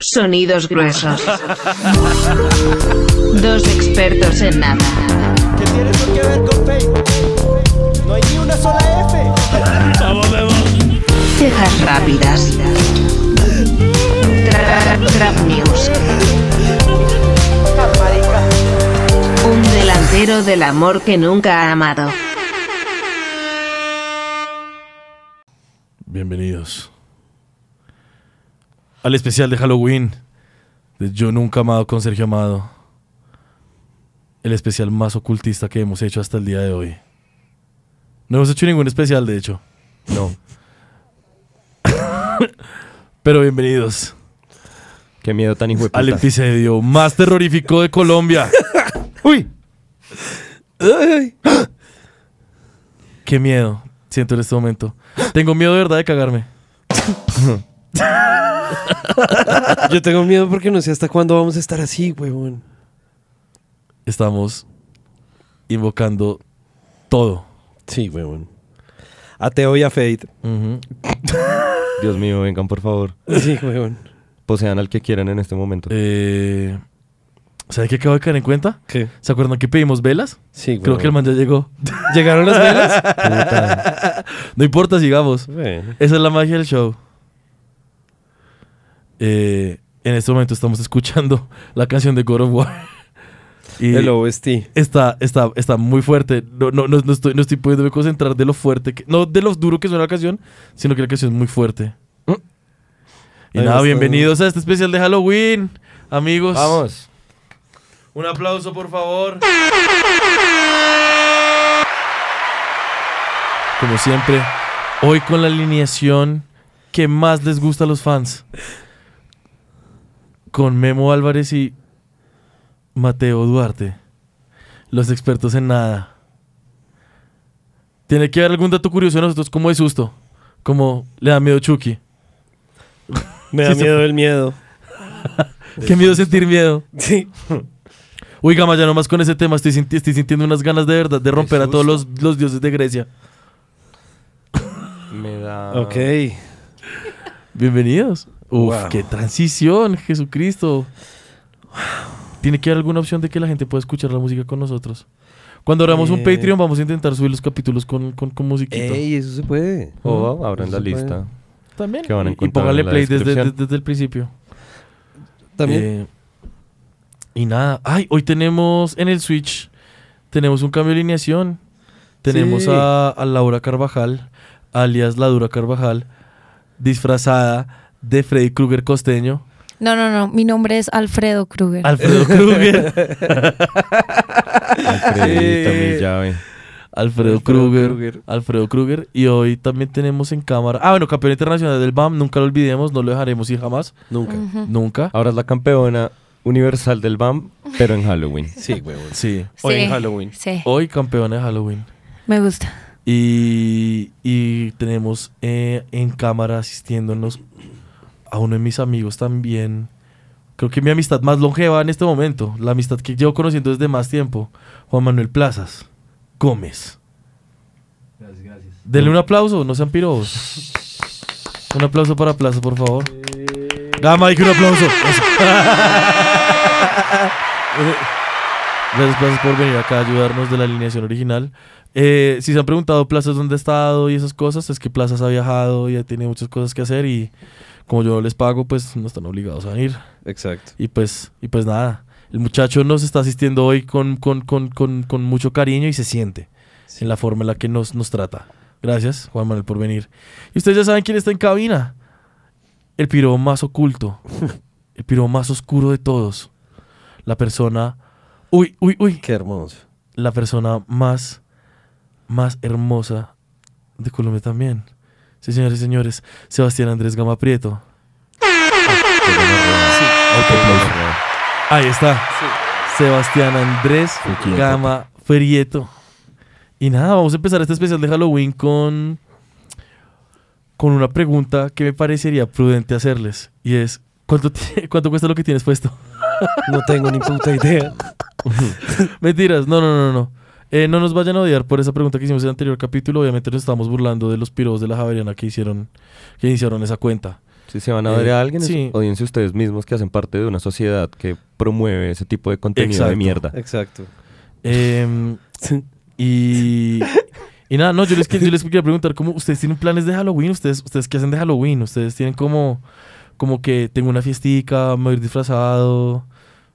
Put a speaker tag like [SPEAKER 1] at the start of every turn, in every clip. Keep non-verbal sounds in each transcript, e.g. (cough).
[SPEAKER 1] Sonidos gruesos. Dos expertos en nada.
[SPEAKER 2] ¿Qué tiene eso que ver con Facebook? No hay ni una sola F.
[SPEAKER 3] Vamos, vemos.
[SPEAKER 1] Cejas rápidas. Tra- tra- Trap News. Un delantero del amor que nunca ha amado.
[SPEAKER 3] Bienvenidos al especial de Halloween de Yo Nunca Amado con Sergio Amado. El especial más ocultista que hemos hecho hasta el día de hoy. No hemos hecho ningún especial, de hecho. No. (coughs) Pero bienvenidos
[SPEAKER 4] Qué miedo tan hijo de
[SPEAKER 3] al episodio más terrorífico de Colombia.
[SPEAKER 4] (laughs) ¡Uy!
[SPEAKER 3] Qué miedo siento en este momento. Tengo miedo de verdad de cagarme.
[SPEAKER 5] Yo tengo miedo porque no sé hasta cuándo vamos a estar así, huevón.
[SPEAKER 3] Estamos invocando todo.
[SPEAKER 5] Sí, huevón. A Teo y a Fate.
[SPEAKER 3] Ujú.
[SPEAKER 4] Dios mío, vengan por favor.
[SPEAKER 5] Sí, huevón.
[SPEAKER 4] Posean al que quieran en este momento.
[SPEAKER 3] Eh, ¿Sabes qué acabo de caer en cuenta?
[SPEAKER 5] ¿Qué?
[SPEAKER 3] ¿Se acuerdan que pedimos velas?
[SPEAKER 5] Sí,
[SPEAKER 3] Creo que el man ya llegó. (laughs)
[SPEAKER 5] ¿Llegaron las velas?
[SPEAKER 3] No importa, sigamos.
[SPEAKER 5] Bueno.
[SPEAKER 3] Esa es la magia del show. Eh, en este momento estamos escuchando (laughs) la canción de God of War. (laughs) Y
[SPEAKER 5] El OST.
[SPEAKER 3] está, está, está muy fuerte. No, no, no, no estoy, no estoy pudiendo concentrar de lo fuerte, que- no de lo duro que suena la canción, sino que la canción es muy fuerte. Y
[SPEAKER 5] Mm. Ahí
[SPEAKER 3] nada,
[SPEAKER 5] está.
[SPEAKER 3] bienvenidos a este especial de Halloween, amigos.
[SPEAKER 4] Vamos.
[SPEAKER 3] Un aplauso, por favor. Como siempre, hoy con la alineación que más les gusta a los fans. Con Memo Álvarez y Mateo Duarte. Los expertos en nada. Tiene que haber algún dato curioso de nosotros, como de susto. Como le da miedo Chucky.
[SPEAKER 5] Me
[SPEAKER 3] Sí,
[SPEAKER 5] da
[SPEAKER 3] se
[SPEAKER 5] miedo el miedo.
[SPEAKER 3] Qué miedo sentir miedo.
[SPEAKER 5] Sí.
[SPEAKER 3] Uy, Gama, ya nomás con ese tema estoy, sinti- estoy sintiendo unas ganas de verdad de romper a todos los, los dioses de Grecia.
[SPEAKER 4] Me da.
[SPEAKER 5] Ok.
[SPEAKER 3] Bienvenidos. Uf,
[SPEAKER 5] Wow.
[SPEAKER 3] qué transición, Jesucristo. Tiene que haber alguna opción de que la gente pueda escuchar la música con nosotros. Cuando abramos un
[SPEAKER 5] Eh.
[SPEAKER 3] Patreon, vamos a intentar subir los capítulos con, con, con musiquita.
[SPEAKER 5] Ey, eso se puede.
[SPEAKER 4] Oh, abran la
[SPEAKER 5] Eso se
[SPEAKER 4] (laughs) lista.
[SPEAKER 3] También.
[SPEAKER 4] que van a
[SPEAKER 3] Y- y
[SPEAKER 4] encontrar
[SPEAKER 3] póngale
[SPEAKER 4] en la
[SPEAKER 3] play desde,
[SPEAKER 4] descripción.
[SPEAKER 3] desde- desde el principio.
[SPEAKER 5] También. (laughs)
[SPEAKER 3] Eh, y nada. Ay, hoy tenemos en el Switch, tenemos un cambio de alineación. Tenemos
[SPEAKER 5] Sí.
[SPEAKER 3] a, a Laura Carvajal, alias La Dura Carvajal, disfrazada de Freddy Krueger costeño.
[SPEAKER 6] No, no, no. Mi nombre es Alfredo Kruger.
[SPEAKER 3] Alfredo Krueger.
[SPEAKER 4] Alfredita,
[SPEAKER 5] Eh.
[SPEAKER 4] mi llave.
[SPEAKER 3] Alfredo
[SPEAKER 5] Alfredo
[SPEAKER 3] Krueger,
[SPEAKER 5] Krueger.
[SPEAKER 3] Alfredo Krueger. Y hoy también tenemos en cámara. Ah, bueno, campeón internacional del BAM. Nunca lo olvidemos, no lo dejaremos ir jamás.
[SPEAKER 5] Nunca.
[SPEAKER 3] Nunca.
[SPEAKER 4] Ahora es la campeona universal del BAM, pero en Halloween.
[SPEAKER 5] Sí, huevón.
[SPEAKER 3] Sí.
[SPEAKER 5] Hoy en Halloween. Oh.
[SPEAKER 6] Sí,
[SPEAKER 3] Hoy campeona de Halloween.
[SPEAKER 6] me gusta.
[SPEAKER 3] Y, y tenemos eh, en cámara asistiéndonos a uno de mis amigos también. Creo que mi amistad más longeva en este momento. La amistad que llevo conociendo desde más tiempo. Juan Manuel Plazas Gómez. Gracias, gracias. Denle un aplauso, no sean pirobos. Un aplauso para Plazas, por favor. Gama, dije un aplauso. (laughs) Eso. Gracias, Plazas, por venir acá a ayudarnos de la alineación original. Eh, si se han preguntado Plazas dónde ha estado y esas cosas, es que Plazas ha viajado y ha tenido muchas cosas que hacer y como yo no les pago, pues no están obligados a venir.
[SPEAKER 5] Exacto.
[SPEAKER 3] Y pues, y pues nada, el muchacho nos está asistiendo hoy con, con, con, con, con mucho cariño y se siente en la forma en la que nos, nos trata. Gracias, Juan Manuel, por venir. Y ustedes ya saben quién está en cabina. El piro más oculto. El piro más oscuro de todos. La persona... Uy, uy, uy
[SPEAKER 5] Qué hermoso.
[SPEAKER 3] la persona más, más hermosa de Colombia también. Sí, señores y señores, Sebastián Andrés Gama Prieto. Ahí está. Sebastián Andrés
[SPEAKER 4] Aquí,
[SPEAKER 3] Gama Prieto. Y nada, vamos a empezar este especial de Halloween con, con una pregunta que me parecería prudente hacerles. Y es, ¿cuánto, (laughs) ti- cuánto cuesta lo que tienes puesto?
[SPEAKER 5] No tengo ni puta idea.
[SPEAKER 3] (laughs) Mentiras, no, no, no, no. Eh, no nos vayan a odiar por esa pregunta que hicimos en el anterior capítulo. Obviamente nos estamos burlando de los piros de la Javeriana que hicieron, que iniciaron esa cuenta.
[SPEAKER 4] Si se van a ver
[SPEAKER 3] Eh,
[SPEAKER 4] a alguien, es-
[SPEAKER 3] sí.
[SPEAKER 4] odíense ustedes mismos que hacen parte de una sociedad que promueve ese tipo de contenido de
[SPEAKER 3] Exacto.
[SPEAKER 4] mierda.
[SPEAKER 5] Exacto.
[SPEAKER 3] Em, y, y nada, no, yo les, quiero- yo les quería preguntar, ¿cómo ustedes tienen planes de Halloween? ¿Ustedes, ¿Ustedes qué hacen de Halloween? ¿Ustedes tienen como, como que tengo una fiestica, me voy a ir disfrazado?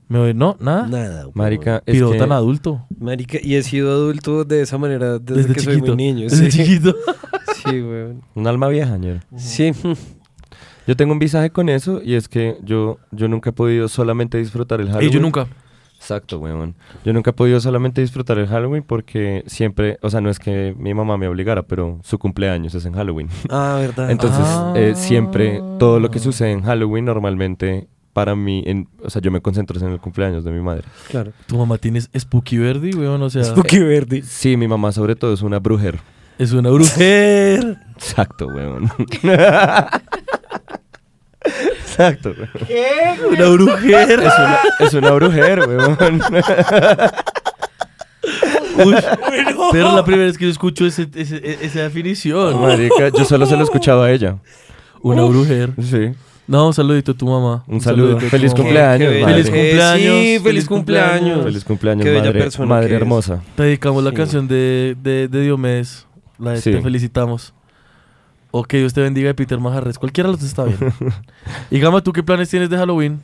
[SPEAKER 3] ¿Me voy? ¿No? ¿Nada?
[SPEAKER 5] Nada, güey.
[SPEAKER 4] Marica, es
[SPEAKER 3] Piro
[SPEAKER 4] que-
[SPEAKER 3] tan adulto.
[SPEAKER 5] Marica, y he sido adulto de esa manera desde,
[SPEAKER 3] Desde,
[SPEAKER 5] que
[SPEAKER 3] chiquito.
[SPEAKER 5] soy muy niño.
[SPEAKER 3] Desde
[SPEAKER 5] sí.
[SPEAKER 3] chiquito.
[SPEAKER 5] (laughs) Sí, weón.
[SPEAKER 4] un alma vieja, ñero.
[SPEAKER 5] Sí.
[SPEAKER 4] Yo tengo un visaje con eso y es que yo, yo nunca he podido solamente disfrutar el Halloween.
[SPEAKER 3] Y yo nunca.
[SPEAKER 4] Exacto, weón. Yo nunca he podido solamente disfrutar el Halloween porque siempre, o sea, no es que mi mamá me obligara, pero su cumpleaños es en Halloween.
[SPEAKER 5] Ah, verdad.
[SPEAKER 4] Entonces,
[SPEAKER 3] Ah.
[SPEAKER 4] eh, siempre todo lo que sucede en Halloween normalmente para mí, en- o sea, yo me concentro en el cumpleaños de mi madre.
[SPEAKER 5] claro.
[SPEAKER 3] Tu mamá tiene Spooky Verdi, weón. O sea,
[SPEAKER 5] Spooky Verdi.
[SPEAKER 4] Sí, mi mamá sobre todo es una brujer.
[SPEAKER 3] es una
[SPEAKER 4] (laughs)
[SPEAKER 3] brujer.
[SPEAKER 4] Exacto, weón. (laughs) Exacto, weón.
[SPEAKER 3] una brujer.
[SPEAKER 4] Es una, es una brujer,
[SPEAKER 5] (laughs)
[SPEAKER 4] weón.
[SPEAKER 3] Uy, Pero la primera vez que yo escucho ese- ese- e- esa definición.
[SPEAKER 4] Marica, yo solo se lo escuchaba a ella.
[SPEAKER 3] Una brujer.
[SPEAKER 4] Sí.
[SPEAKER 3] No, un saludito a tu mamá.
[SPEAKER 4] Un saludo.
[SPEAKER 3] saludito a tu
[SPEAKER 4] Feliz
[SPEAKER 3] mamá.
[SPEAKER 4] cumpleaños,
[SPEAKER 5] Qué
[SPEAKER 4] madre.
[SPEAKER 3] Feliz
[SPEAKER 5] Eh,
[SPEAKER 3] cumpleaños.
[SPEAKER 5] sí, feliz cumpleaños.
[SPEAKER 4] Feliz cumpleaños,
[SPEAKER 5] Qué bella
[SPEAKER 4] madre,
[SPEAKER 5] persona
[SPEAKER 4] madre
[SPEAKER 5] que es.
[SPEAKER 4] hermosa.
[SPEAKER 3] Te dedicamos la
[SPEAKER 5] Sí.
[SPEAKER 3] canción de, de, de Diomedes. La de
[SPEAKER 4] Sí.
[SPEAKER 3] Te felicitamos. O que Dios te bendiga de Peter Majarres. Cualquiera de los dos está
[SPEAKER 4] (laughs)
[SPEAKER 3] bien. y Gama, ¿tú qué planes tienes de Halloween?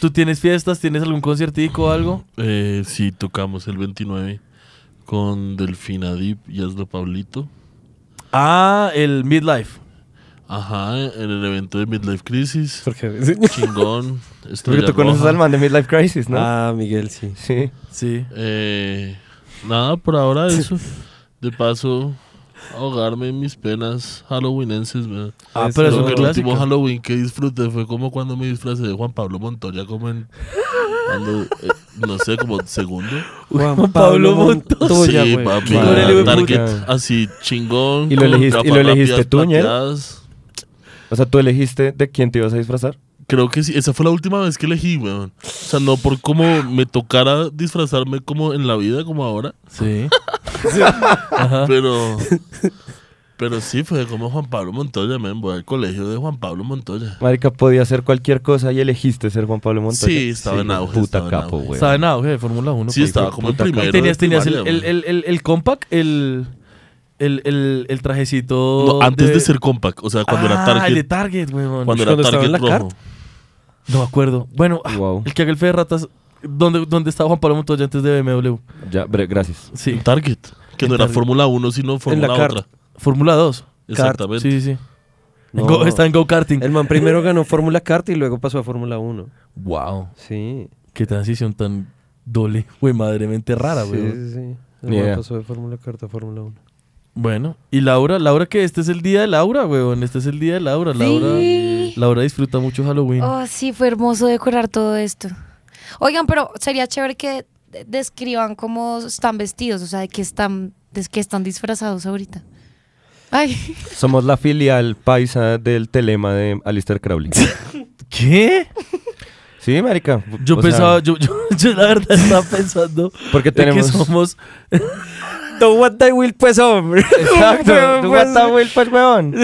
[SPEAKER 3] ¿Tú tienes fiestas? ¿Tienes algún conciertico o algo?
[SPEAKER 7] Eh, sí, tocamos el 29 con Delfina Deep y Hazlo Pablito.
[SPEAKER 3] Ah, el Midlife.
[SPEAKER 7] Ajá, en el evento de Midlife Crisis.
[SPEAKER 3] (laughs)
[SPEAKER 5] Porque-
[SPEAKER 7] Chingón.
[SPEAKER 4] Porque
[SPEAKER 7] Estrella
[SPEAKER 4] tú conoces
[SPEAKER 7] Roja.
[SPEAKER 4] al man de Midlife Crisis, ¿no?
[SPEAKER 5] Ah, Miguel, sí.
[SPEAKER 4] Sí.
[SPEAKER 3] Sí.
[SPEAKER 7] Eh, nada, por ahora eso. De paso, ahogarme en mis penas halloweenenses. ¿verdad?
[SPEAKER 3] Ah,
[SPEAKER 5] Eso
[SPEAKER 3] pero es
[SPEAKER 7] Creo
[SPEAKER 3] un
[SPEAKER 7] que el
[SPEAKER 3] clásico.
[SPEAKER 7] último Halloween que disfruté fue como cuando me disfracé de Juan Pablo Montoya, como en. cuando, eh, no sé, como segundo.
[SPEAKER 5] Juan
[SPEAKER 3] Pablo
[SPEAKER 5] Montoya,
[SPEAKER 7] sí,
[SPEAKER 5] güey.
[SPEAKER 7] papi.
[SPEAKER 4] Con
[SPEAKER 7] era
[SPEAKER 4] el hijo de
[SPEAKER 7] target
[SPEAKER 4] puta.
[SPEAKER 7] así chingón.
[SPEAKER 4] ¿Y lo
[SPEAKER 7] con
[SPEAKER 4] elegiste- y lo
[SPEAKER 7] gafas
[SPEAKER 4] elegiste
[SPEAKER 7] rápidas,
[SPEAKER 4] tú, ñero?
[SPEAKER 7] plateadas.
[SPEAKER 4] O sea, tú elegiste de quién te ibas a disfrazar.
[SPEAKER 7] Creo que sí, esa fue la última vez que elegí, weón. O sea, no por cómo me tocara disfrazarme como en la vida, como ahora,
[SPEAKER 3] (laughs) Sí. Ajá. (laughs)
[SPEAKER 7] pero... Pero sí, fue como Juan Pablo Montoya, men, voy al colegio de Juan Pablo Montoya.
[SPEAKER 4] Marica, podía hacer cualquier cosa y elegiste ser Juan Pablo Montoya.
[SPEAKER 7] Sí, estaba en auge,
[SPEAKER 4] Puta
[SPEAKER 7] estaba en
[SPEAKER 4] capo,
[SPEAKER 7] auge.
[SPEAKER 4] güey.
[SPEAKER 3] Estaba en auge pues, de Fórmula 1.
[SPEAKER 7] Sí, estaba como en primero.
[SPEAKER 3] Tenías,
[SPEAKER 7] de
[SPEAKER 3] tenías el,
[SPEAKER 7] primaria,
[SPEAKER 3] el,
[SPEAKER 7] weón.
[SPEAKER 3] el, el, el compact, el, el, el, el trajecito.
[SPEAKER 7] No, antes de... ser compact, o sea, cuando era
[SPEAKER 3] Ah, el de
[SPEAKER 7] Target,
[SPEAKER 3] Target, weón.
[SPEAKER 7] cuando
[SPEAKER 5] ¿Cuando
[SPEAKER 7] era
[SPEAKER 5] estaba en
[SPEAKER 7] Target
[SPEAKER 5] la
[SPEAKER 7] rojo.
[SPEAKER 3] No me acuerdo. Bueno, ah,
[SPEAKER 4] Wow.
[SPEAKER 3] el que haga el fe de ratas. ¿Dónde, dónde estaba Juan Pablo Montoya antes de BMW?
[SPEAKER 4] Ya, bre- gracias.
[SPEAKER 3] Sí.
[SPEAKER 7] En Target, que
[SPEAKER 3] En
[SPEAKER 7] no era
[SPEAKER 3] Target.
[SPEAKER 7] Fórmula 1, sino Fórmula
[SPEAKER 5] cart.
[SPEAKER 7] otra.
[SPEAKER 3] Fórmula 2.
[SPEAKER 7] Exactamente.
[SPEAKER 3] Sí, sí, sí. En
[SPEAKER 4] No.
[SPEAKER 3] go- está en go-karting.
[SPEAKER 5] El man primero ganó Fórmula Kart y luego pasó a Fórmula 1.
[SPEAKER 3] Wow.
[SPEAKER 5] Sí.
[SPEAKER 3] Qué transición tan doble. Güey, madremente rara,
[SPEAKER 5] sí,
[SPEAKER 3] güey.
[SPEAKER 5] Sí, sí. El
[SPEAKER 4] Ni
[SPEAKER 5] man
[SPEAKER 4] idea.
[SPEAKER 5] pasó de Fórmula Kart a Fórmula 1.
[SPEAKER 3] Bueno, y Laura, Laura que este es el día de Laura, weón. Este es el día de Laura. Laura,
[SPEAKER 6] Sí.
[SPEAKER 3] Laura disfruta mucho Halloween.
[SPEAKER 6] Oh, sí, fue hermoso decorar todo esto. Oigan, pero sería chévere que de- describan cómo están vestidos, o sea, de qué están, de qué están disfrazados ahorita. Ay,
[SPEAKER 4] Somos la filial paisa del telema de Alistair
[SPEAKER 7] (laughs)
[SPEAKER 4] Crowley.
[SPEAKER 3] ¿Qué?
[SPEAKER 4] sí, marica.
[SPEAKER 3] Yo
[SPEAKER 4] O sea,
[SPEAKER 3] pensaba, yo, (laughs) yo, yo la verdad estaba pensando
[SPEAKER 4] Porque
[SPEAKER 3] de que
[SPEAKER 4] tenemos...
[SPEAKER 3] somos.
[SPEAKER 5] The what I will pues hombre.
[SPEAKER 4] (laughs)
[SPEAKER 5] (laughs)
[SPEAKER 4] Exacto. tú guata, güey, pues,
[SPEAKER 7] (laughs)
[SPEAKER 4] weón.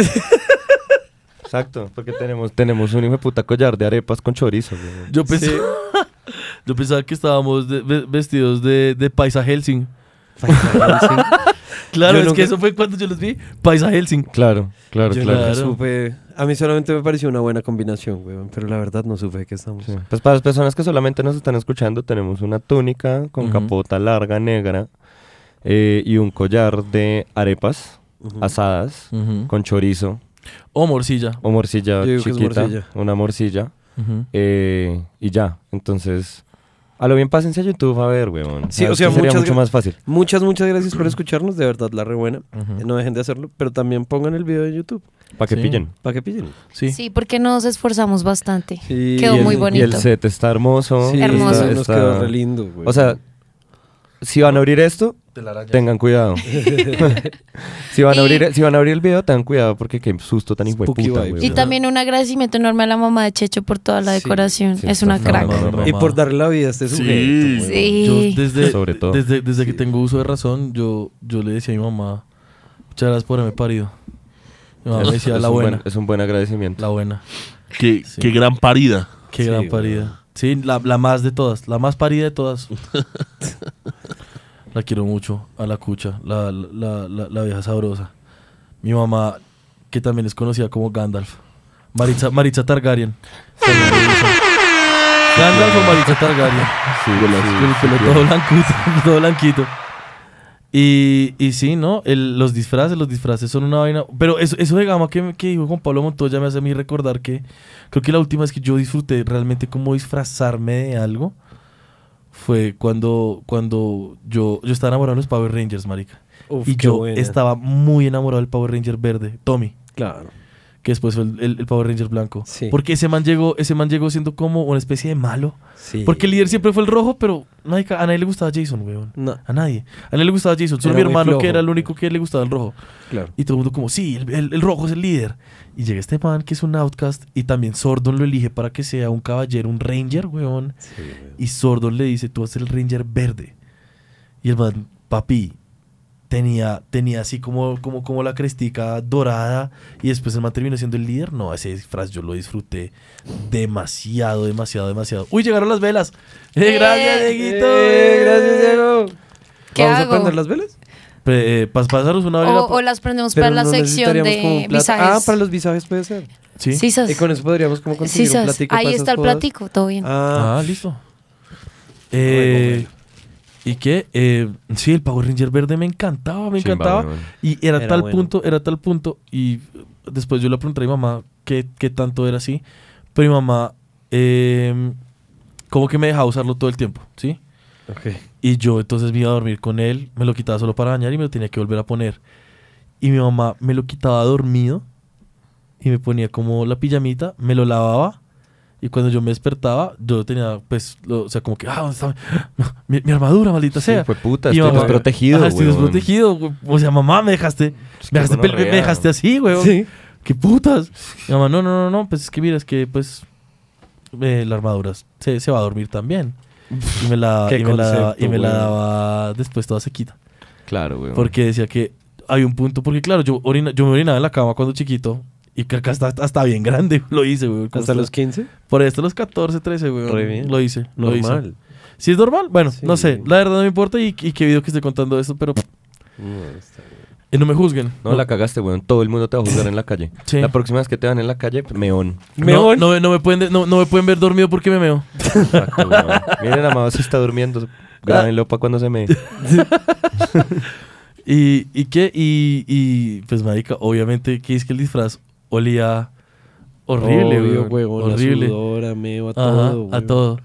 [SPEAKER 4] Exacto, porque tenemos, tenemos un hijo de puta collar de arepas con chorizo. weón.
[SPEAKER 3] Yo pensaba, (laughs) yo pensaba que estábamos de- ve- vestidos de, de paisa Helsing. Claro,
[SPEAKER 5] Yo
[SPEAKER 3] es
[SPEAKER 5] nunca-
[SPEAKER 3] que eso fue cuando yo los vi. Paisa Helsing.
[SPEAKER 4] Claro, claro,
[SPEAKER 5] Yo
[SPEAKER 4] claro.
[SPEAKER 5] nunca
[SPEAKER 3] Claro.
[SPEAKER 5] supe. A mí solamente me pareció una buena combinación, weón. Pero la verdad no supe de qué estamos.
[SPEAKER 4] Sí. Pues para las personas que solamente nos están escuchando, tenemos una túnica con
[SPEAKER 3] Ujú.
[SPEAKER 4] capota larga negra eh, y un collar de arepas asadas
[SPEAKER 3] Ujú.
[SPEAKER 4] con chorizo
[SPEAKER 3] O morcilla.
[SPEAKER 4] o morcilla
[SPEAKER 5] Yo digo que es
[SPEAKER 4] chiquita,
[SPEAKER 5] morcilla.
[SPEAKER 4] una morcilla
[SPEAKER 3] Ujú.
[SPEAKER 4] eh, y ya. Entonces, a lo bien pásense a YouTube a ver, weón.
[SPEAKER 5] Sí,
[SPEAKER 4] A
[SPEAKER 5] o
[SPEAKER 4] ver,
[SPEAKER 5] sea,
[SPEAKER 4] que sería
[SPEAKER 5] muchas
[SPEAKER 4] mucho
[SPEAKER 5] gra-
[SPEAKER 4] más fácil.
[SPEAKER 5] Muchas, muchas gracias por escucharnos. De verdad, la re buena.
[SPEAKER 3] Ujú.
[SPEAKER 5] No dejen de hacerlo. Pero también pongan el video de YouTube.
[SPEAKER 4] Para que
[SPEAKER 3] Sí.
[SPEAKER 4] pillen.
[SPEAKER 5] Para que pillen.
[SPEAKER 3] Sí.
[SPEAKER 6] sí, porque nos esforzamos bastante.
[SPEAKER 5] Sí,
[SPEAKER 6] Quedó
[SPEAKER 4] y el-
[SPEAKER 6] muy bonito.
[SPEAKER 4] Y el set está hermoso.
[SPEAKER 5] Sí,
[SPEAKER 6] Hermoso.
[SPEAKER 5] está-
[SPEAKER 4] Oh, está-
[SPEAKER 5] Nos
[SPEAKER 4] está-
[SPEAKER 5] quedó re lindo, güey.
[SPEAKER 4] O sea, si van a abrir esto, tengan
[SPEAKER 3] (laughs)
[SPEAKER 4] cuidado. (laughs) si, van a abrir, si van a abrir el video, tengan cuidado porque qué susto tan hijo
[SPEAKER 5] Spooky vibes.
[SPEAKER 6] Y también un agradecimiento enorme a la mamá de Checho por toda la
[SPEAKER 5] Sí,
[SPEAKER 6] decoración.
[SPEAKER 4] sí,
[SPEAKER 6] es una
[SPEAKER 4] está
[SPEAKER 6] crack.
[SPEAKER 4] mamá.
[SPEAKER 5] y por darle la vida a este
[SPEAKER 7] Sí.
[SPEAKER 5] sujeto. weón.
[SPEAKER 6] Sí.
[SPEAKER 3] Yo desde,
[SPEAKER 4] Sobre todo.
[SPEAKER 3] desde, desde que tengo uso de razón, yo, yo le decía a mi mamá, muchas gracias por haberme parido. Mi mamá me decía la
[SPEAKER 4] un
[SPEAKER 3] buena.
[SPEAKER 4] buen, es un buen agradecimiento.
[SPEAKER 3] La buena.
[SPEAKER 7] Qué, qué gran parida.
[SPEAKER 3] Qué
[SPEAKER 5] Sí,
[SPEAKER 3] gran
[SPEAKER 5] güey.
[SPEAKER 3] parida. Sí, la, la más de todas. La más parida de
[SPEAKER 5] (laughs)
[SPEAKER 3] todas. la quiero mucho. A la cucha. La, la, la- la vieja sabrosa. Mi mamá, que también es conocida como Gandalf. Maritza, Maritza Targaryen. Gandalf o Maritza Targaryen.
[SPEAKER 4] Sí, sí,
[SPEAKER 3] Con el
[SPEAKER 4] sí,
[SPEAKER 3] pelo
[SPEAKER 4] sí.
[SPEAKER 3] todo blanquito, (laughs) todo blanquito. Y, y sí, ¿no? El- los disfraces, los disfraces son una vaina. Pero eso, eso de gama que, que dijo Juan Pablo Montoya me hace a mí recordar que creo que la última vez que yo disfruté realmente como disfrazarme de algo fue cuando, cuando yo, yo estaba enamorado de los Power Rangers, marica.
[SPEAKER 5] Uf,
[SPEAKER 3] y
[SPEAKER 5] qué
[SPEAKER 3] yo
[SPEAKER 5] buena.
[SPEAKER 3] estaba muy enamorado del Power Ranger verde, Tommy
[SPEAKER 5] Claro.
[SPEAKER 3] que después fue el, el- el Power Ranger blanco.
[SPEAKER 5] Sí.
[SPEAKER 3] Porque ese man llegó, ese man llegó siendo como una especie de malo.
[SPEAKER 5] Sí.
[SPEAKER 3] Porque el líder siempre fue el rojo, pero marica, a nadie le gustaba Jason, weón.
[SPEAKER 5] No,
[SPEAKER 3] A nadie. A nadie le gustaba Jason. Solo mi
[SPEAKER 5] Era muy
[SPEAKER 3] hermano que
[SPEAKER 5] flojo.
[SPEAKER 3] era el único que le gustaba el rojo.
[SPEAKER 5] claro.
[SPEAKER 3] Y todo el mundo como, sí, el, el- el rojo es el líder. Y llega este man que es un outcast y también Sordon lo elige para que sea un caballero, un ranger, weón. Y Sordon le dice, tú vas a ser el ranger verde. Y el man, papi, tenía, tenía así como, como, como la crestica dorada y después el man terminó siendo el líder. No, ese disfraz yo lo disfruté demasiado, demasiado, demasiado. Uy, llegaron las velas. Eh,
[SPEAKER 6] Eh.
[SPEAKER 3] gracias, Dieguito.
[SPEAKER 5] Eh, gracias, Diego.
[SPEAKER 6] ¿Qué
[SPEAKER 5] ¿Vamos
[SPEAKER 6] hago?
[SPEAKER 5] a prender las velas?
[SPEAKER 3] Pre- eh, pas- pasaros una
[SPEAKER 6] O,
[SPEAKER 3] vela.
[SPEAKER 6] o las prendemos
[SPEAKER 5] Pero
[SPEAKER 6] Pues para la
[SPEAKER 5] no
[SPEAKER 6] sección
[SPEAKER 5] necesitaríamos como
[SPEAKER 6] de
[SPEAKER 5] un plato.
[SPEAKER 6] visajes.
[SPEAKER 5] Ah, para los visajes puede ser.
[SPEAKER 3] Sí.
[SPEAKER 6] Sí, sas.
[SPEAKER 5] Y con eso podríamos como
[SPEAKER 6] Sí,
[SPEAKER 5] conseguir
[SPEAKER 6] sas.
[SPEAKER 5] un platico
[SPEAKER 6] Ahí
[SPEAKER 5] para
[SPEAKER 6] está
[SPEAKER 5] esas
[SPEAKER 6] el
[SPEAKER 5] bodas.
[SPEAKER 6] platico, todo bien.
[SPEAKER 5] Ah,
[SPEAKER 3] Ah, listo. Eh, ¿Y qué? Eh, sí, el Power Ranger verde me encantaba, me
[SPEAKER 4] Chimba,
[SPEAKER 3] encantaba.
[SPEAKER 4] weón.
[SPEAKER 3] Y era,
[SPEAKER 5] Era
[SPEAKER 3] tal
[SPEAKER 5] bueno.
[SPEAKER 3] punto, era tal punto. Y después yo le pregunté a mi mamá qué, qué tanto era así. Pero mi mamá, eh, como que me dejaba usarlo todo el tiempo, ¿sí?
[SPEAKER 5] ok.
[SPEAKER 3] Y yo entonces me iba a dormir con él, me lo quitaba solo para bañar y me lo tenía que volver a poner. Y mi mamá me lo quitaba dormido y me ponía como la pijamita, me lo lavaba. Y cuando yo me despertaba, yo tenía, pues, lo- o sea, como que, ah, ¿dónde está mi, (laughs) mi armadura, maldita
[SPEAKER 4] Sí,
[SPEAKER 3] sea?
[SPEAKER 4] fue puta,
[SPEAKER 3] Y
[SPEAKER 4] estoy
[SPEAKER 3] mamá-
[SPEAKER 4] desprotegido,
[SPEAKER 3] Ajá, estoy
[SPEAKER 4] weón.
[SPEAKER 3] desprotegido. güey. O sea, mamá, me dejaste,
[SPEAKER 4] Es que
[SPEAKER 3] me dejaste, pel-
[SPEAKER 4] gonorrea,
[SPEAKER 3] me dejaste
[SPEAKER 4] weón.
[SPEAKER 3] así, güey.
[SPEAKER 5] Sí.
[SPEAKER 3] ¿Qué putas? Mi mamá, no, no, no, no, pues es que mira, es que pues eh, la armadura se, se va a dormir también. Y me la,
[SPEAKER 5] Qué
[SPEAKER 3] y me la, daba, y
[SPEAKER 5] concepto,
[SPEAKER 3] me la
[SPEAKER 5] güey.
[SPEAKER 3] daba después toda sequita.
[SPEAKER 4] Claro, weón.
[SPEAKER 3] Porque decía que hay un punto, porque claro, yo, orina, yo me orinaba en la cama cuando chiquito y que acá hasta, hasta bien grande (laughs) lo hice, güey. como
[SPEAKER 5] Hasta
[SPEAKER 3] hasta-
[SPEAKER 5] los 15.
[SPEAKER 3] Por ahí hasta los 14, 13, güey.
[SPEAKER 5] Re bien.
[SPEAKER 3] Lo hice, lo hice.
[SPEAKER 5] Normal.
[SPEAKER 3] Si es normal, bueno,
[SPEAKER 5] Sí.
[SPEAKER 3] no sé, la verdad no me importa y, y qué video que esté contando esto, pero eh, no me juzguen.
[SPEAKER 4] No, la cagaste, weón. Todo el mundo te va a juzgar en la calle.
[SPEAKER 3] Sí.
[SPEAKER 4] La próxima vez que te van en la calle, meón.
[SPEAKER 3] No,
[SPEAKER 5] Meón.
[SPEAKER 3] no, me- no me pueden, de- no, no me pueden ver dormido porque me meo.
[SPEAKER 4] Exacto, weón. Miren, amado, se está durmiendo. Grábenlo para cuando se me...
[SPEAKER 3] ¿Y, y qué? Y, y, pues, marica, obviamente, que es que el disfraz olía horrible,
[SPEAKER 5] Obvio,
[SPEAKER 3] weón,
[SPEAKER 5] huevón, la
[SPEAKER 3] horrible.
[SPEAKER 5] sudor, a meo, a
[SPEAKER 3] Ajá,
[SPEAKER 5] todo.
[SPEAKER 3] a
[SPEAKER 5] huevón.
[SPEAKER 3] todo.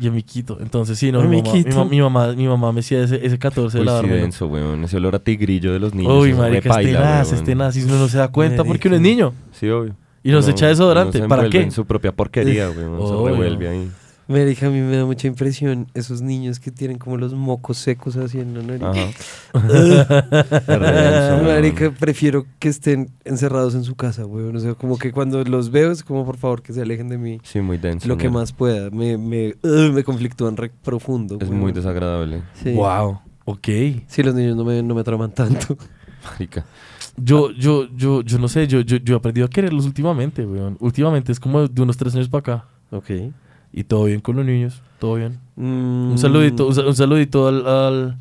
[SPEAKER 3] Y a Miquito. Entonces, sí, no,
[SPEAKER 5] A
[SPEAKER 3] mi, mamá, mi,
[SPEAKER 5] Miquito.
[SPEAKER 3] ma- mi mamá, mi mamá me decía ese, ese 14 de
[SPEAKER 4] Uy,
[SPEAKER 3] la
[SPEAKER 4] sí,
[SPEAKER 3] barba.
[SPEAKER 4] denso, weón. Ese olor a tigrillo de los niños.
[SPEAKER 3] Uy,
[SPEAKER 4] eso,
[SPEAKER 3] marica, este
[SPEAKER 4] repaila,
[SPEAKER 3] es tenaz,
[SPEAKER 4] weón.
[SPEAKER 3] es tenaz. Y uno no se da cuenta porque
[SPEAKER 5] Marica.
[SPEAKER 3] uno es niño.
[SPEAKER 4] Sí, obvio.
[SPEAKER 3] Y nos
[SPEAKER 4] Uno-
[SPEAKER 3] echa desodorante.
[SPEAKER 4] uno se
[SPEAKER 3] ¿Para
[SPEAKER 4] envuelve
[SPEAKER 3] qué?
[SPEAKER 4] En su propia porquería, weón.
[SPEAKER 3] Obvio.
[SPEAKER 4] Se revuelve ahí.
[SPEAKER 5] Me dije, a mí me da mucha impresión esos niños que tienen como los mocos secos así en la nariz. (laughs)
[SPEAKER 4] (laughs) Ajá.
[SPEAKER 5] Ah,
[SPEAKER 4] Qué
[SPEAKER 5] (laughs)
[SPEAKER 4] denso, weón.
[SPEAKER 5] Marica, prefiero que estén encerrados en su casa, weón. O sea, como que cuando los veo es como, por favor, que se alejen de mí
[SPEAKER 4] Sí, muy denso.
[SPEAKER 5] lo que
[SPEAKER 4] weón.
[SPEAKER 5] más pueda. Me, me, ugh, me conflictúan re profundo.
[SPEAKER 4] Es
[SPEAKER 5] weón.
[SPEAKER 4] muy desagradable, (laughs)
[SPEAKER 5] Sí.
[SPEAKER 3] Wow. Ok.
[SPEAKER 5] Sí, los niños no me, no me atraman tanto.
[SPEAKER 4] marica.
[SPEAKER 3] Yo, yo, yo, yo no sé, yo, yo, yo he aprendido a quererlos últimamente, weón. Últimamente es como de unos tres años para acá.
[SPEAKER 5] Ok.
[SPEAKER 3] Y todo bien con los niños, todo bien.
[SPEAKER 5] Mm.
[SPEAKER 3] Un saludito, un, sa- un saludito al, al,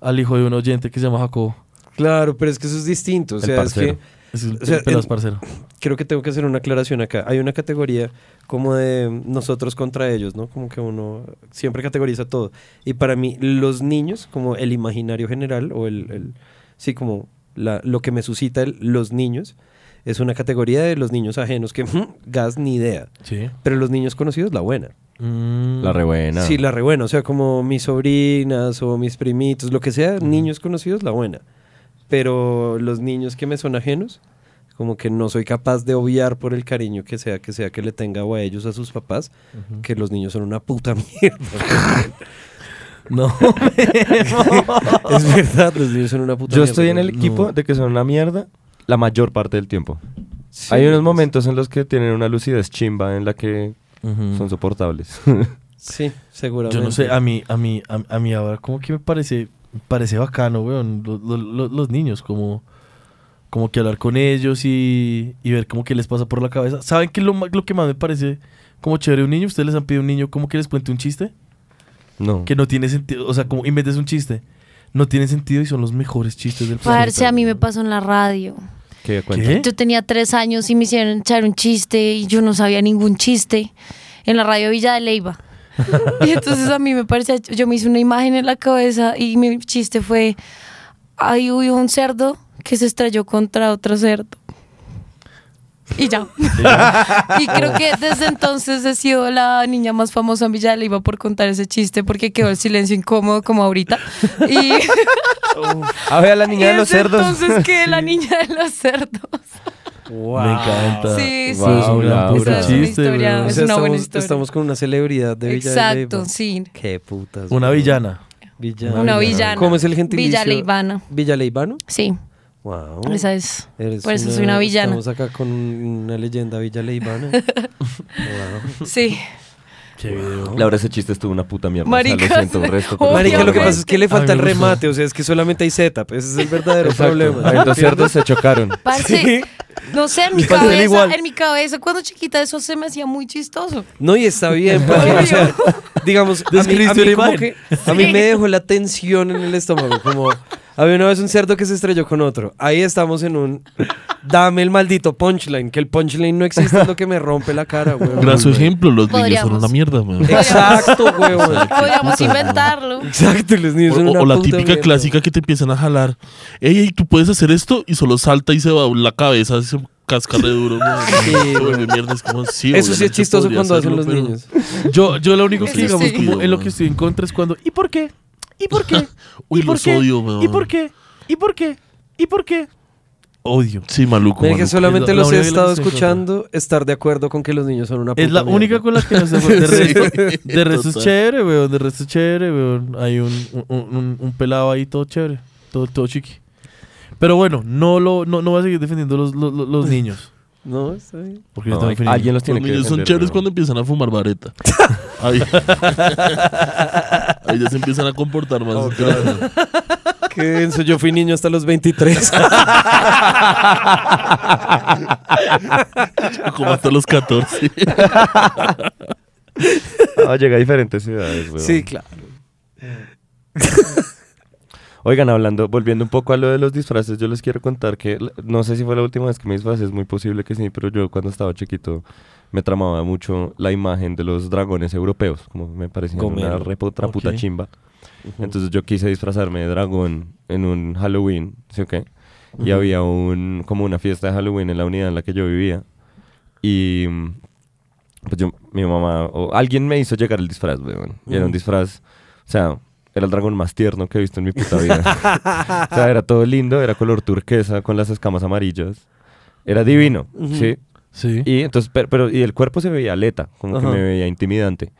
[SPEAKER 3] al hijo de un oyente que se llama Jacobo.
[SPEAKER 5] Claro, pero es que eso es distinto. O
[SPEAKER 4] El
[SPEAKER 5] sea, es
[SPEAKER 4] parcero.
[SPEAKER 5] que
[SPEAKER 3] Es el
[SPEAKER 5] O sea,
[SPEAKER 3] pelas
[SPEAKER 5] en-
[SPEAKER 3] parcero.
[SPEAKER 5] creo que tengo que hacer una aclaración acá. Hay una categoría como de nosotros contra ellos, ¿no? Como que uno siempre categoriza todo. Y para mí, los niños, como el imaginario general o el. el- sí, como la- lo que me suscita el- los niños, es una categoría de los niños ajenos que, (laughs) ujú, gas, ni idea.
[SPEAKER 3] Sí.
[SPEAKER 5] Pero los niños conocidos, la buena.
[SPEAKER 3] Mm,
[SPEAKER 4] La rebuena.
[SPEAKER 5] Sí, la re buena. O sea, como mis sobrinas o mis primitos, lo que sea, niños conocidos, la buena. Pero los niños que me son ajenos, como que no soy capaz de obviar por el cariño que sea que sea que le tenga o a ellos, a sus papás, que los niños son una puta (laughs) mierda.
[SPEAKER 3] No.
[SPEAKER 5] (laughs)
[SPEAKER 3] (laughs)
[SPEAKER 5] es verdad, los niños son una puta
[SPEAKER 4] Yo
[SPEAKER 5] mierda.
[SPEAKER 4] estoy en el equipo de que son una mierda la mayor parte del tiempo. Hay
[SPEAKER 5] pues.
[SPEAKER 4] unos momentos en los que tienen una lucidez chimba en la que
[SPEAKER 5] Mm.
[SPEAKER 3] Ujú.
[SPEAKER 4] son soportables. (laughs)
[SPEAKER 5] Sí, seguramente.
[SPEAKER 3] Yo no sé, a mí, a mí, a, a mí ahora como que me parece, me parece bacano, weón, lo- lo- lo- los niños, como, como que hablar con ellos y, y ver como que les pasa por la cabeza. ¿Saben qué es lo, ma- lo que más me parece como chévere un niño? ¿Ustedes les han pedido a un niño como que les cuente un chiste?
[SPEAKER 4] No.
[SPEAKER 3] Que no tiene sentido, o sea, como inventes un chiste. No tiene sentido y son los mejores chistes del
[SPEAKER 5] pues,
[SPEAKER 6] Parce,
[SPEAKER 3] planeta.
[SPEAKER 6] a mí me pasó en la radio.
[SPEAKER 4] ¿Qué? Cuenta.
[SPEAKER 5] ¿Eh?
[SPEAKER 3] ¿Qué?
[SPEAKER 6] Yo tenía tres años y me hicieron echar un chiste y yo no sabía ningún chiste en la radio Villa de Leiva. (laughs) y
[SPEAKER 3] (laughs)
[SPEAKER 6] entonces a mí me parecía, yo me hice una imagen en la cabeza y mi chiste fue, ahí hubo un cerdo que se estrelló contra otro cerdo. Y ya. (laughs) y creo que desde entonces he sido la niña más famosa en Villa de Leiva por contar ese chiste porque quedó el silencio incómodo como ahorita. Y
[SPEAKER 4] A ver, a la niña de
[SPEAKER 6] y
[SPEAKER 4] los
[SPEAKER 6] desde
[SPEAKER 5] (laughs)
[SPEAKER 4] cerdos. (laughs)
[SPEAKER 6] Entonces que la niña de los cerdos.
[SPEAKER 3] Me encanta.
[SPEAKER 6] Sí,
[SPEAKER 3] Wow,
[SPEAKER 6] sí.
[SPEAKER 3] es un gran
[SPEAKER 4] Laura.
[SPEAKER 3] puto
[SPEAKER 4] Esa es una
[SPEAKER 3] chiste,
[SPEAKER 6] historia.
[SPEAKER 3] weón.
[SPEAKER 6] Es
[SPEAKER 5] O sea,
[SPEAKER 6] una buena
[SPEAKER 5] estamos,
[SPEAKER 6] historia.
[SPEAKER 5] estamos con una celebridad de Villa de Leyva.
[SPEAKER 6] Exacto, sí.
[SPEAKER 5] Qué putas.
[SPEAKER 3] Una
[SPEAKER 5] weón.
[SPEAKER 3] villana.
[SPEAKER 5] Villana.
[SPEAKER 6] Una villana.
[SPEAKER 5] ¿Cómo es el gentilicio?
[SPEAKER 6] Villaleivana.
[SPEAKER 5] ¿Villaleivano?
[SPEAKER 6] Sí,
[SPEAKER 5] Wow.
[SPEAKER 6] esa es.
[SPEAKER 5] Oh, Eres
[SPEAKER 6] por eso soy una villana.
[SPEAKER 5] Estamos acá con una leyenda
[SPEAKER 6] (laughs)
[SPEAKER 5] villaleivana. wow.
[SPEAKER 6] Sí.
[SPEAKER 3] Qué video.
[SPEAKER 4] Laura, ese chiste estuvo una puta mierda.
[SPEAKER 6] Marica,
[SPEAKER 4] o sea, lo siento,
[SPEAKER 5] (laughs)
[SPEAKER 4] un resto. pero-
[SPEAKER 5] Marica, lo que
[SPEAKER 6] Obviamente.
[SPEAKER 5] pasa es que le falta
[SPEAKER 3] A mí
[SPEAKER 5] el
[SPEAKER 3] me gustó.
[SPEAKER 5] remate, o sea, es que solamente hay setup, ese es el verdadero
[SPEAKER 4] Exacto.
[SPEAKER 5] problema.
[SPEAKER 4] Ahí Los cerdos se chocaron.
[SPEAKER 6] Parce, no
[SPEAKER 5] (laughs)
[SPEAKER 6] sé, en mi
[SPEAKER 3] Pastel
[SPEAKER 6] cabeza,
[SPEAKER 3] igual.
[SPEAKER 6] en mi cabeza, cuando chiquita eso se me hacía
[SPEAKER 5] (laughs)
[SPEAKER 6] muy chistoso.
[SPEAKER 5] No, y está bien, porque, o sea, digamos, a mí, a
[SPEAKER 3] Describiste
[SPEAKER 5] mí
[SPEAKER 3] una
[SPEAKER 5] como
[SPEAKER 3] imagen.
[SPEAKER 5] que- a mí me dejó la tensión en el estómago, como había una vez un cerdo que se estrelló con otro. Ahí estamos en un dame el maldito punchline, que el punchline no existe es lo que me rompe la cara, güey.
[SPEAKER 7] Gracias ejemplo, los niños son
[SPEAKER 6] Podríamos.
[SPEAKER 7] una
[SPEAKER 5] (laughs)
[SPEAKER 7] mierda, weón.
[SPEAKER 5] Exacto, güey.
[SPEAKER 6] Podríamos inventarlo.
[SPEAKER 5] Exacto, los niños son
[SPEAKER 7] O,
[SPEAKER 5] una
[SPEAKER 7] o la
[SPEAKER 5] puta
[SPEAKER 7] típica
[SPEAKER 5] mierda.
[SPEAKER 7] clásica que te empiezan a jalar. Ey, ey, tú puedes hacer esto y solo salta y se va la cabeza, se casca re duro. ¿no? Se vuelve mierda, es como, sí,
[SPEAKER 5] Eso sí es
[SPEAKER 7] obviamente
[SPEAKER 5] chistoso
[SPEAKER 7] podría
[SPEAKER 5] cuando hacen
[SPEAKER 7] hacerlo,
[SPEAKER 5] los
[SPEAKER 7] pero-
[SPEAKER 5] niños.
[SPEAKER 3] Yo, yo lo único que
[SPEAKER 6] Eso
[SPEAKER 3] digamos
[SPEAKER 6] sí.
[SPEAKER 3] como en lo que estoy en contra es cuando. ¿Y por qué? ¿Y por qué?
[SPEAKER 7] Uy,
[SPEAKER 3] ¿Y por
[SPEAKER 7] los
[SPEAKER 3] qué?
[SPEAKER 7] odio, weón.
[SPEAKER 3] ¿Y por qué? ¿Y por qué? ¿Y por qué? Odio.
[SPEAKER 7] Sí, maluco.
[SPEAKER 5] Mira que
[SPEAKER 7] maluco.
[SPEAKER 5] solamente
[SPEAKER 3] Es la- la
[SPEAKER 5] los he
[SPEAKER 3] única que
[SPEAKER 5] estado
[SPEAKER 3] se trata.
[SPEAKER 5] escuchando estar de acuerdo con que los niños son una puta
[SPEAKER 3] Es la
[SPEAKER 5] mierda.
[SPEAKER 3] única con la que no se
[SPEAKER 4] (laughs)
[SPEAKER 3] fue. De
[SPEAKER 7] Sí.
[SPEAKER 3] resto, de resto es
[SPEAKER 7] Total.
[SPEAKER 3] chévere, weón. De resto es chévere, weón. Hay un, un, un- un pelado ahí todo chévere. Todo, todo chiqui. Pero bueno, no, lo, no, no voy a seguir defendiendo los, los, los- los niños.
[SPEAKER 5] No, está bien.
[SPEAKER 3] Porque yo
[SPEAKER 4] No,
[SPEAKER 3] tengo
[SPEAKER 4] hay-
[SPEAKER 3] opinión.
[SPEAKER 4] alguien los tiene
[SPEAKER 7] Los
[SPEAKER 4] que
[SPEAKER 7] niños son
[SPEAKER 4] defender,
[SPEAKER 7] chéveres
[SPEAKER 4] ¿no?
[SPEAKER 7] cuando empiezan a fumar vareta. Ahí. (laughs) Ahí ya se empiezan a comportar (laughs) más.
[SPEAKER 5] Qué denso, yo fui niño hasta los 23.
[SPEAKER 7] Como hasta los 14.
[SPEAKER 4] (laughs) Ah, llega a diferentes ciudades, weón.
[SPEAKER 5] sí, claro.
[SPEAKER 4] (laughs) Oigan, hablando, volviendo un poco a lo de los disfraces, yo les quiero contar que l- no sé si fue la última vez que me disfrazé, es muy posible que sí, pero yo cuando estaba chiquito me tramaba mucho la imagen de los dragones europeos, como me parecía una
[SPEAKER 5] Gomelo.
[SPEAKER 4] repotra puta
[SPEAKER 3] Ok.
[SPEAKER 4] chimba. Entonces yo quise disfrazarme de dragón en un Halloween, ¿sí o qué? Y había un como una fiesta de Halloween en la unidad en la que yo vivía y mm, pues yo mi mamá o alguien me hizo llegar el disfraz, weón. Y era un disfraz, o sea, era el dragón más tierno que he visto en mi puta vida. (laughs) O sea, era todo lindo, era color turquesa con las escamas amarillas. Era divino, ¿sí?
[SPEAKER 3] Sí.
[SPEAKER 4] Y entonces, per- pero, y el cuerpo se veía aleta, como
[SPEAKER 5] Ajá.
[SPEAKER 4] que me veía intimidante.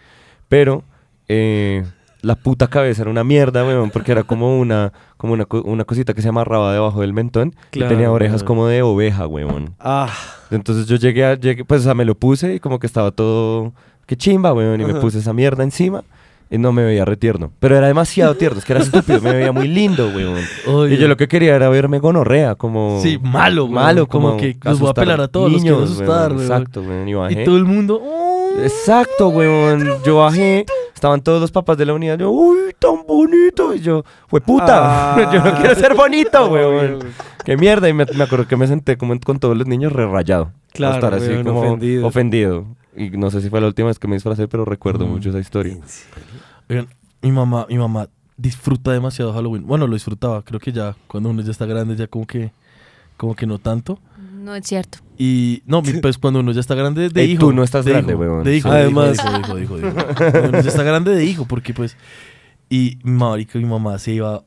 [SPEAKER 4] Pero eh, la puta cabeza era una mierda, weón, porque era como una, como una, co- una cosita que se amarraba debajo del mentón
[SPEAKER 5] Claro,
[SPEAKER 4] y tenía orejas
[SPEAKER 5] weón.
[SPEAKER 4] como de oveja, weón.
[SPEAKER 5] Ah,
[SPEAKER 4] Entonces yo llegué, a, llegué pues, o sea, me lo puse y como que estaba todo, qué chimba, weón, y me
[SPEAKER 5] Ajá.
[SPEAKER 4] puse esa mierda encima. Y no me veía retierno. Pero era demasiado tierno, es que era estúpido, me veía muy lindo, weón.
[SPEAKER 3] Odio.
[SPEAKER 4] Y yo lo que quería era verme gonorrea, como...
[SPEAKER 3] Sí, malo, weón.
[SPEAKER 4] Malo, como,
[SPEAKER 3] Como que los voy a
[SPEAKER 4] asustar
[SPEAKER 3] pelar a todos, los quiero
[SPEAKER 4] niños,
[SPEAKER 3] asustar,
[SPEAKER 4] weón.
[SPEAKER 3] weón.
[SPEAKER 4] Exacto, weón, y bajé.
[SPEAKER 3] Y todo el mundo. "Oh".
[SPEAKER 4] Exacto, weón. Yo bajé, estaban todos los papás de la unidad. Yo, uy, tan bonito. Y yo, fue puta. (laughs)
[SPEAKER 5] Ah.
[SPEAKER 4] yo no quiero ser
[SPEAKER 3] Ah,
[SPEAKER 4] bonito, weón.
[SPEAKER 5] obvio.
[SPEAKER 4] Qué mierda. Y me, me acuerdo que me senté como en- con todos los niños re rayado.
[SPEAKER 5] Claro,
[SPEAKER 4] Estar así
[SPEAKER 5] weón,
[SPEAKER 4] como
[SPEAKER 5] ofendido.
[SPEAKER 4] ofendido. Y no sé si fue la última vez que me disfracé, pero recuerdo
[SPEAKER 3] Mm.
[SPEAKER 4] mucho esa historia.
[SPEAKER 3] Oigan, mi mamá, mi mamá disfruta demasiado Halloween. Bueno, lo disfrutaba, creo que ya cuando uno ya está grande ya como que como que no tanto.
[SPEAKER 6] No es cierto.
[SPEAKER 3] Y no, mi- pues cuando uno ya está grande de
[SPEAKER 4] Ey,
[SPEAKER 3] hijo.
[SPEAKER 4] tú no estás
[SPEAKER 3] de
[SPEAKER 4] grande,
[SPEAKER 3] hijo,
[SPEAKER 4] weón.
[SPEAKER 3] De hijo,
[SPEAKER 5] Sí.
[SPEAKER 3] además.
[SPEAKER 5] Además.
[SPEAKER 3] De hijo, de hijo, de hijo, de hijo. (laughs) Cuando uno ya está grande de hijo, porque pues y marica, mi mamá se iba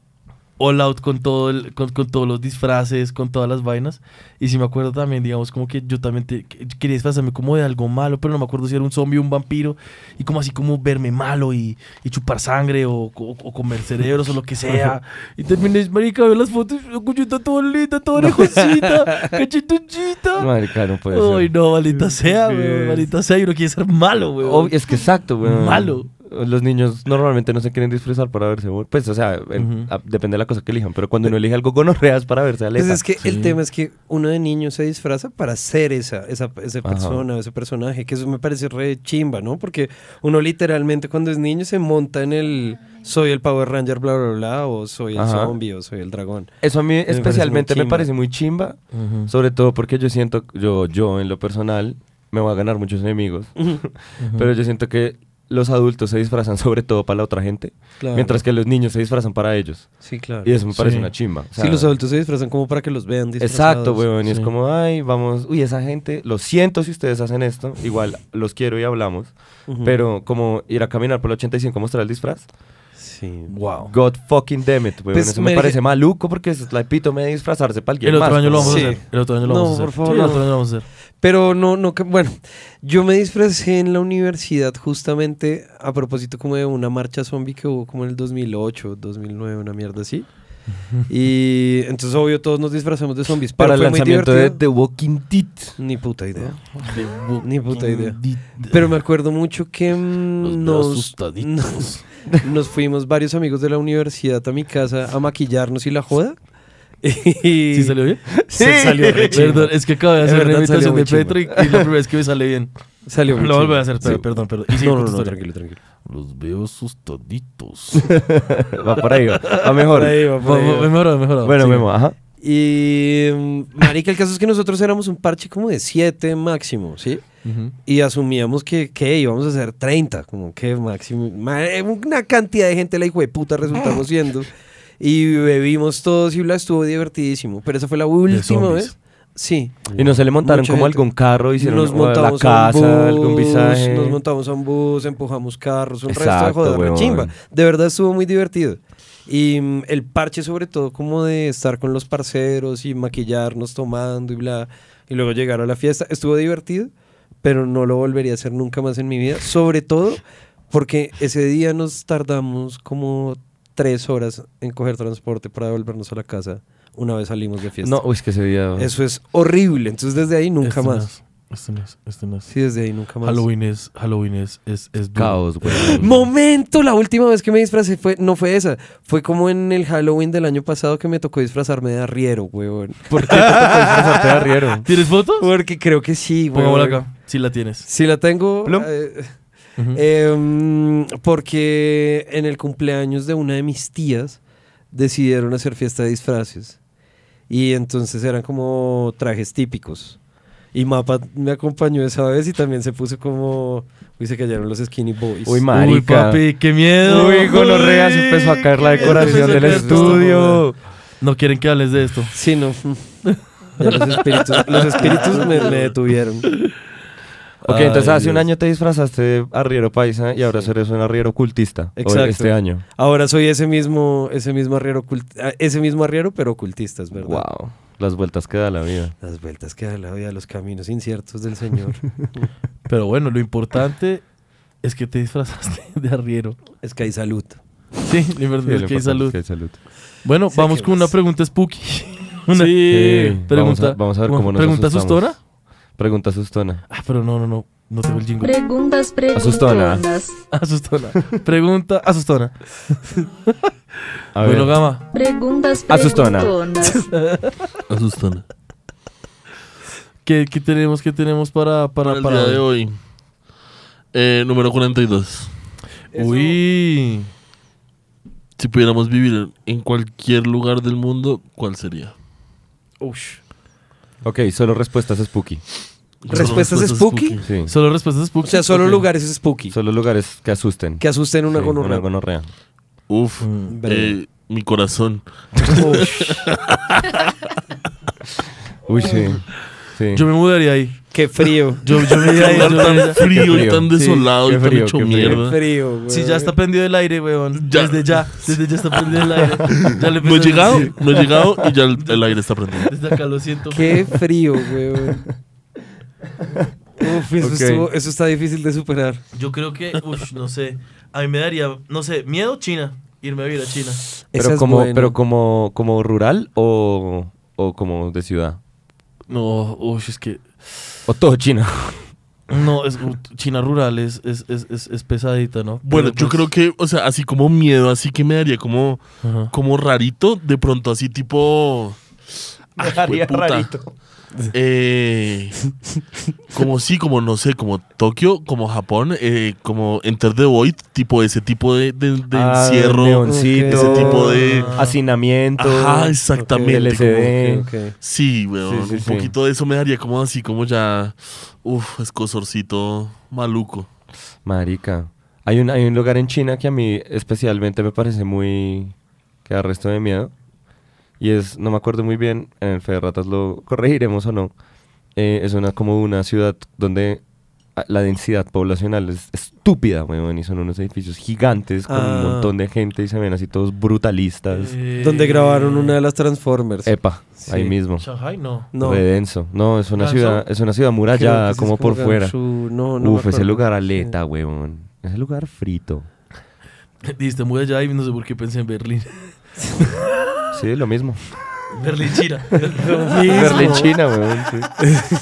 [SPEAKER 3] all out con todo el- con, con todos los disfraces, con todas las vainas. Y si me acuerdo también, digamos, como que yo también te- que- quería disfrazarme como de algo malo, pero no me acuerdo si era un zombie o un vampiro. Y como así como verme malo y, y chupar sangre o, o- o comer cerebros o lo que sea. Y terminé, marica, veo las fotos, y yo, "Coño, está toda linda,
[SPEAKER 4] (laughs)
[SPEAKER 3] toda orejosita, cachetuchita.
[SPEAKER 4] Marica, no puede ser.
[SPEAKER 3] Uy, no, maldita sea,
[SPEAKER 5] Dios.
[SPEAKER 3] weón, maldita sea, y uno quiere ser malo, weón.
[SPEAKER 4] Ob- es que exacto, weón.
[SPEAKER 3] Malo.
[SPEAKER 4] Los niños normalmente no se quieren disfrazar para verse. bo- Pues, o sea, en-
[SPEAKER 3] Ujú.
[SPEAKER 4] a- depende de la cosa que elijan. Pero cuando uno elige algo gonorrea es para verse
[SPEAKER 5] Pues
[SPEAKER 4] aleta.
[SPEAKER 5] es que el tema es que uno de niño se disfraza para ser esa, esa, esa
[SPEAKER 4] Ajá.
[SPEAKER 5] persona, ese personaje, que eso me parece re chimba, ¿no? Porque uno literalmente cuando es niño se monta en el soy el Power Ranger, bla, bla, bla, o soy el
[SPEAKER 4] Ajá.
[SPEAKER 5] zombie, o soy el dragón.
[SPEAKER 4] Eso a mí
[SPEAKER 5] parece muy
[SPEAKER 4] especialmente me
[SPEAKER 5] chimba. Mm.
[SPEAKER 4] parece muy chimba.
[SPEAKER 3] Ujú.
[SPEAKER 4] Sobre todo porque yo siento, yo, yo en lo personal, me voy a ganar muchos enemigos. Pero yo siento que los adultos se disfrazan sobre todo para la otra gente.
[SPEAKER 5] Claro.
[SPEAKER 4] Mientras que los niños se disfrazan para ellos.
[SPEAKER 5] Sí, claro.
[SPEAKER 4] Y eso me parece
[SPEAKER 3] Sí.
[SPEAKER 4] una chimba. o
[SPEAKER 5] Sí,
[SPEAKER 4] sea,
[SPEAKER 5] los adultos se disfrazan como para que los vean disfrazados.
[SPEAKER 4] Exacto, weón. Y es
[SPEAKER 3] Sí.
[SPEAKER 4] como, ay, vamos, uy, esa gente, lo siento si ustedes hacen esto, igual los quiero y hablamos.
[SPEAKER 5] Ujú.
[SPEAKER 4] Pero como ir a caminar por el 85 a mostrar el disfraz,
[SPEAKER 5] Sí.
[SPEAKER 3] Wow.
[SPEAKER 4] God fucking damn it, weón.
[SPEAKER 5] Pues,
[SPEAKER 4] Eso me,
[SPEAKER 5] me
[SPEAKER 4] parece maluco porque es la epítome de disfrazarse para alguien
[SPEAKER 3] El otro
[SPEAKER 4] más,
[SPEAKER 3] año lo
[SPEAKER 4] weón.
[SPEAKER 3] vamos
[SPEAKER 5] Sí.
[SPEAKER 3] a hacer. El otro año lo
[SPEAKER 5] No,
[SPEAKER 3] vamos a hacer.
[SPEAKER 5] por favor,
[SPEAKER 3] Sí, el otro
[SPEAKER 5] no.
[SPEAKER 3] año lo vamos a hacer.
[SPEAKER 5] Pero no, no, que- bueno, yo me disfracé en la universidad justamente a propósito como de una marcha zombie que hubo como en el 2008, 2009, una mierda así.
[SPEAKER 4] (laughs)
[SPEAKER 5] Y entonces obvio todos nos disfrazamos de zombies.
[SPEAKER 4] Para el
[SPEAKER 5] pero fue muy
[SPEAKER 4] lanzamiento de
[SPEAKER 5] divertido.
[SPEAKER 4] The Walking Dead. (laughs)
[SPEAKER 5] Ni puta idea.
[SPEAKER 4] Oh,
[SPEAKER 3] De
[SPEAKER 5] Ni puta idea.
[SPEAKER 3] Di-
[SPEAKER 5] Pero me acuerdo mucho que
[SPEAKER 7] Los
[SPEAKER 5] mm,
[SPEAKER 7] veo
[SPEAKER 5] nos,
[SPEAKER 7] asustaditos.
[SPEAKER 5] (laughs) nos fuimos varios amigos de la universidad a mi casa a maquillarnos y la joda. Y
[SPEAKER 3] ¿Sí
[SPEAKER 5] (laughs)
[SPEAKER 3] salió bien?
[SPEAKER 5] Se salió (laughs) re chimba.
[SPEAKER 3] Perdón, es que acabo de
[SPEAKER 5] Es
[SPEAKER 3] hacer una
[SPEAKER 5] verdad, salió
[SPEAKER 3] imitación
[SPEAKER 5] muy
[SPEAKER 3] de Petro y, y la primera vez que me sale bien.
[SPEAKER 5] (laughs) Salió muy
[SPEAKER 3] Lo vuelvo a
[SPEAKER 5] chimba.
[SPEAKER 3] hacer, pero-
[SPEAKER 5] Sí.
[SPEAKER 3] perdón, perdón. Y sigue
[SPEAKER 5] No,
[SPEAKER 3] con tu
[SPEAKER 5] no, no,
[SPEAKER 3] historia.
[SPEAKER 5] tranquilo, tranquilo.
[SPEAKER 7] Los veo asustaditos.
[SPEAKER 4] Va por ahí, va, va mejor.
[SPEAKER 5] Por ahí va, por
[SPEAKER 3] Va-
[SPEAKER 5] ahí
[SPEAKER 3] va-
[SPEAKER 5] va.
[SPEAKER 3] Mejorado, mejorado.
[SPEAKER 4] Bueno,
[SPEAKER 3] Sigue.
[SPEAKER 4] Memo, ajá.
[SPEAKER 5] Y, mm, marica, el caso es que nosotros éramos un parche como de 7 máximo, ¿sí?
[SPEAKER 3] Ujú.
[SPEAKER 5] Y asumíamos que, ¿qué? Íbamos a ser 30, como que máximo. ma- Una cantidad de gente, la hijo de puta, resultamos siendo. Y bebimos todos y bla, estuvo divertidísimo. Pero esa fue la última
[SPEAKER 3] zombies.
[SPEAKER 5] vez. Sí.
[SPEAKER 4] Y no se le montaron
[SPEAKER 5] Mucha
[SPEAKER 4] como
[SPEAKER 5] gente.
[SPEAKER 4] algún carro, hicieron
[SPEAKER 5] nos
[SPEAKER 4] o la
[SPEAKER 5] montamos a
[SPEAKER 4] casa,
[SPEAKER 5] un bus,
[SPEAKER 4] algún visaje.
[SPEAKER 5] Nos montamos a un bus, empujamos carros, un resto de
[SPEAKER 4] Exacto,
[SPEAKER 5] joder, re
[SPEAKER 4] weón.
[SPEAKER 5] chimba. De verdad estuvo muy divertido. Y mm, el parche sobre todo como de estar con los parceros y maquillarnos tomando y bla. Y luego llegar a la fiesta. Estuvo divertido, pero no lo volvería a hacer nunca más en mi vida. Sobre todo porque ese día nos tardamos como tres horas en coger transporte para volvernos a la casa una vez salimos de fiesta.
[SPEAKER 4] No, uy, es que ese día.
[SPEAKER 5] Eso es horrible. Entonces desde ahí nunca
[SPEAKER 3] Este no
[SPEAKER 5] más.
[SPEAKER 3] es, Este no es, este no es.
[SPEAKER 5] Sí, desde ahí nunca más.
[SPEAKER 3] Halloween es, Halloween es, es, es duro.
[SPEAKER 4] Caos,
[SPEAKER 5] (laughs)
[SPEAKER 4] weón.
[SPEAKER 5] Momento, la última vez que me disfracé fue, no fue esa, fue como en el Halloween del año pasado que me tocó disfrazarme de arriero, weón.
[SPEAKER 4] (laughs) ¿Por qué te tocó disfrazarte de arriero?
[SPEAKER 3] ¿Tienes fotos?
[SPEAKER 5] Porque creo que sí, weón.
[SPEAKER 3] Pongámosla acá. Sí la tienes.
[SPEAKER 5] Si la tengo.
[SPEAKER 4] Plum. ¿Mm?
[SPEAKER 5] eh,
[SPEAKER 3] Ujú.
[SPEAKER 5] em, porque en el cumpleaños de una de mis tías decidieron hacer fiesta de disfraces. Y entonces eran como trajes típicos. Y Mapa me acompañó esa vez y también se puso como. Uy, se cayeron los Skinny Boys.
[SPEAKER 4] Uy,
[SPEAKER 3] Uy,
[SPEAKER 4] marica.
[SPEAKER 3] papi, qué miedo.
[SPEAKER 4] Uy, gonorrea, se
[SPEAKER 3] Uy,
[SPEAKER 4] empezó a caer la
[SPEAKER 3] qué miedo,
[SPEAKER 4] decoración del
[SPEAKER 3] empezó a caer
[SPEAKER 4] estudio.
[SPEAKER 3] todo. No quieren que hables de esto.
[SPEAKER 5] Sí, no. Ya (laughs) los espíritus, los espíritus me, me detuvieron.
[SPEAKER 4] Ok,
[SPEAKER 3] Ay,
[SPEAKER 4] entonces hace un
[SPEAKER 3] Dios.
[SPEAKER 4] año te disfrazaste de arriero paisa y ahora eres un arriero cultista.
[SPEAKER 5] Exacto.
[SPEAKER 4] Este año.
[SPEAKER 5] Ahora soy ese mismo, ese mismo arriero, cult- ah, ese mismo arriero, pero ocultista, es verdad.
[SPEAKER 4] Wow. Las vueltas que da la vida.
[SPEAKER 5] Las vueltas que da la vida, los caminos inciertos del Señor.
[SPEAKER 4] (laughs)
[SPEAKER 3] Pero bueno, lo importante es que te disfrazaste (laughs) de arriero.
[SPEAKER 5] es que hay salud.
[SPEAKER 3] Sí, de verdad,
[SPEAKER 4] Sí, lo
[SPEAKER 3] que hay
[SPEAKER 4] importante es
[SPEAKER 3] salud.
[SPEAKER 4] que hay salud.
[SPEAKER 3] Bueno,
[SPEAKER 5] Sí,
[SPEAKER 3] vamos
[SPEAKER 5] que
[SPEAKER 3] con una
[SPEAKER 5] vas.
[SPEAKER 3] pregunta spooky. (laughs) Una
[SPEAKER 4] Sí, vamos
[SPEAKER 3] pregunta.
[SPEAKER 4] a- vamos a ver cómo nos
[SPEAKER 3] ¿Pregunta
[SPEAKER 4] asustamos.
[SPEAKER 3] asustona?
[SPEAKER 4] Pregunta sustona.
[SPEAKER 3] Ah, pero no, no, no. No tengo el jingle.
[SPEAKER 1] Preguntas
[SPEAKER 4] Asustona.
[SPEAKER 1] preguntonas.
[SPEAKER 3] (laughs) Asustona. Pregunta asustona.
[SPEAKER 4] A ver.
[SPEAKER 3] bueno, Gama.
[SPEAKER 1] Preguntas
[SPEAKER 4] Asustona.
[SPEAKER 1] preguntonas.
[SPEAKER 7] Asustana.
[SPEAKER 3] ¿Qué, qué tenemos, qué tenemos para, para,
[SPEAKER 7] Para el
[SPEAKER 3] para
[SPEAKER 7] día de
[SPEAKER 3] hoy?
[SPEAKER 7] hoy. Eh, número 42.
[SPEAKER 3] Uy.
[SPEAKER 7] Si pudiéramos vivir en cualquier lugar del mundo, ¿cuál sería?
[SPEAKER 4] Ok, solo respuestas spooky.
[SPEAKER 5] ¿Respuestas spooky?
[SPEAKER 4] Sí.
[SPEAKER 3] Solo respuestas spooky.
[SPEAKER 5] O sea, solo
[SPEAKER 3] Ok.
[SPEAKER 5] lugares spooky.
[SPEAKER 4] Solo lugares que asusten.
[SPEAKER 5] Que asusten una
[SPEAKER 4] Sí,
[SPEAKER 5] con
[SPEAKER 4] una
[SPEAKER 5] una.
[SPEAKER 4] gonorrea.
[SPEAKER 7] Uf,
[SPEAKER 3] Mm,
[SPEAKER 5] breve.
[SPEAKER 7] eh, mi corazón. (laughs)
[SPEAKER 4] Uy, sí. Sí.
[SPEAKER 3] Yo me mudaría ahí.
[SPEAKER 5] Qué
[SPEAKER 4] (laughs)
[SPEAKER 5] frío.
[SPEAKER 3] Yo, yo me
[SPEAKER 7] Qué
[SPEAKER 3] iría ahí. yo me
[SPEAKER 7] lugar
[SPEAKER 3] iría-
[SPEAKER 7] tan frío y
[SPEAKER 4] frío.
[SPEAKER 7] tan
[SPEAKER 4] Sí,
[SPEAKER 7] desolado
[SPEAKER 4] qué
[SPEAKER 7] y tan
[SPEAKER 4] frío,
[SPEAKER 7] hecho
[SPEAKER 4] qué frío.
[SPEAKER 7] mierda.
[SPEAKER 5] frío,
[SPEAKER 4] ¿eh?
[SPEAKER 5] güey.
[SPEAKER 3] Si ya está prendido el aire, weón.
[SPEAKER 7] Ya.
[SPEAKER 3] Desde ya. Desde ya está prendido el (laughs)
[SPEAKER 7] (laughs)
[SPEAKER 3] aire. Ya le
[SPEAKER 7] No he
[SPEAKER 3] empecé a
[SPEAKER 7] llegado,
[SPEAKER 3] decir.
[SPEAKER 7] no he llegado y ya el, el aire está prendido.
[SPEAKER 3] (laughs) Desde acá lo siento.
[SPEAKER 5] Qué frío,
[SPEAKER 4] (laughs)
[SPEAKER 5] güey. Uf, eso,
[SPEAKER 4] Ok.
[SPEAKER 5] estuvo- eso está difícil de superar.
[SPEAKER 3] Yo creo que, uff, no sé. A mí me daría, no sé, miedo China. Irme a vivir a China.
[SPEAKER 5] Esa
[SPEAKER 4] Pero
[SPEAKER 5] es
[SPEAKER 4] como,
[SPEAKER 5] buena.
[SPEAKER 4] pero como, como rural o, o como de ciudad.
[SPEAKER 3] No, uff, es que.
[SPEAKER 4] O todo China.
[SPEAKER 3] No, es, China rural es, es, es, es- es pesadita, ¿no?
[SPEAKER 7] Bueno,
[SPEAKER 3] Pero,
[SPEAKER 7] yo
[SPEAKER 3] pues,
[SPEAKER 7] creo que, o sea, así como miedo, así que me daría como,
[SPEAKER 3] ajá.
[SPEAKER 7] como rarito, de pronto así tipo... Ay, jueputa. Eh, como sí, como no sé, como Tokio, como Japón, eh, como Enter the Void, tipo ese tipo de, de-
[SPEAKER 4] (laughs)
[SPEAKER 7] de
[SPEAKER 4] Ah,
[SPEAKER 7] encierro.
[SPEAKER 4] neoncito,
[SPEAKER 7] ese tipo de-
[SPEAKER 4] hacinamiento,
[SPEAKER 7] Ajá, exactamente. como-
[SPEAKER 4] LCD.
[SPEAKER 5] Ok,
[SPEAKER 3] Eh,
[SPEAKER 5] ok.
[SPEAKER 7] sí, weón,
[SPEAKER 4] Sí, sí,
[SPEAKER 7] un
[SPEAKER 4] sí.
[SPEAKER 7] poquito de eso me daría como así, como ya, uff, escosorcito maluco.
[SPEAKER 4] Marica. Hay un, hay un lugar en China que a mí especialmente me parece muy... que da resto de miedo. Y es, no me acuerdo muy bien, en el Fede Ratas lo corregiremos o no. eh, es una como una ciudad donde ah, la densidad poblacional es estúpida, weón. Y son unos edificios gigantes con
[SPEAKER 5] Ah.
[SPEAKER 4] un montón de gente y se ven así todos brutalistas.
[SPEAKER 3] Eh,
[SPEAKER 5] Donde grabaron una de las Transformers.
[SPEAKER 4] Epa, ahí
[SPEAKER 5] sí.
[SPEAKER 4] mismo.
[SPEAKER 3] Shanghai no.
[SPEAKER 5] no.
[SPEAKER 4] Re denso. No, es una
[SPEAKER 3] Gansu.
[SPEAKER 4] ciudad, es una ciudad
[SPEAKER 5] Creo que
[SPEAKER 4] murallada,
[SPEAKER 5] ese
[SPEAKER 4] como
[SPEAKER 5] es
[SPEAKER 4] por fuera.
[SPEAKER 5] Gansu, No, no me
[SPEAKER 4] Uf, ese
[SPEAKER 5] acuerdo.
[SPEAKER 4] lugar
[SPEAKER 5] Sí.
[SPEAKER 4] aleta, weón. Ese lugar frito.
[SPEAKER 3] Dijiste muy allá y no sé por qué pensé en Berlín.
[SPEAKER 4] Sí, lo (laughs) mismo.
[SPEAKER 3] Berlín, China.
[SPEAKER 4] Berlín, China, weón. sí.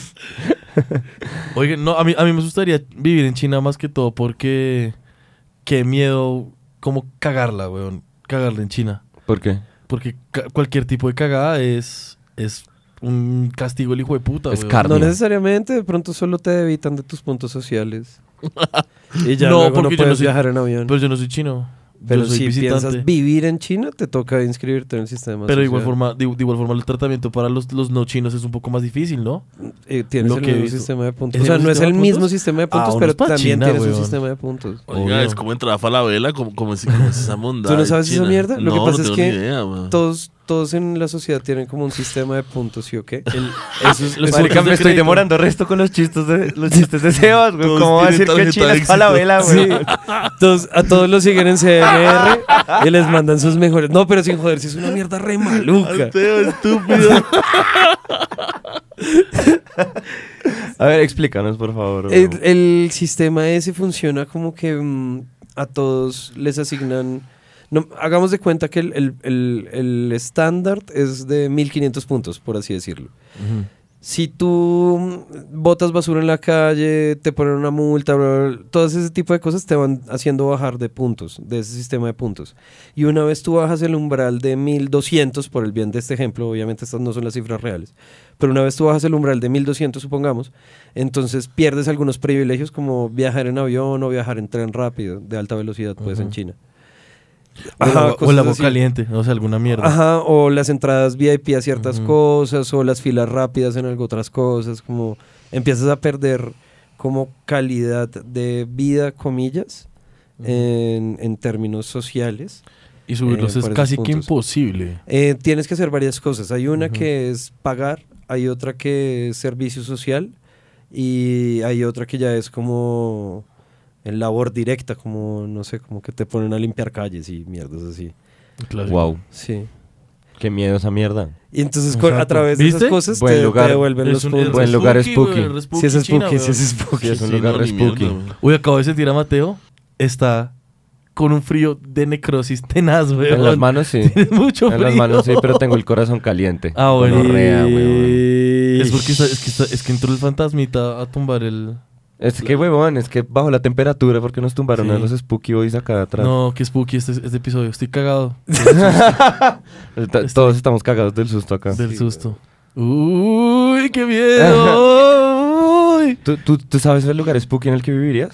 [SPEAKER 3] Oigan, no, a mí, a mí me gustaría vivir en China más que todo porque qué miedo como cagarla, weón. Cagarla en China.
[SPEAKER 4] ¿Por qué?
[SPEAKER 3] Porque ca- cualquier tipo de cagada es, es un castigo el hijo de puta,
[SPEAKER 4] Es
[SPEAKER 3] weón.
[SPEAKER 4] carne.
[SPEAKER 5] No necesariamente, de pronto solo te evitan de tus puntos
[SPEAKER 4] (laughs)
[SPEAKER 5] sociales. y ya
[SPEAKER 3] No,
[SPEAKER 5] luego no
[SPEAKER 3] porque yo no
[SPEAKER 5] puedes
[SPEAKER 3] soy-
[SPEAKER 5] viajar en avión.
[SPEAKER 3] Pero yo no soy chino.
[SPEAKER 5] Pero
[SPEAKER 3] yo soy
[SPEAKER 5] si
[SPEAKER 3] visitante.
[SPEAKER 5] piensas vivir en China, te toca inscribirte en el sistema.
[SPEAKER 3] Pero de igual,
[SPEAKER 5] social.
[SPEAKER 3] forma, de, de igual forma el tratamiento para los, los no chinos es un poco más difícil, ¿no?
[SPEAKER 5] Eh, tienes
[SPEAKER 3] lo
[SPEAKER 5] el
[SPEAKER 3] que he
[SPEAKER 5] mismo
[SPEAKER 3] visto.
[SPEAKER 5] sistema de puntos.
[SPEAKER 3] ¿Es
[SPEAKER 5] O sea,
[SPEAKER 3] el
[SPEAKER 5] no es
[SPEAKER 3] sistema
[SPEAKER 5] el
[SPEAKER 3] de
[SPEAKER 5] mismo
[SPEAKER 3] puntos?
[SPEAKER 5] sistema de
[SPEAKER 3] Ah,
[SPEAKER 5] puntos,
[SPEAKER 3] uno
[SPEAKER 5] pero
[SPEAKER 3] es pa'
[SPEAKER 5] también
[SPEAKER 3] China,
[SPEAKER 5] tienes un
[SPEAKER 3] weón.
[SPEAKER 5] sistema de puntos.
[SPEAKER 7] Oiga,
[SPEAKER 3] Obvio.
[SPEAKER 7] es como entrar a Falabella, como, como, si-
[SPEAKER 5] (laughs)
[SPEAKER 7] como esa monda.
[SPEAKER 5] ¿Tú no
[SPEAKER 7] de
[SPEAKER 5] sabes esa
[SPEAKER 7] China.
[SPEAKER 5] mierda? Lo que
[SPEAKER 7] No,
[SPEAKER 5] pasa es
[SPEAKER 7] no tengo
[SPEAKER 5] que
[SPEAKER 7] ni idea,
[SPEAKER 3] Ah.
[SPEAKER 7] weón.
[SPEAKER 5] Todos, todos en la sociedad tienen como un sistema de puntos, ¿sí
[SPEAKER 3] (laughs)
[SPEAKER 5] o qué?
[SPEAKER 3] Eso es, Ah, los puntos
[SPEAKER 4] Marica,
[SPEAKER 3] de
[SPEAKER 4] me estoy
[SPEAKER 3] crédito.
[SPEAKER 4] demorando resto con los chistes de, los chistes de Sebas, güey.
[SPEAKER 7] Todos
[SPEAKER 4] ¿Cómo va a
[SPEAKER 7] tienen
[SPEAKER 4] decir que
[SPEAKER 7] tarjeta
[SPEAKER 4] China
[SPEAKER 7] de
[SPEAKER 4] es palabela,
[SPEAKER 5] Sí.
[SPEAKER 4] güey?
[SPEAKER 5] Todos- a todos los siguen en CNR y les mandan sus mejores. No, pero sin joder, si es una mierda re maluca.
[SPEAKER 7] Mateo, estúpido.
[SPEAKER 4] A ver, explícanos, por favor. güey.
[SPEAKER 5] El, el sistema ese funciona como que mm, a todos les asignan. No, hagamos de cuenta que el- el- el el estándar es de 1500 puntos, por así decirlo.
[SPEAKER 3] Ujú.
[SPEAKER 5] Si tú mm, botas basura en la calle, te ponen una multa, bla, bla, bla, todo ese tipo de cosas te van haciendo bajar de puntos, de ese sistema de puntos. Y una vez tú bajas el umbral de 1200, por el bien de este ejemplo, obviamente estas no son las cifras reales, pero una vez tú bajas el umbral de 1200, supongamos, entonces pierdes algunos privilegios como viajar en avión o viajar en tren rápido, de alta velocidad, pues en China.
[SPEAKER 3] Ah, O la- o
[SPEAKER 5] cosas
[SPEAKER 3] la voz
[SPEAKER 5] así.
[SPEAKER 3] caliente, no sé, alguna mierda.
[SPEAKER 5] Ajá, o las entradas VIP a ciertas
[SPEAKER 3] Ujú.
[SPEAKER 5] cosas, o las filas rápidas en algo otras cosas, como empiezas a perder como calidad de vida, comillas, en, en términos sociales.
[SPEAKER 3] Y subirlos
[SPEAKER 5] Eh,
[SPEAKER 3] es
[SPEAKER 5] por esos
[SPEAKER 3] casi que
[SPEAKER 5] puntos.
[SPEAKER 3] imposible.
[SPEAKER 5] Eh, tienes que hacer varias cosas. Hay una que es pagar, hay otra que es servicio social y hay otra que ya es como en labor directa, como no sé, como que te ponen a limpiar calles y mierdas así.
[SPEAKER 3] Claro.
[SPEAKER 4] Wow,
[SPEAKER 5] Sí.
[SPEAKER 4] qué miedo esa mierda.
[SPEAKER 5] Y entonces con- a
[SPEAKER 3] Exacto.
[SPEAKER 5] través de esas
[SPEAKER 3] ¿Viste?
[SPEAKER 5] cosas
[SPEAKER 4] Buen
[SPEAKER 5] te, te
[SPEAKER 4] lugar.
[SPEAKER 5] devuelven los
[SPEAKER 3] un- es
[SPEAKER 5] puntos.
[SPEAKER 4] Buen
[SPEAKER 3] re
[SPEAKER 4] lugar, spooky.
[SPEAKER 3] güey, re
[SPEAKER 5] Si
[SPEAKER 3] China,
[SPEAKER 5] es spooky, si
[SPEAKER 3] weón.
[SPEAKER 5] es spooky.
[SPEAKER 4] Sí, es un
[SPEAKER 7] Sí,
[SPEAKER 4] lugar
[SPEAKER 7] no,
[SPEAKER 4] re
[SPEAKER 7] ni mierda,
[SPEAKER 4] spooky.
[SPEAKER 7] weón.
[SPEAKER 3] Uy, acabo de sentir a Mateo. Está con un frío de necrosis tenaz, weón.
[SPEAKER 4] En las
[SPEAKER 3] (laughs)
[SPEAKER 4] manos (laughs) sí.
[SPEAKER 3] Tienes mucho frío.
[SPEAKER 4] En las manos sí, pero tengo el corazón caliente.
[SPEAKER 3] (laughs) Ah, bueno.
[SPEAKER 4] Gonorrea, weón.
[SPEAKER 3] Es porque está- es que, está- es que entró el fantasmita a tumbar el...
[SPEAKER 4] Es que, weón, es que bajo la temperatura, porque nos tumbaron a
[SPEAKER 3] Sí.
[SPEAKER 4] los Spooky Boys acá atrás? (laughs)
[SPEAKER 3] No, qué spooky este, este episodio. Estoy cagado
[SPEAKER 4] Ta- Todos estamos cagados del susto acá.
[SPEAKER 3] del susto. Uy, qué
[SPEAKER 4] (laughs)
[SPEAKER 3] miedo. Uy.
[SPEAKER 4] ¿Tú, tú, tú sabes el lugar spooky en el que vivirías?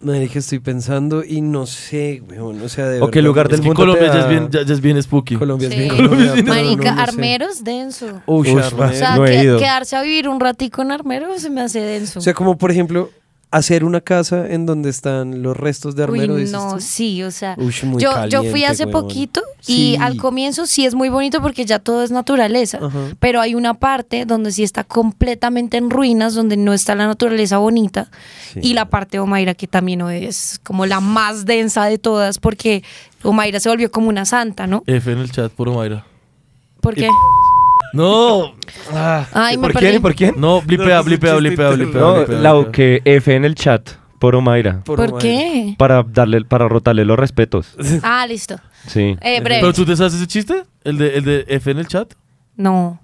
[SPEAKER 5] Me dije, estoy pensando y no sé, weón. O sea, de
[SPEAKER 4] ¿O qué
[SPEAKER 5] verdad,
[SPEAKER 4] lugar
[SPEAKER 3] Es
[SPEAKER 4] del
[SPEAKER 3] que
[SPEAKER 4] mundo
[SPEAKER 3] Colombia
[SPEAKER 4] Este te
[SPEAKER 3] ya,
[SPEAKER 4] da-
[SPEAKER 3] es bien, ya, ya es bien spooky.
[SPEAKER 5] Colombia es
[SPEAKER 6] Sí.
[SPEAKER 5] bien.
[SPEAKER 6] Colombia
[SPEAKER 5] colombiana, pero (laughs)
[SPEAKER 6] Marica,
[SPEAKER 5] no, no sé.
[SPEAKER 6] Armeros, denso.
[SPEAKER 5] Uy,
[SPEAKER 4] Ush,
[SPEAKER 5] Armeros.
[SPEAKER 6] O sea,
[SPEAKER 4] No he
[SPEAKER 6] que-
[SPEAKER 4] ido.
[SPEAKER 6] quedarse a vivir un ratico en Armeros se me hace denso.
[SPEAKER 5] O sea, como por ejemplo, hacer una casa en donde están los restos de
[SPEAKER 6] Uy,
[SPEAKER 5] Armero. dices
[SPEAKER 6] no,
[SPEAKER 5] tú.
[SPEAKER 6] sí, o sea,
[SPEAKER 5] Ush, muy
[SPEAKER 6] yo, yo
[SPEAKER 5] caliente,
[SPEAKER 6] fui hace
[SPEAKER 5] weón.
[SPEAKER 6] poquito y
[SPEAKER 5] Sí.
[SPEAKER 6] al comienzo sí es muy bonito porque ya todo es naturaleza,
[SPEAKER 5] Ajá.
[SPEAKER 6] pero hay una parte donde sí está completamente en ruinas, donde no está la naturaleza bonita
[SPEAKER 5] Sí.
[SPEAKER 6] y la parte de Omaira que también es como la más densa de todas porque Omaira se volvió como una santa, ¿no?
[SPEAKER 3] F en el chat, puro Mayra.
[SPEAKER 6] ¿Por
[SPEAKER 3] eh,
[SPEAKER 6] qué?
[SPEAKER 3] No. Ah.
[SPEAKER 6] Ay, me
[SPEAKER 4] ¿Por
[SPEAKER 6] perdí.
[SPEAKER 4] quién y por quién?
[SPEAKER 3] No, blipea, blipea, blipea, blipea.
[SPEAKER 4] No,
[SPEAKER 3] blipea,
[SPEAKER 4] la
[SPEAKER 3] blipea.
[SPEAKER 4] que F en el chat por Omaira.
[SPEAKER 6] ¿Por, qué?
[SPEAKER 4] Para darle, para rotarle los respetos.
[SPEAKER 6] Ah, listo.
[SPEAKER 4] Sí.
[SPEAKER 6] Eh,
[SPEAKER 3] ¿Pero
[SPEAKER 6] breve.
[SPEAKER 3] tú te sabes ese chiste? ¿El de, el de F en el chat?
[SPEAKER 6] No.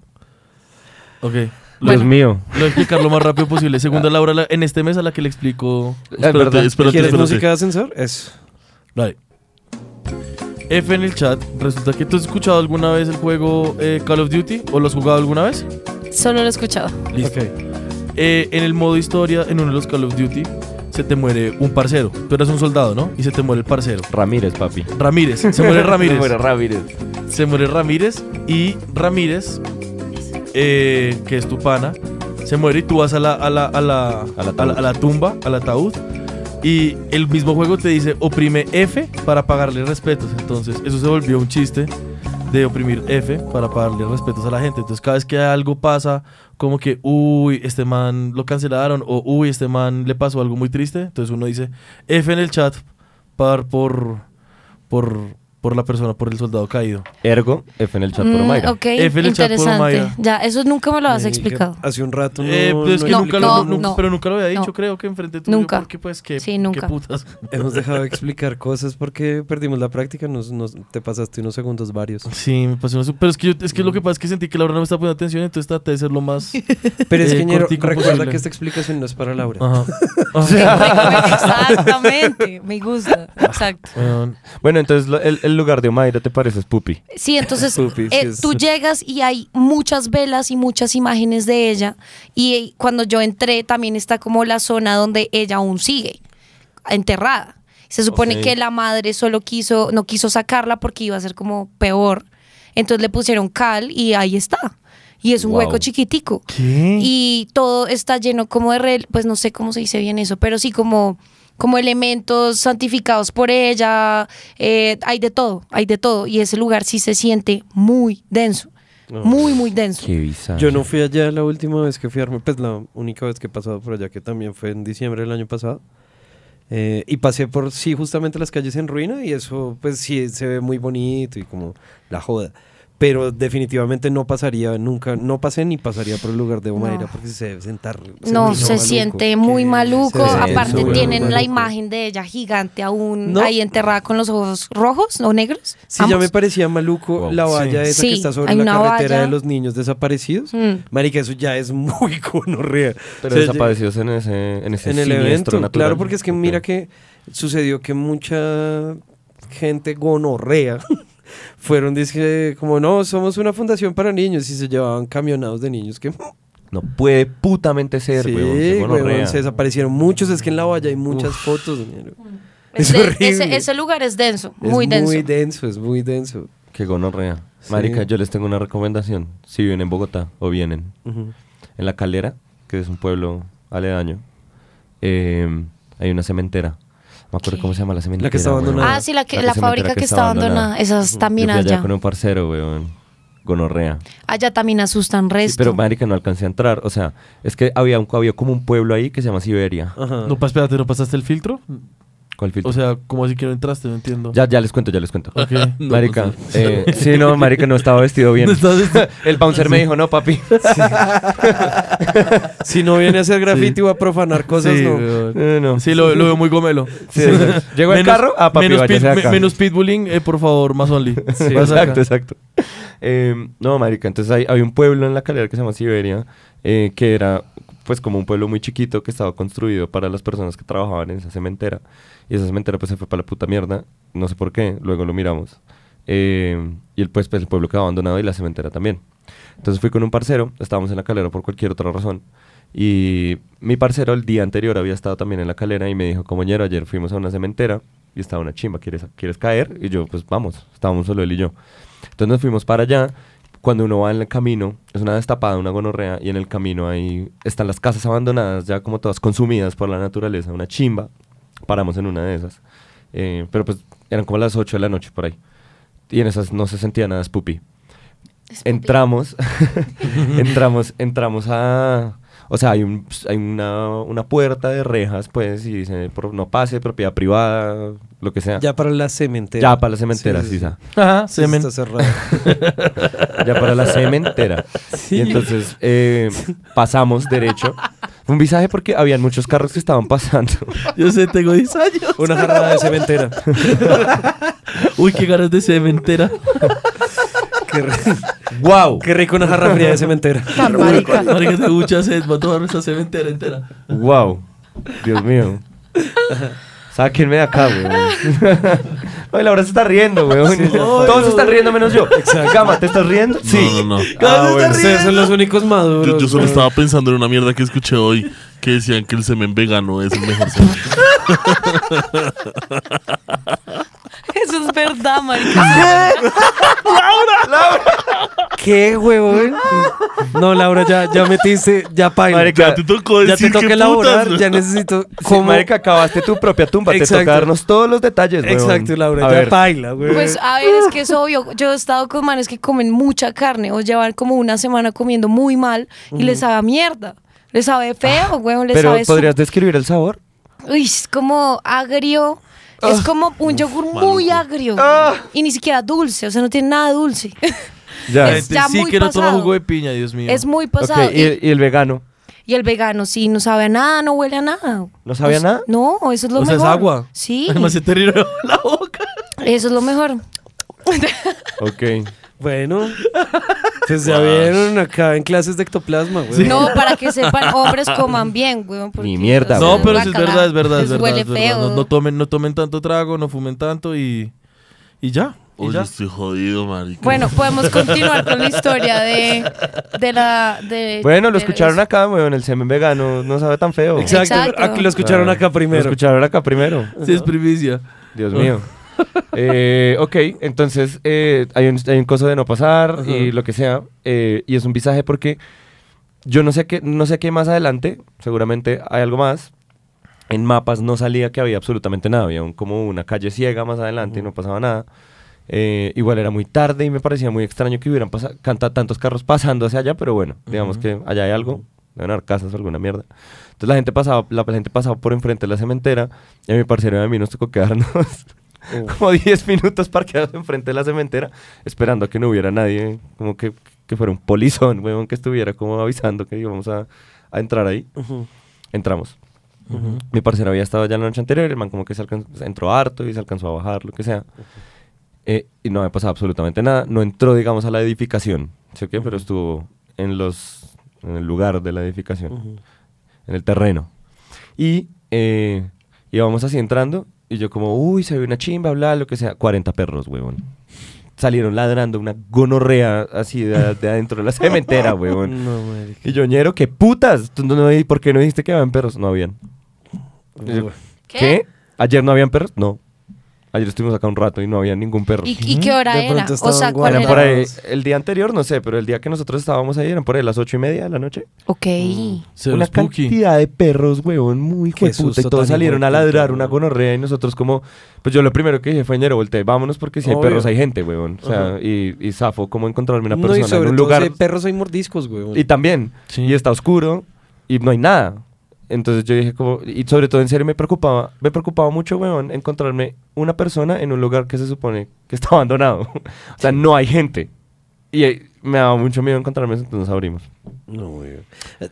[SPEAKER 3] Ok.
[SPEAKER 4] Dios mío.
[SPEAKER 3] Lo voy a explicar lo más rápido posible. Segunda Laura, la- en este mes a la que le
[SPEAKER 4] (laughs)
[SPEAKER 3] explico.
[SPEAKER 4] Es verdad.
[SPEAKER 7] Espérate, espérate,
[SPEAKER 5] ¿Quieres
[SPEAKER 7] espérate.
[SPEAKER 5] música de ascensor? Eso.
[SPEAKER 3] Dale. F en el chat. Resulta que tú has escuchado alguna vez el juego eh, Call of Duty o lo has jugado alguna vez.
[SPEAKER 6] Solo lo he escuchado.
[SPEAKER 3] Listo. Eh, en el modo historia, en uno de los Call of Duty, se te muere un parcero. Tú eres un soldado, ¿no? Y se te muere el parcero.
[SPEAKER 4] Ramírez, papi.
[SPEAKER 3] Ramírez. Se (laughs) muere Ramírez.
[SPEAKER 4] Bueno, Ramírez.
[SPEAKER 3] se muere Ramírez y Ramírez, eh, que es tu pana, se muere y tú vas a la, a la, a la,
[SPEAKER 4] Al ataúd.
[SPEAKER 3] a la- a la tumba, al ataúd. Y el mismo juego te dice oprime F para pagarle respetos. Entonces, eso se volvió un chiste de oprimir F para pagarle respetos a la gente. Entonces, cada vez que algo pasa, como que, uy, este man lo cancelaron o uy, este man le pasó algo muy triste. Entonces, uno dice F en el chat par por, por, por la persona, por el soldado caído.
[SPEAKER 4] Ergo, F en el chat por
[SPEAKER 6] Mm,
[SPEAKER 4] Mayra.
[SPEAKER 6] ok,
[SPEAKER 3] F le echar por Eh,
[SPEAKER 6] interesante.
[SPEAKER 3] Mayra.
[SPEAKER 6] Ya, eso nunca me lo has explicado.
[SPEAKER 5] Eh, Hace un rato. No,
[SPEAKER 3] Eh, pues es
[SPEAKER 5] no
[SPEAKER 3] que
[SPEAKER 6] no,
[SPEAKER 3] nunca
[SPEAKER 5] explicamos.
[SPEAKER 3] lo,
[SPEAKER 6] no,
[SPEAKER 3] nunca-
[SPEAKER 6] no.
[SPEAKER 3] pero nunca lo había dicho,
[SPEAKER 6] No.
[SPEAKER 3] creo que enfrente tuyo.
[SPEAKER 6] Nunca.
[SPEAKER 3] Porque pues que
[SPEAKER 6] Sí, nunca.
[SPEAKER 3] qué putas.
[SPEAKER 5] Hemos dejado de explicar cosas porque perdimos la práctica. Nos, nos- te pasaste unos segundos varios.
[SPEAKER 3] Sí, me pasó eso. Pero es que, yo- es que lo que pasa es que sentí que Laura no me está poniendo atención, entonces traté de ser lo
[SPEAKER 6] (laughs)
[SPEAKER 3] más.
[SPEAKER 5] Pero es
[SPEAKER 3] Eh,
[SPEAKER 5] que, Ñero,
[SPEAKER 3] cortico
[SPEAKER 5] recuerda
[SPEAKER 3] posible.
[SPEAKER 5] que esta explicación no es para Laura.
[SPEAKER 3] Ajá.
[SPEAKER 6] (laughs) Exactamente, me gusta. Exacto.
[SPEAKER 3] Weón.
[SPEAKER 4] Bueno, entonces lo- el, el lugar de Mayra te parece es Pupi.
[SPEAKER 3] (laughs)
[SPEAKER 6] Sí, entonces
[SPEAKER 5] Pupi, sí
[SPEAKER 6] eh,
[SPEAKER 5] es-
[SPEAKER 6] tú llegas y hay muchas velas y muchas imágenes de ella. Y eh, cuando yo entré también está como la zona donde ella aún sigue, enterrada. Se supone
[SPEAKER 7] Ok.
[SPEAKER 6] que la madre solo quiso, no quiso sacarla porque iba a ser como peor. Entonces le pusieron cal y ahí está. Y es un
[SPEAKER 4] Wow.
[SPEAKER 6] hueco chiquitico.
[SPEAKER 3] ¿Qué?
[SPEAKER 6] Y todo está lleno como de, rel- pues no sé cómo se dice bien eso, pero sí como, como elementos santificados por ella, eh, hay de todo, hay de todo. Y ese lugar sí se siente muy denso, muy, muy denso.
[SPEAKER 4] Qué bizarro.
[SPEAKER 5] Yo no fui allá la última vez que fui a Arme- pues la única vez que he pasado por allá, que también fue en diciembre del año pasado. Eh, y pasé por, sí, justamente las calles en ruina y eso, pues sí, se ve muy bonito y como la joda. Pero definitivamente no pasaría nunca, no pasé ni pasaría por el lugar de Omaira
[SPEAKER 6] No.
[SPEAKER 5] porque se debe sentar.
[SPEAKER 6] No,
[SPEAKER 5] hizo
[SPEAKER 6] se
[SPEAKER 5] maluco.
[SPEAKER 6] siente muy
[SPEAKER 5] Sí,
[SPEAKER 6] maluco.
[SPEAKER 5] se
[SPEAKER 4] denso,
[SPEAKER 6] Aparte
[SPEAKER 4] güey.
[SPEAKER 6] tienen la
[SPEAKER 5] Maluco.
[SPEAKER 6] imagen de ella gigante aún
[SPEAKER 5] No.
[SPEAKER 6] ahí enterrada con los ojos rojos o negros.
[SPEAKER 5] Sí, ya me parecía maluco
[SPEAKER 4] Wow.
[SPEAKER 5] la valla
[SPEAKER 3] Sí.
[SPEAKER 5] esa
[SPEAKER 6] Sí,
[SPEAKER 5] que está sobre
[SPEAKER 6] hay
[SPEAKER 5] la
[SPEAKER 6] una
[SPEAKER 5] carretera
[SPEAKER 6] valla.
[SPEAKER 5] de los niños desaparecidos.
[SPEAKER 6] Mm.
[SPEAKER 5] Marica, eso ya es muy (laughs) conorrea.
[SPEAKER 4] Pero
[SPEAKER 5] O sea,
[SPEAKER 4] desaparecidos en ese, en ese
[SPEAKER 5] en el
[SPEAKER 4] siniestro
[SPEAKER 5] evento.
[SPEAKER 4] natural.
[SPEAKER 5] Claro, porque es que
[SPEAKER 4] Ok.
[SPEAKER 5] mira que sucedió que mucha gente gonorrea (laughs) fueron, dice, como no, somos una fundación para niños y se llevaban camionados de niños
[SPEAKER 4] (laughs)
[SPEAKER 5] que
[SPEAKER 4] No puede putamente ser,
[SPEAKER 5] Sí,
[SPEAKER 4] huevón, qué
[SPEAKER 5] huevón,
[SPEAKER 4] gonorrea.
[SPEAKER 5] se desaparecieron muchos. Es que en la valla hay muchas fotos. ñero. Es
[SPEAKER 6] de-
[SPEAKER 5] horrible.
[SPEAKER 6] Mm. ese, ese lugar es denso,
[SPEAKER 5] Es
[SPEAKER 6] muy denso.
[SPEAKER 5] Muy denso, es muy denso.
[SPEAKER 4] Qué gonorrea. Marica, yo les tengo una recomendación. Si viven en Bogotá o vienen
[SPEAKER 5] Ujú.
[SPEAKER 4] en La Calera, que es un pueblo aledaño, eh, hay una cementera. No me acuerdo
[SPEAKER 6] ¿Qué?
[SPEAKER 4] cómo se llama la cementera.
[SPEAKER 5] está
[SPEAKER 4] weón.
[SPEAKER 5] abandonada.
[SPEAKER 6] Ah, sí, la, que, la,
[SPEAKER 4] cementera
[SPEAKER 6] fábrica que está abandonada, esas
[SPEAKER 4] Yo
[SPEAKER 6] también
[SPEAKER 4] fui allá
[SPEAKER 6] allá.
[SPEAKER 4] con un parcero, weón. Gonorrea.
[SPEAKER 6] Allá también asustan
[SPEAKER 4] Sí,
[SPEAKER 6] resto.
[SPEAKER 4] pero marica, no alcancé a entrar. O sea, es que había, un, había como un pueblo ahí que se llama Siberia.
[SPEAKER 5] Ajá.
[SPEAKER 3] (laughs) No, pa, espérate, ¿no pasaste el filtro?
[SPEAKER 4] ¿Cuál filtro?
[SPEAKER 3] Ah. O sea, como así que no entraste? No entiendo.
[SPEAKER 4] ya, ya les cuento, ya les cuento.
[SPEAKER 3] Ok.
[SPEAKER 7] No,
[SPEAKER 4] (laughs) Marica,
[SPEAKER 7] no
[SPEAKER 4] eh, sí, no, marica, no estaba vestido
[SPEAKER 3] (laughs)
[SPEAKER 4] bien.
[SPEAKER 3] No estaba vestido-
[SPEAKER 4] (laughs) El bouncer me dijo,
[SPEAKER 3] (laughs)
[SPEAKER 4] no, papi.
[SPEAKER 5] Si no viene a hacer graffiti o a profanar cosas,
[SPEAKER 3] Sí,
[SPEAKER 5] no.
[SPEAKER 3] weón.
[SPEAKER 4] Eh, no.
[SPEAKER 3] Sí, lo, lo veo muy gomelo.
[SPEAKER 4] Sí, exacto. Llegó el carro, ah, papi,
[SPEAKER 3] menos,
[SPEAKER 4] váyase
[SPEAKER 3] pit-
[SPEAKER 4] acá.
[SPEAKER 3] me- menos pitbullying, eh, por favor, más only. (laughs) Más acá.
[SPEAKER 4] (laughs) exacto, exacto. Eh, no, marica, entonces hay, hay un pueblo en la calera que se llama Siberia, eh, que era pues como un pueblo muy chiquito que estaba construido para las personas que trabajaban en esa cementera. Y esa cementera pues se fue para la puta mierda, no sé por qué, luego lo miramos. Eh, y el, pues, pues, el pueblo quedó abandonado y la cementera también. Entonces fui con un parcero, estábamos en la calera por cualquier otra razón. Y mi parcero el día anterior había estado también en la calera y me dijo, compañero, ayer fuimos a una cementera y estaba una chimba, ¿quieres, ¿quieres caer? Y yo, pues vamos, estábamos solo él y yo. Entonces nos fuimos para allá. Cuando uno va en el camino, es una destapada, una gonorrea, y en el camino ahí están las casas abandonadas, ya como todas consumidas por la naturaleza, una chimba. Paramos en una de esas. Eh, pero pues eran como las 8 de la noche por ahí. Y en esas no se sentía nada spoopy. Entramos, (laughs) entramos, entramos a... O sea, hay, un, hay una, una puerta de rejas, pues, y dice, por- no pase, propiedad privada, lo que sea. Ya,
[SPEAKER 5] Ya para la cementera. Ah,
[SPEAKER 4] para la cementera, sí, sa.
[SPEAKER 3] Ajá,
[SPEAKER 5] Sí,
[SPEAKER 3] semen.
[SPEAKER 5] Está cerrado.
[SPEAKER 4] Ya para la cementera. Y entonces eh, pasamos derecho. Fue Un visaje porque habían muchos carros que estaban pasando.
[SPEAKER 3] Yo sé, tengo 10 años.
[SPEAKER 5] Una
[SPEAKER 4] (laughs)
[SPEAKER 5] jarrada de cementera.
[SPEAKER 3] Uy, qué ganas de cementera.
[SPEAKER 5] Qué, ri-
[SPEAKER 8] ¡Wow!
[SPEAKER 5] qué rico una jarra fría de cementera.
[SPEAKER 4] Ah,
[SPEAKER 5] Ah,
[SPEAKER 6] Tan marica.
[SPEAKER 3] Marica, tengo mucha sed, voy a tomarme esta sed entera, entera.
[SPEAKER 4] Wow, Dios mío. Sáquenme de acá, weón. Ay, Laura se está riendo, weón. Todos se están riendo menos yo. Gama, ¿te estás riendo?
[SPEAKER 7] No, no, no.
[SPEAKER 5] Ah, bueno, ustedes son los únicos maduros. pues.
[SPEAKER 7] Yo, yo solo
[SPEAKER 5] güey.
[SPEAKER 7] estaba pensando en una mierda que escuché hoy que decían que el semen vegano es el mejor semen.
[SPEAKER 6] (laughs) Eso es verdad, marica. Ah,
[SPEAKER 5] ¿Qué, huevón? No, Laura, ya, ya metiste, ya paila.
[SPEAKER 4] Marica,
[SPEAKER 5] ya,
[SPEAKER 7] Ya te tocó
[SPEAKER 5] ya
[SPEAKER 7] decir
[SPEAKER 5] te toca
[SPEAKER 7] que
[SPEAKER 5] elaborar,
[SPEAKER 7] putas.
[SPEAKER 5] ya necesito.
[SPEAKER 4] Como
[SPEAKER 5] ¿Cómo?
[SPEAKER 4] marica, acabaste tu propia tumba. Te
[SPEAKER 5] Exacto.
[SPEAKER 4] toca darnos todos los detalles, weón.
[SPEAKER 5] Exacto, Laura,
[SPEAKER 4] A
[SPEAKER 5] ya
[SPEAKER 4] ver,
[SPEAKER 5] paila, güey.
[SPEAKER 6] Pues a ver, es que es obvio. Yo he estado con manes que comen mucha carne o llevan como una semana comiendo muy mal y les sabe a mierda. Les sabe
[SPEAKER 5] Ah,
[SPEAKER 6] feo, weón, les
[SPEAKER 4] pero
[SPEAKER 6] sabe su-
[SPEAKER 4] ¿podrías describir el sabor?
[SPEAKER 6] Uy, es como agrio. Es como un yogur muy agrio. Y ni siquiera dulce, o sea, no tiene nada dulce. (laughs)
[SPEAKER 4] Ya.
[SPEAKER 6] Es ya
[SPEAKER 3] Ah, sí
[SPEAKER 6] muy
[SPEAKER 3] que no toma
[SPEAKER 6] pasado.
[SPEAKER 3] jugo de piña, Dios mío.
[SPEAKER 6] es muy
[SPEAKER 4] Ok,
[SPEAKER 6] pasado.
[SPEAKER 4] y, el- y el vegano?
[SPEAKER 6] Y, y el vegano, sí, no sabe a nada, no huele a nada.
[SPEAKER 4] ¿No sabía
[SPEAKER 6] Pues,
[SPEAKER 4] nada?
[SPEAKER 6] No, eso es lo
[SPEAKER 3] o sea,
[SPEAKER 6] mejor.
[SPEAKER 3] es agua.
[SPEAKER 6] Sí,
[SPEAKER 3] (laughs) Además, se te ríe la boca.
[SPEAKER 6] eso es lo mejor.
[SPEAKER 4] Ok.
[SPEAKER 7] (laughs)
[SPEAKER 5] Bueno, pues ya vieron acá en clases de ectoplasma, güey.
[SPEAKER 6] No, para que sepan, hombres coman bien, weón. porque,
[SPEAKER 4] Ni mierda,
[SPEAKER 6] o sea,
[SPEAKER 3] No, pero sí es
[SPEAKER 6] guácala,
[SPEAKER 3] verdad, es verdad, es
[SPEAKER 6] les
[SPEAKER 3] verdad.
[SPEAKER 6] Huele
[SPEAKER 3] es verdad.
[SPEAKER 6] feo.
[SPEAKER 3] No, no tomen, no tomen tanto trago, no fumen tanto y, y ya. Y
[SPEAKER 7] Oye,
[SPEAKER 3] ya.
[SPEAKER 7] estoy jodido, marica.
[SPEAKER 3] (laughs)
[SPEAKER 6] Bueno, podemos continuar con la historia de, de la... De,
[SPEAKER 4] Bueno, lo
[SPEAKER 6] de-
[SPEAKER 4] escucharon acá, weón. El semen vegano no sabe tan feo.
[SPEAKER 5] Exacto,
[SPEAKER 6] Exacto.
[SPEAKER 5] aquí lo escucharon
[SPEAKER 4] Ah,
[SPEAKER 5] acá
[SPEAKER 4] Lo
[SPEAKER 5] primero. Oh.
[SPEAKER 4] escucharon acá primero.
[SPEAKER 3] Sí, es primicia.
[SPEAKER 4] Dios mío. Eh, ok, entonces eh, hay, un, hay un coso de no pasar y lo que sea. eh, y es un visaje porque yo no sé qué, no sé qué más adelante, seguramente hay algo más. En mapas no salía que había absolutamente nada, había un- como una calle ciega más adelante y no pasaba nada. Eh, igual era muy tarde y me parecía muy extraño que hubieran pasa- canta- tantos carros pasando hacia allá, pero bueno, digamos que allá hay algo, deben haber casas o alguna mierda. Entonces la gente pasaba, la, gente pasaba por enfrente de la cementera y a mi parcero y a mí nos tocó quedarnos (laughs) como 10 minutos parqueados enfrente de la cementera esperando a que no hubiera nadie, como que, que fuera un polizón, weón, que estuviera como avisando que íbamos a, a entrar ahí. Entramos. Mi parcero había estado allá la noche anterior, el man como que se alcanzó- entró harto y se alcanzó a bajar, lo que sea. Eh, y no había pasado absolutamente nada. No entró, digamos, a la edificación, ¿sí o qué? Pero estuvo en, los, en el lugar de la edificación, en el terreno. Y eh, íbamos así entrando y yo como, uy, se ve una chimba, bla, lo que sea. 40 perros, huevón. Salieron ladrando una gonorrea así de, de adentro de la cementera,
[SPEAKER 5] (laughs)
[SPEAKER 4] huevón.
[SPEAKER 5] No, marica.
[SPEAKER 4] Y yo, ñero, qué putas. ¿Tú no, no- ¿Por qué no dijiste que habían perros? No habían.
[SPEAKER 5] Ah,
[SPEAKER 4] Y yo,
[SPEAKER 6] ¿Qué?
[SPEAKER 4] ¿Ayer no habían perros? No. Ayer estuvimos acá un rato y no había ningún perro.
[SPEAKER 6] ¿Y, y qué hora
[SPEAKER 5] De
[SPEAKER 6] era?
[SPEAKER 5] pronto
[SPEAKER 6] O sea,
[SPEAKER 5] estaban
[SPEAKER 6] ¿cuál
[SPEAKER 4] Eran
[SPEAKER 6] era?
[SPEAKER 4] por ahí, el día anterior, no sé, pero el día que nosotros estábamos ahí eran por ahí las ocho y media de la noche.
[SPEAKER 6] Ok.
[SPEAKER 5] Mm.
[SPEAKER 3] Se ve
[SPEAKER 4] una
[SPEAKER 3] spooky.
[SPEAKER 4] cantidad de perros, huevón, muy
[SPEAKER 5] Qué
[SPEAKER 4] puta. Y
[SPEAKER 5] susto
[SPEAKER 4] todos
[SPEAKER 5] tan
[SPEAKER 4] salieron a
[SPEAKER 5] hijueputa,
[SPEAKER 4] ladrar
[SPEAKER 5] huevón.
[SPEAKER 4] una gonorrea y nosotros como... Pues yo lo primero que dije fue, ñero, volteé, vámonos porque si hay
[SPEAKER 5] Obvio.
[SPEAKER 4] perros hay gente, huevón. O sea, y, y zafo cómo encontrarme una
[SPEAKER 5] No,
[SPEAKER 4] persona
[SPEAKER 5] y sobre
[SPEAKER 4] en un
[SPEAKER 5] todo
[SPEAKER 4] lugar...
[SPEAKER 5] si hay perros hay mordiscos, güey.
[SPEAKER 4] Y también.
[SPEAKER 3] Sí.
[SPEAKER 4] Y está oscuro y no hay nada. Entonces yo dije como... Y sobre todo en serio me preocupaba, me preocupaba mucho, weón, encontrarme una persona en un lugar que se supone que (laughs) está abandonado. o sea, no hay gente. Y eh, me daba mucho miedo encontrarme, eso, entonces nos abrimos.
[SPEAKER 5] No, güey.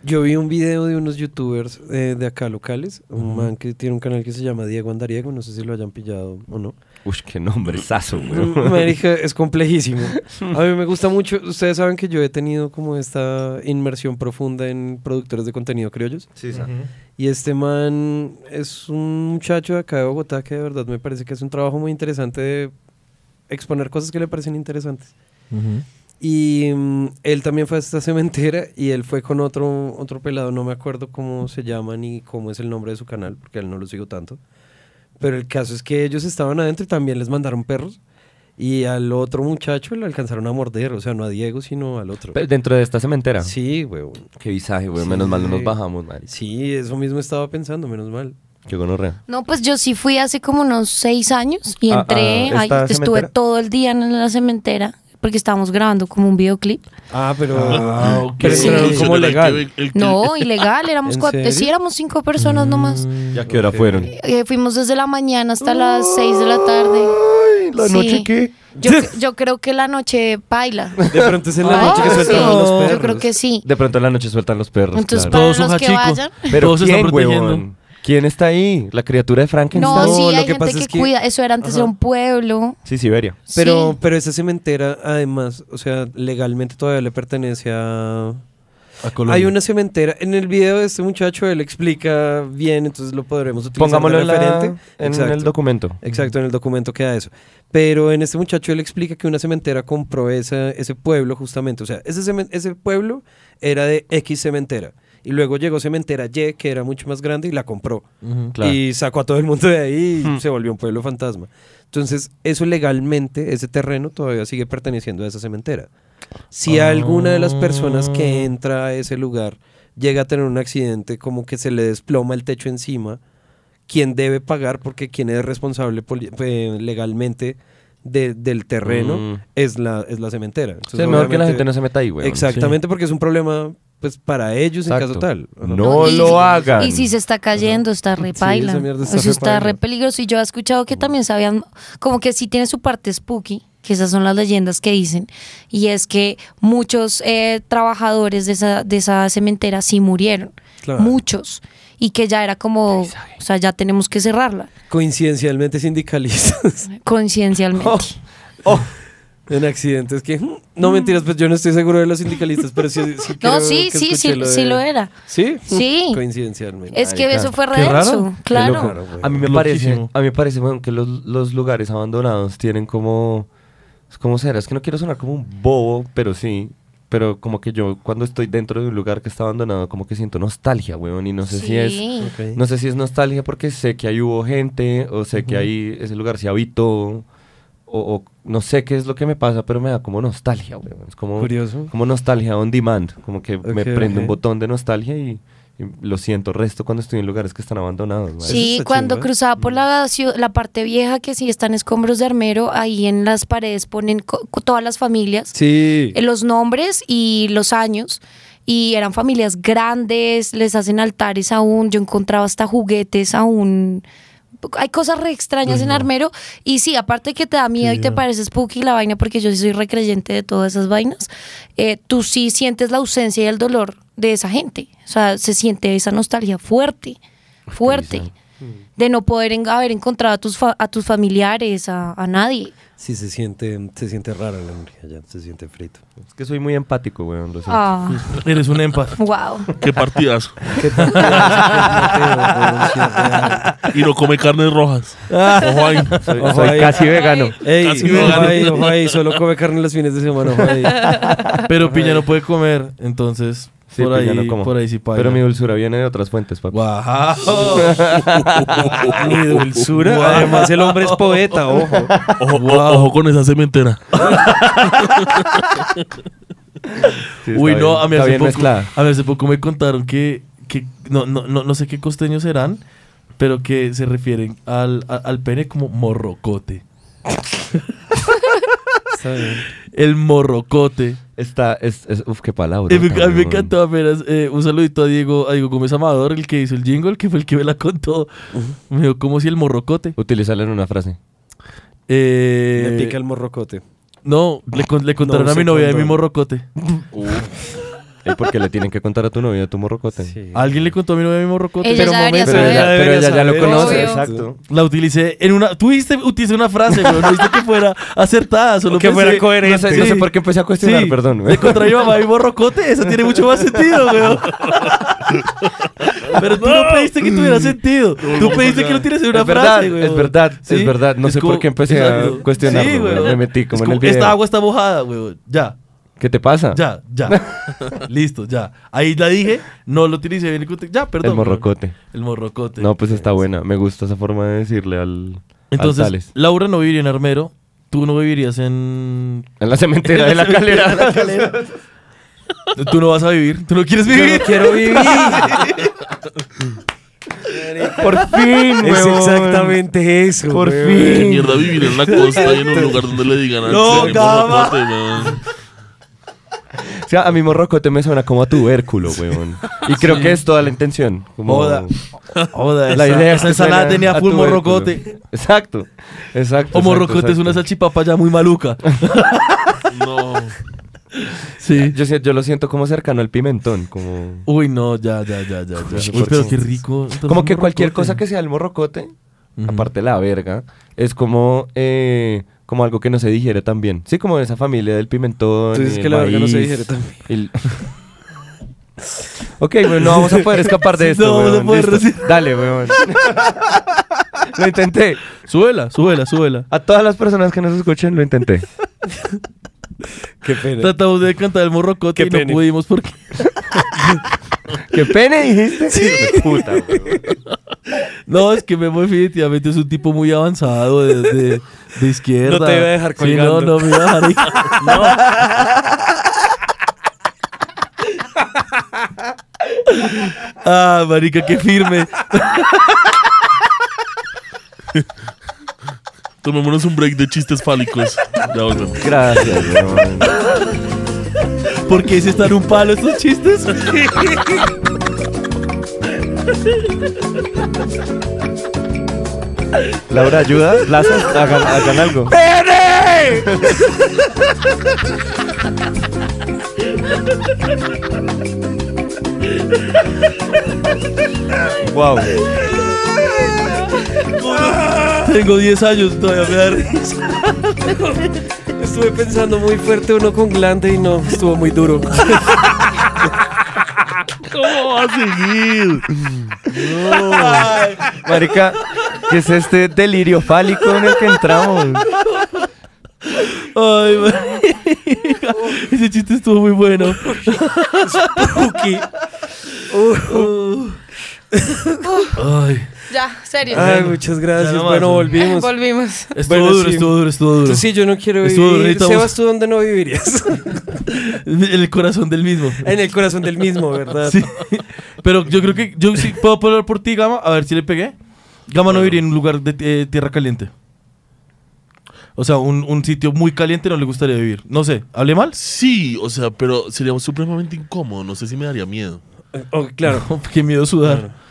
[SPEAKER 5] Yo vi un video de unos youtubers eh, de acá locales, un man que tiene un canal que se llama Diego Andariego, no sé si lo hayan pillado o no.
[SPEAKER 4] Uy, qué nombrezazo,
[SPEAKER 5] (laughs)
[SPEAKER 4] weón.
[SPEAKER 5] Me es complejísimo. A mí me gusta mucho, ustedes saben que yo he tenido como esta inmersión profunda en productores de contenido criollos. Y este man es un muchacho de acá de Bogotá que de verdad me parece que es un trabajo muy interesante de exponer cosas que le parecen interesantes. Y mm, él también fue a esta cementera y él fue con otro, otro pelado, no me acuerdo cómo se llama ni cómo es el nombre de su canal, porque a él no lo sigo tanto. Pero el caso es que ellos estaban adentro y también les mandaron perros. Y al otro muchacho le alcanzaron a morder, o sea, no a Diego, sino al otro.
[SPEAKER 4] Pe- Dentro de esta cementera.
[SPEAKER 5] Sí, huevón.
[SPEAKER 4] Qué visaje, weón.
[SPEAKER 5] Sí.
[SPEAKER 4] Menos mal no nos bajamos, madre.
[SPEAKER 5] Sí, eso mismo estaba pensando, menos mal.
[SPEAKER 4] Qué gonorrea.
[SPEAKER 6] No, pues yo sí fui hace como unos seis años y
[SPEAKER 4] Ah,
[SPEAKER 6] entré,
[SPEAKER 4] ah,
[SPEAKER 6] ahí
[SPEAKER 4] ¿esta
[SPEAKER 6] estuve
[SPEAKER 4] cementera?
[SPEAKER 6] todo el día en la cementera porque estábamos grabando como un videoclip.
[SPEAKER 5] Ah, pero.
[SPEAKER 7] Pero
[SPEAKER 5] Pero
[SPEAKER 6] Sí.
[SPEAKER 5] entraron
[SPEAKER 7] entonces
[SPEAKER 5] como
[SPEAKER 7] era el
[SPEAKER 5] legal.
[SPEAKER 7] que- el
[SPEAKER 5] (laughs)
[SPEAKER 7] que-
[SPEAKER 6] No, ilegal, éramos
[SPEAKER 5] ¿En
[SPEAKER 6] cuatro,
[SPEAKER 5] serio? Mm.
[SPEAKER 6] sí, éramos cinco personas nomás.
[SPEAKER 4] ¿Ya qué hora fueron?
[SPEAKER 6] Eh, fuimos desde la mañana hasta las seis de la tarde.
[SPEAKER 4] Ay, la
[SPEAKER 6] Sí.
[SPEAKER 4] noche que...
[SPEAKER 5] (laughs)
[SPEAKER 6] Yo, yo creo que la noche paila.
[SPEAKER 5] De pronto (laughs) es en la
[SPEAKER 6] Ay,
[SPEAKER 5] noche que
[SPEAKER 6] Ah, sí.
[SPEAKER 5] sueltan los perros.
[SPEAKER 6] Yo creo que sí.
[SPEAKER 4] De pronto en la noche sueltan los perros.
[SPEAKER 6] Entonces,
[SPEAKER 4] claro.
[SPEAKER 6] para
[SPEAKER 3] Todos son
[SPEAKER 6] los que
[SPEAKER 3] hachicos.
[SPEAKER 6] vayan,
[SPEAKER 4] Pero
[SPEAKER 3] Todos se
[SPEAKER 4] ¿quién,
[SPEAKER 3] están protegiendo.
[SPEAKER 4] huevón? ¿Quién está ahí? La criatura de Frankenstein.
[SPEAKER 6] No,
[SPEAKER 5] No,
[SPEAKER 6] sí,
[SPEAKER 5] lo
[SPEAKER 6] hay
[SPEAKER 5] que
[SPEAKER 6] gente
[SPEAKER 5] pasa
[SPEAKER 6] que,
[SPEAKER 5] es que-
[SPEAKER 6] cuida. Eso era antes era un pueblo.
[SPEAKER 4] Sí, Siberia.
[SPEAKER 5] Pero,
[SPEAKER 6] Sí.
[SPEAKER 5] pero esa cementera, además, o sea, legalmente todavía le pertenece a.
[SPEAKER 3] A Colombia.
[SPEAKER 5] Hay una cementera. En el video de este muchacho él explica bien, entonces lo podremos utilizar. de
[SPEAKER 4] Pongámoslo en, la-
[SPEAKER 5] referente.
[SPEAKER 4] en
[SPEAKER 5] Exacto.
[SPEAKER 4] el documento.
[SPEAKER 5] Exacto, en el documento queda eso. Pero en este muchacho él explica que una cementera compró esa- ese pueblo justamente. O sea, ese, cemen- ese pueblo era de X cementera. Y luego llegó cementera Y, que era mucho más grande, y la compró.
[SPEAKER 4] Claro.
[SPEAKER 5] Y sacó a todo el mundo de ahí y se volvió un pueblo fantasma. Entonces, eso legalmente, ese terreno todavía sigue perteneciendo a esa cementera. Si alguna de las personas que entra a ese lugar llega a tener un accidente, como que se le desploma el techo encima, ¿quién debe pagar? Porque quien es responsable poli- eh, legalmente de- del terreno
[SPEAKER 4] Mm.
[SPEAKER 5] es, la, es la cementera.
[SPEAKER 4] Sí, es mejor que la
[SPEAKER 5] obviamente-
[SPEAKER 4] gente no se meta ahí, güey.
[SPEAKER 5] Exactamente, porque es un problema pues para ellos en
[SPEAKER 4] Exacto.
[SPEAKER 5] caso tal. Ajá.
[SPEAKER 4] No
[SPEAKER 6] No, y-
[SPEAKER 4] lo hagan.
[SPEAKER 6] Y si se está cayendo, está re
[SPEAKER 5] Sí,
[SPEAKER 6] paila.
[SPEAKER 5] esa mierda está
[SPEAKER 6] Eso
[SPEAKER 5] re
[SPEAKER 6] está re
[SPEAKER 5] paila.
[SPEAKER 6] peligroso. Y yo he escuchado que también sabían, como que sí tiene su parte spooky, que esas son las leyendas que dicen. Y es que muchos eh, trabajadores de esa, de esa cementera sí murieron.
[SPEAKER 5] Claro.
[SPEAKER 6] Muchos. Y que ya era como, o sea, ya tenemos que cerrarla,
[SPEAKER 5] Coincidencialmente sindicalistas. (laughs)
[SPEAKER 6] coincidencialmente.
[SPEAKER 5] En accidentes que. mm, No mentiras, pues yo no estoy seguro de los sindicalistas, pero sí. sí
[SPEAKER 6] (laughs) No,
[SPEAKER 5] creo
[SPEAKER 6] sí,
[SPEAKER 5] que
[SPEAKER 6] sí,
[SPEAKER 5] escuché
[SPEAKER 6] sí, sí
[SPEAKER 5] de-
[SPEAKER 6] lo era.
[SPEAKER 5] ¿Sí?
[SPEAKER 6] Sí.
[SPEAKER 5] Coincidencialmente.
[SPEAKER 6] Es que eso fue re
[SPEAKER 3] Qué raro.
[SPEAKER 6] denso,
[SPEAKER 3] Qué
[SPEAKER 6] claro.
[SPEAKER 4] A mí me
[SPEAKER 3] Loquísimo.
[SPEAKER 4] parece, a mí me parece, bueno, que los, los lugares abandonados tienen como, ¿cómo será? Es que no quiero sonar como un bobo, pero sí, pero como que yo cuando estoy dentro de un lugar que está abandonado, como que siento nostalgia, weón, y no sé si es,
[SPEAKER 6] Sí.
[SPEAKER 5] Ok.
[SPEAKER 4] no sé si es nostalgia porque sé que ahí hubo gente, o sé que ahí ese lugar se habitó, o, o no sé qué es lo que me pasa, pero me da como nostalgia, weón, es como,
[SPEAKER 5] Curioso.
[SPEAKER 4] como nostalgia on demand, como que me
[SPEAKER 5] Ok,
[SPEAKER 4] prende un
[SPEAKER 5] ok.
[SPEAKER 4] botón de nostalgia y... y lo siento, resto cuando estoy en lugares que están abandonados. weón.
[SPEAKER 5] Eso
[SPEAKER 6] Sí,
[SPEAKER 5] está
[SPEAKER 6] cuando
[SPEAKER 5] chimba.
[SPEAKER 6] cruzaba por la, ciu- la parte vieja, que sí están escombros de armero, ahí en las paredes ponen co- co- todas las familias,
[SPEAKER 5] Sí.
[SPEAKER 6] eh, los nombres y los años. Y eran familias grandes, les hacen altares aún. Yo encontraba hasta juguetes aún. Hay cosas re extrañas en Armero. Y sí, aparte que te da miedo y te parece spooky la vaina, porque yo sí soy recreyente de todas esas vainas, eh, tú sí sientes la ausencia y el dolor de esa gente. O sea, se siente esa nostalgia fuerte, fuerte. De no poder en- haber encontrado a tus, fa- a tus familiares, a, a nadie.
[SPEAKER 5] Sí, se siente, se siente rara la energía ya, se siente frito.
[SPEAKER 4] Es que soy muy empático, weón. lo siento.
[SPEAKER 6] Ah,
[SPEAKER 3] Eres un empat.
[SPEAKER 6] wow.
[SPEAKER 7] (laughs) Qué partidazo.
[SPEAKER 5] ¿Qué tal?
[SPEAKER 7] (laughs) Y no come carnes rojas.
[SPEAKER 3] Ah,
[SPEAKER 7] Ojo ahí.
[SPEAKER 4] Soy,
[SPEAKER 5] Ojo
[SPEAKER 4] soy
[SPEAKER 5] ahí.
[SPEAKER 4] casi vegano.
[SPEAKER 5] Ey,
[SPEAKER 7] Casi
[SPEAKER 5] ojo
[SPEAKER 7] vegano.
[SPEAKER 5] ahí, ojo ahí, solo come carne los fines de semana, ojo ahí.
[SPEAKER 3] Pero Piña no puede comer, entonces
[SPEAKER 4] Sí,
[SPEAKER 3] por,
[SPEAKER 4] pues
[SPEAKER 3] ahí,
[SPEAKER 4] ya no como.
[SPEAKER 3] por ahí sí paga.
[SPEAKER 4] Pero mi dulzura viene de otras fuentes, papi.
[SPEAKER 5] Mi dulzura. Además, el hombre es poeta, ojo.
[SPEAKER 7] Ojo, o- ojo con esa cementera.
[SPEAKER 4] Sí, está
[SPEAKER 3] Uy, no,
[SPEAKER 4] bien-
[SPEAKER 3] a mí,
[SPEAKER 4] está
[SPEAKER 3] hace
[SPEAKER 4] bien
[SPEAKER 3] poco, (laughs)
[SPEAKER 4] mezclada.
[SPEAKER 3] a mí hace poco me contaron que, que no, no, no, no sé qué costeños serán, pero que se refieren al, a- al pene como morrocote.
[SPEAKER 5] Está bien.
[SPEAKER 3] El morrocote.
[SPEAKER 4] Está, es, es- uf, qué palabra.
[SPEAKER 3] Eh, me- (laughs) a mí me
[SPEAKER 4] weón.
[SPEAKER 3] encantó apenas. eh, un saludito a Diego, a Diego Gómez Amador, el que hizo el jingle, que fue el que me la contó.
[SPEAKER 4] Uh-huh.
[SPEAKER 3] Me dijo, ¿cómo si el morrocote?
[SPEAKER 4] Utilizarla en una frase.
[SPEAKER 3] Eh,
[SPEAKER 5] Me pica el morrocote.
[SPEAKER 3] No, le, con- le contaron a
[SPEAKER 5] usé
[SPEAKER 3] mi novia de mi
[SPEAKER 5] condón.
[SPEAKER 3] morrocote.
[SPEAKER 4] Eh, porque le tienen que contar a tu novia tu morrocote.
[SPEAKER 3] Alguien le contó a mi novia de mi morrocote.
[SPEAKER 6] Ella ya debería
[SPEAKER 4] Pero
[SPEAKER 6] saber.
[SPEAKER 4] ella, pero ella ya lo
[SPEAKER 5] Obvio.
[SPEAKER 4] conoce.
[SPEAKER 6] Obvio.
[SPEAKER 4] Exacto.
[SPEAKER 3] La utilicé en una. Tú viste, utilicé una frase, pero no viste que fuera acertada. Solo
[SPEAKER 5] que fuera
[SPEAKER 3] pensé-
[SPEAKER 5] coherente.
[SPEAKER 4] No sé, no sé por qué empecé a cuestionar,
[SPEAKER 3] Sí,
[SPEAKER 4] perdón. ¿eh?
[SPEAKER 3] Le contra mi mamá y borrocote, eso tiene mucho más sentido, weón. Pero tú no pediste que
[SPEAKER 4] Mm.
[SPEAKER 3] tuviera sentido. Tú pediste que lo tienes en una
[SPEAKER 4] es verdad,
[SPEAKER 3] frase, weón.
[SPEAKER 4] es verdad, es verdad. No sé por qué empecé a cuestionarlo,
[SPEAKER 3] cuestionar.
[SPEAKER 4] weón. Me metí como en el video.
[SPEAKER 3] Esta agua está mojada, weón. Ya,
[SPEAKER 4] (laughs) ¿Qué te pasa?
[SPEAKER 3] ya,
[SPEAKER 4] (laughs)
[SPEAKER 3] ya. Listo, ya. Ahí la dije, no lo utilicé bien. Ya, perdón. weón.
[SPEAKER 4] El morrocote.
[SPEAKER 3] El morrocote.
[SPEAKER 4] No, pues está buena. Me gusta esa forma de decirle al. al
[SPEAKER 3] Entonces,
[SPEAKER 4] Tales.
[SPEAKER 3] Laura no viviría en Armero. Tú no vivirías en.
[SPEAKER 4] En la cementera de la
[SPEAKER 3] (laughs) en la
[SPEAKER 4] calera.
[SPEAKER 3] calera. Tú no vas a vivir. Tú no quieres
[SPEAKER 5] Yo
[SPEAKER 3] vivir.
[SPEAKER 5] no quiero vivir.
[SPEAKER 4] Por fin,
[SPEAKER 5] es
[SPEAKER 4] huevón.
[SPEAKER 5] exactamente eso.
[SPEAKER 4] Por
[SPEAKER 5] weón.
[SPEAKER 7] Qué
[SPEAKER 4] fin.
[SPEAKER 7] mierda vivir en la costa y en un lugar donde le digan
[SPEAKER 3] No,
[SPEAKER 7] "Axel,
[SPEAKER 3] cama.
[SPEAKER 7] morrocote, man".
[SPEAKER 4] O sea, a mi morrocote me suena como a tubérculo, weón. Y creo que es toda la intención. Como
[SPEAKER 3] Joda. (laughs) Joda,
[SPEAKER 4] La
[SPEAKER 3] esa-
[SPEAKER 4] idea es
[SPEAKER 3] esa
[SPEAKER 4] que
[SPEAKER 3] ensalada
[SPEAKER 4] suena
[SPEAKER 3] tenía
[SPEAKER 4] a
[SPEAKER 3] full
[SPEAKER 4] tubérculo.
[SPEAKER 3] morrocote.
[SPEAKER 4] Exacto. Exacto.
[SPEAKER 3] O
[SPEAKER 4] exacto,
[SPEAKER 3] morrocote es
[SPEAKER 4] exacto. (laughs)
[SPEAKER 3] una salchipapa ya muy maluca.
[SPEAKER 7] No.
[SPEAKER 3] Sí.
[SPEAKER 4] Yo, si- yo lo siento como cercano al pimentón, como...
[SPEAKER 3] Uy, no, ya, ya, ya, ya. ya.
[SPEAKER 4] Uy,
[SPEAKER 3] Uy, pero
[SPEAKER 4] sí.
[SPEAKER 3] qué rico. Entonces,
[SPEAKER 4] Como que
[SPEAKER 3] un
[SPEAKER 4] cualquier
[SPEAKER 3] morrocote.
[SPEAKER 4] cosa que sea el morrocote,
[SPEAKER 3] Ujú.
[SPEAKER 4] aparte la verga, es como, eh, como algo que no se digiere también. Sí, como esa familia del pimentón.
[SPEAKER 5] Tú dices
[SPEAKER 4] y
[SPEAKER 5] que
[SPEAKER 4] el
[SPEAKER 5] la verga no se
[SPEAKER 4] maíz,
[SPEAKER 5] digiere también.
[SPEAKER 4] el- (laughs) ok, bueno, no vamos a poder escapar (laughs) de
[SPEAKER 3] Sí,
[SPEAKER 4] esto.
[SPEAKER 3] no vamos a
[SPEAKER 4] weón,
[SPEAKER 3] poder
[SPEAKER 4] listo.
[SPEAKER 3] decir-
[SPEAKER 4] Dale, weón. (laughs) lo intenté.
[SPEAKER 3] Súbela, súbela, súbela.
[SPEAKER 4] A todas las personas que nos escuchen, lo intenté.
[SPEAKER 5] Qué pena.
[SPEAKER 3] Tratamos de cantar el morrocote
[SPEAKER 5] Qué
[SPEAKER 3] y no
[SPEAKER 5] pene.
[SPEAKER 3] pudimos porque.
[SPEAKER 4] ¡Qué pene dijiste! Hijo de (laughs) Puta, weón.
[SPEAKER 3] No, es que Memo definitivamente es un tipo muy avanzado de, de- de izquierda.
[SPEAKER 5] No te iba a dejar
[SPEAKER 3] Sí,
[SPEAKER 5] colgando.
[SPEAKER 3] no, no me iba a
[SPEAKER 5] (laughs)
[SPEAKER 3] dejar ahí. (laughs) Ah, marica, qué firme.
[SPEAKER 7] Tomémonos un break de chistes fálicos. Ya volvemos.
[SPEAKER 4] Gracias, weón.
[SPEAKER 3] ¿Por qué se están un palo estos
[SPEAKER 5] (laughs)
[SPEAKER 3] chistes?
[SPEAKER 4] Laura, ayuda. Lazo, hagan, hagan algo. Wow.
[SPEAKER 3] Tengo 10 años todavía, me da risa.
[SPEAKER 5] Estuve pensando muy fuerte uno con glande y no, estuvo muy duro.
[SPEAKER 7] ¿Cómo va a seguir?
[SPEAKER 4] Marica, ¿qué es este delirio fálico en el que entramos?
[SPEAKER 3] Ay, marica. Ese chiste estuvo muy bueno.
[SPEAKER 5] Puki.
[SPEAKER 3] Ay,
[SPEAKER 6] Ya, serio.
[SPEAKER 5] Ay, muchas gracias.
[SPEAKER 3] Ya nomás,
[SPEAKER 5] bueno,
[SPEAKER 3] ¿no?
[SPEAKER 5] (laughs) volvimos.
[SPEAKER 6] Volvimos.
[SPEAKER 3] estuvo
[SPEAKER 5] Bueno,
[SPEAKER 3] duro,
[SPEAKER 5] sí.
[SPEAKER 3] estuvo duro, estuvo duro.
[SPEAKER 5] Sí, yo no quiero
[SPEAKER 3] Estuvo duro,
[SPEAKER 5] vivir.
[SPEAKER 3] necesitamos-
[SPEAKER 5] Sebas, ¿tú dónde no vivirías? (laughs)
[SPEAKER 3] En el corazón del mismo.
[SPEAKER 5] en el corazón del mismo, ¿verdad?
[SPEAKER 3] Sí. Pero yo creo que yo sí puedo hablar por ti, Gama. A ver si le pegué. Gama no viviría en un lugar de eh, tierra caliente. O sea, un, un sitio muy caliente no le gustaría vivir. No sé, ¿hablé mal?
[SPEAKER 7] Sí, o sea, pero sería supremamente incómodo. No sé si me daría miedo.
[SPEAKER 5] Oh, claro.
[SPEAKER 3] (laughs)
[SPEAKER 5] ah,
[SPEAKER 3] Qué miedo sudar.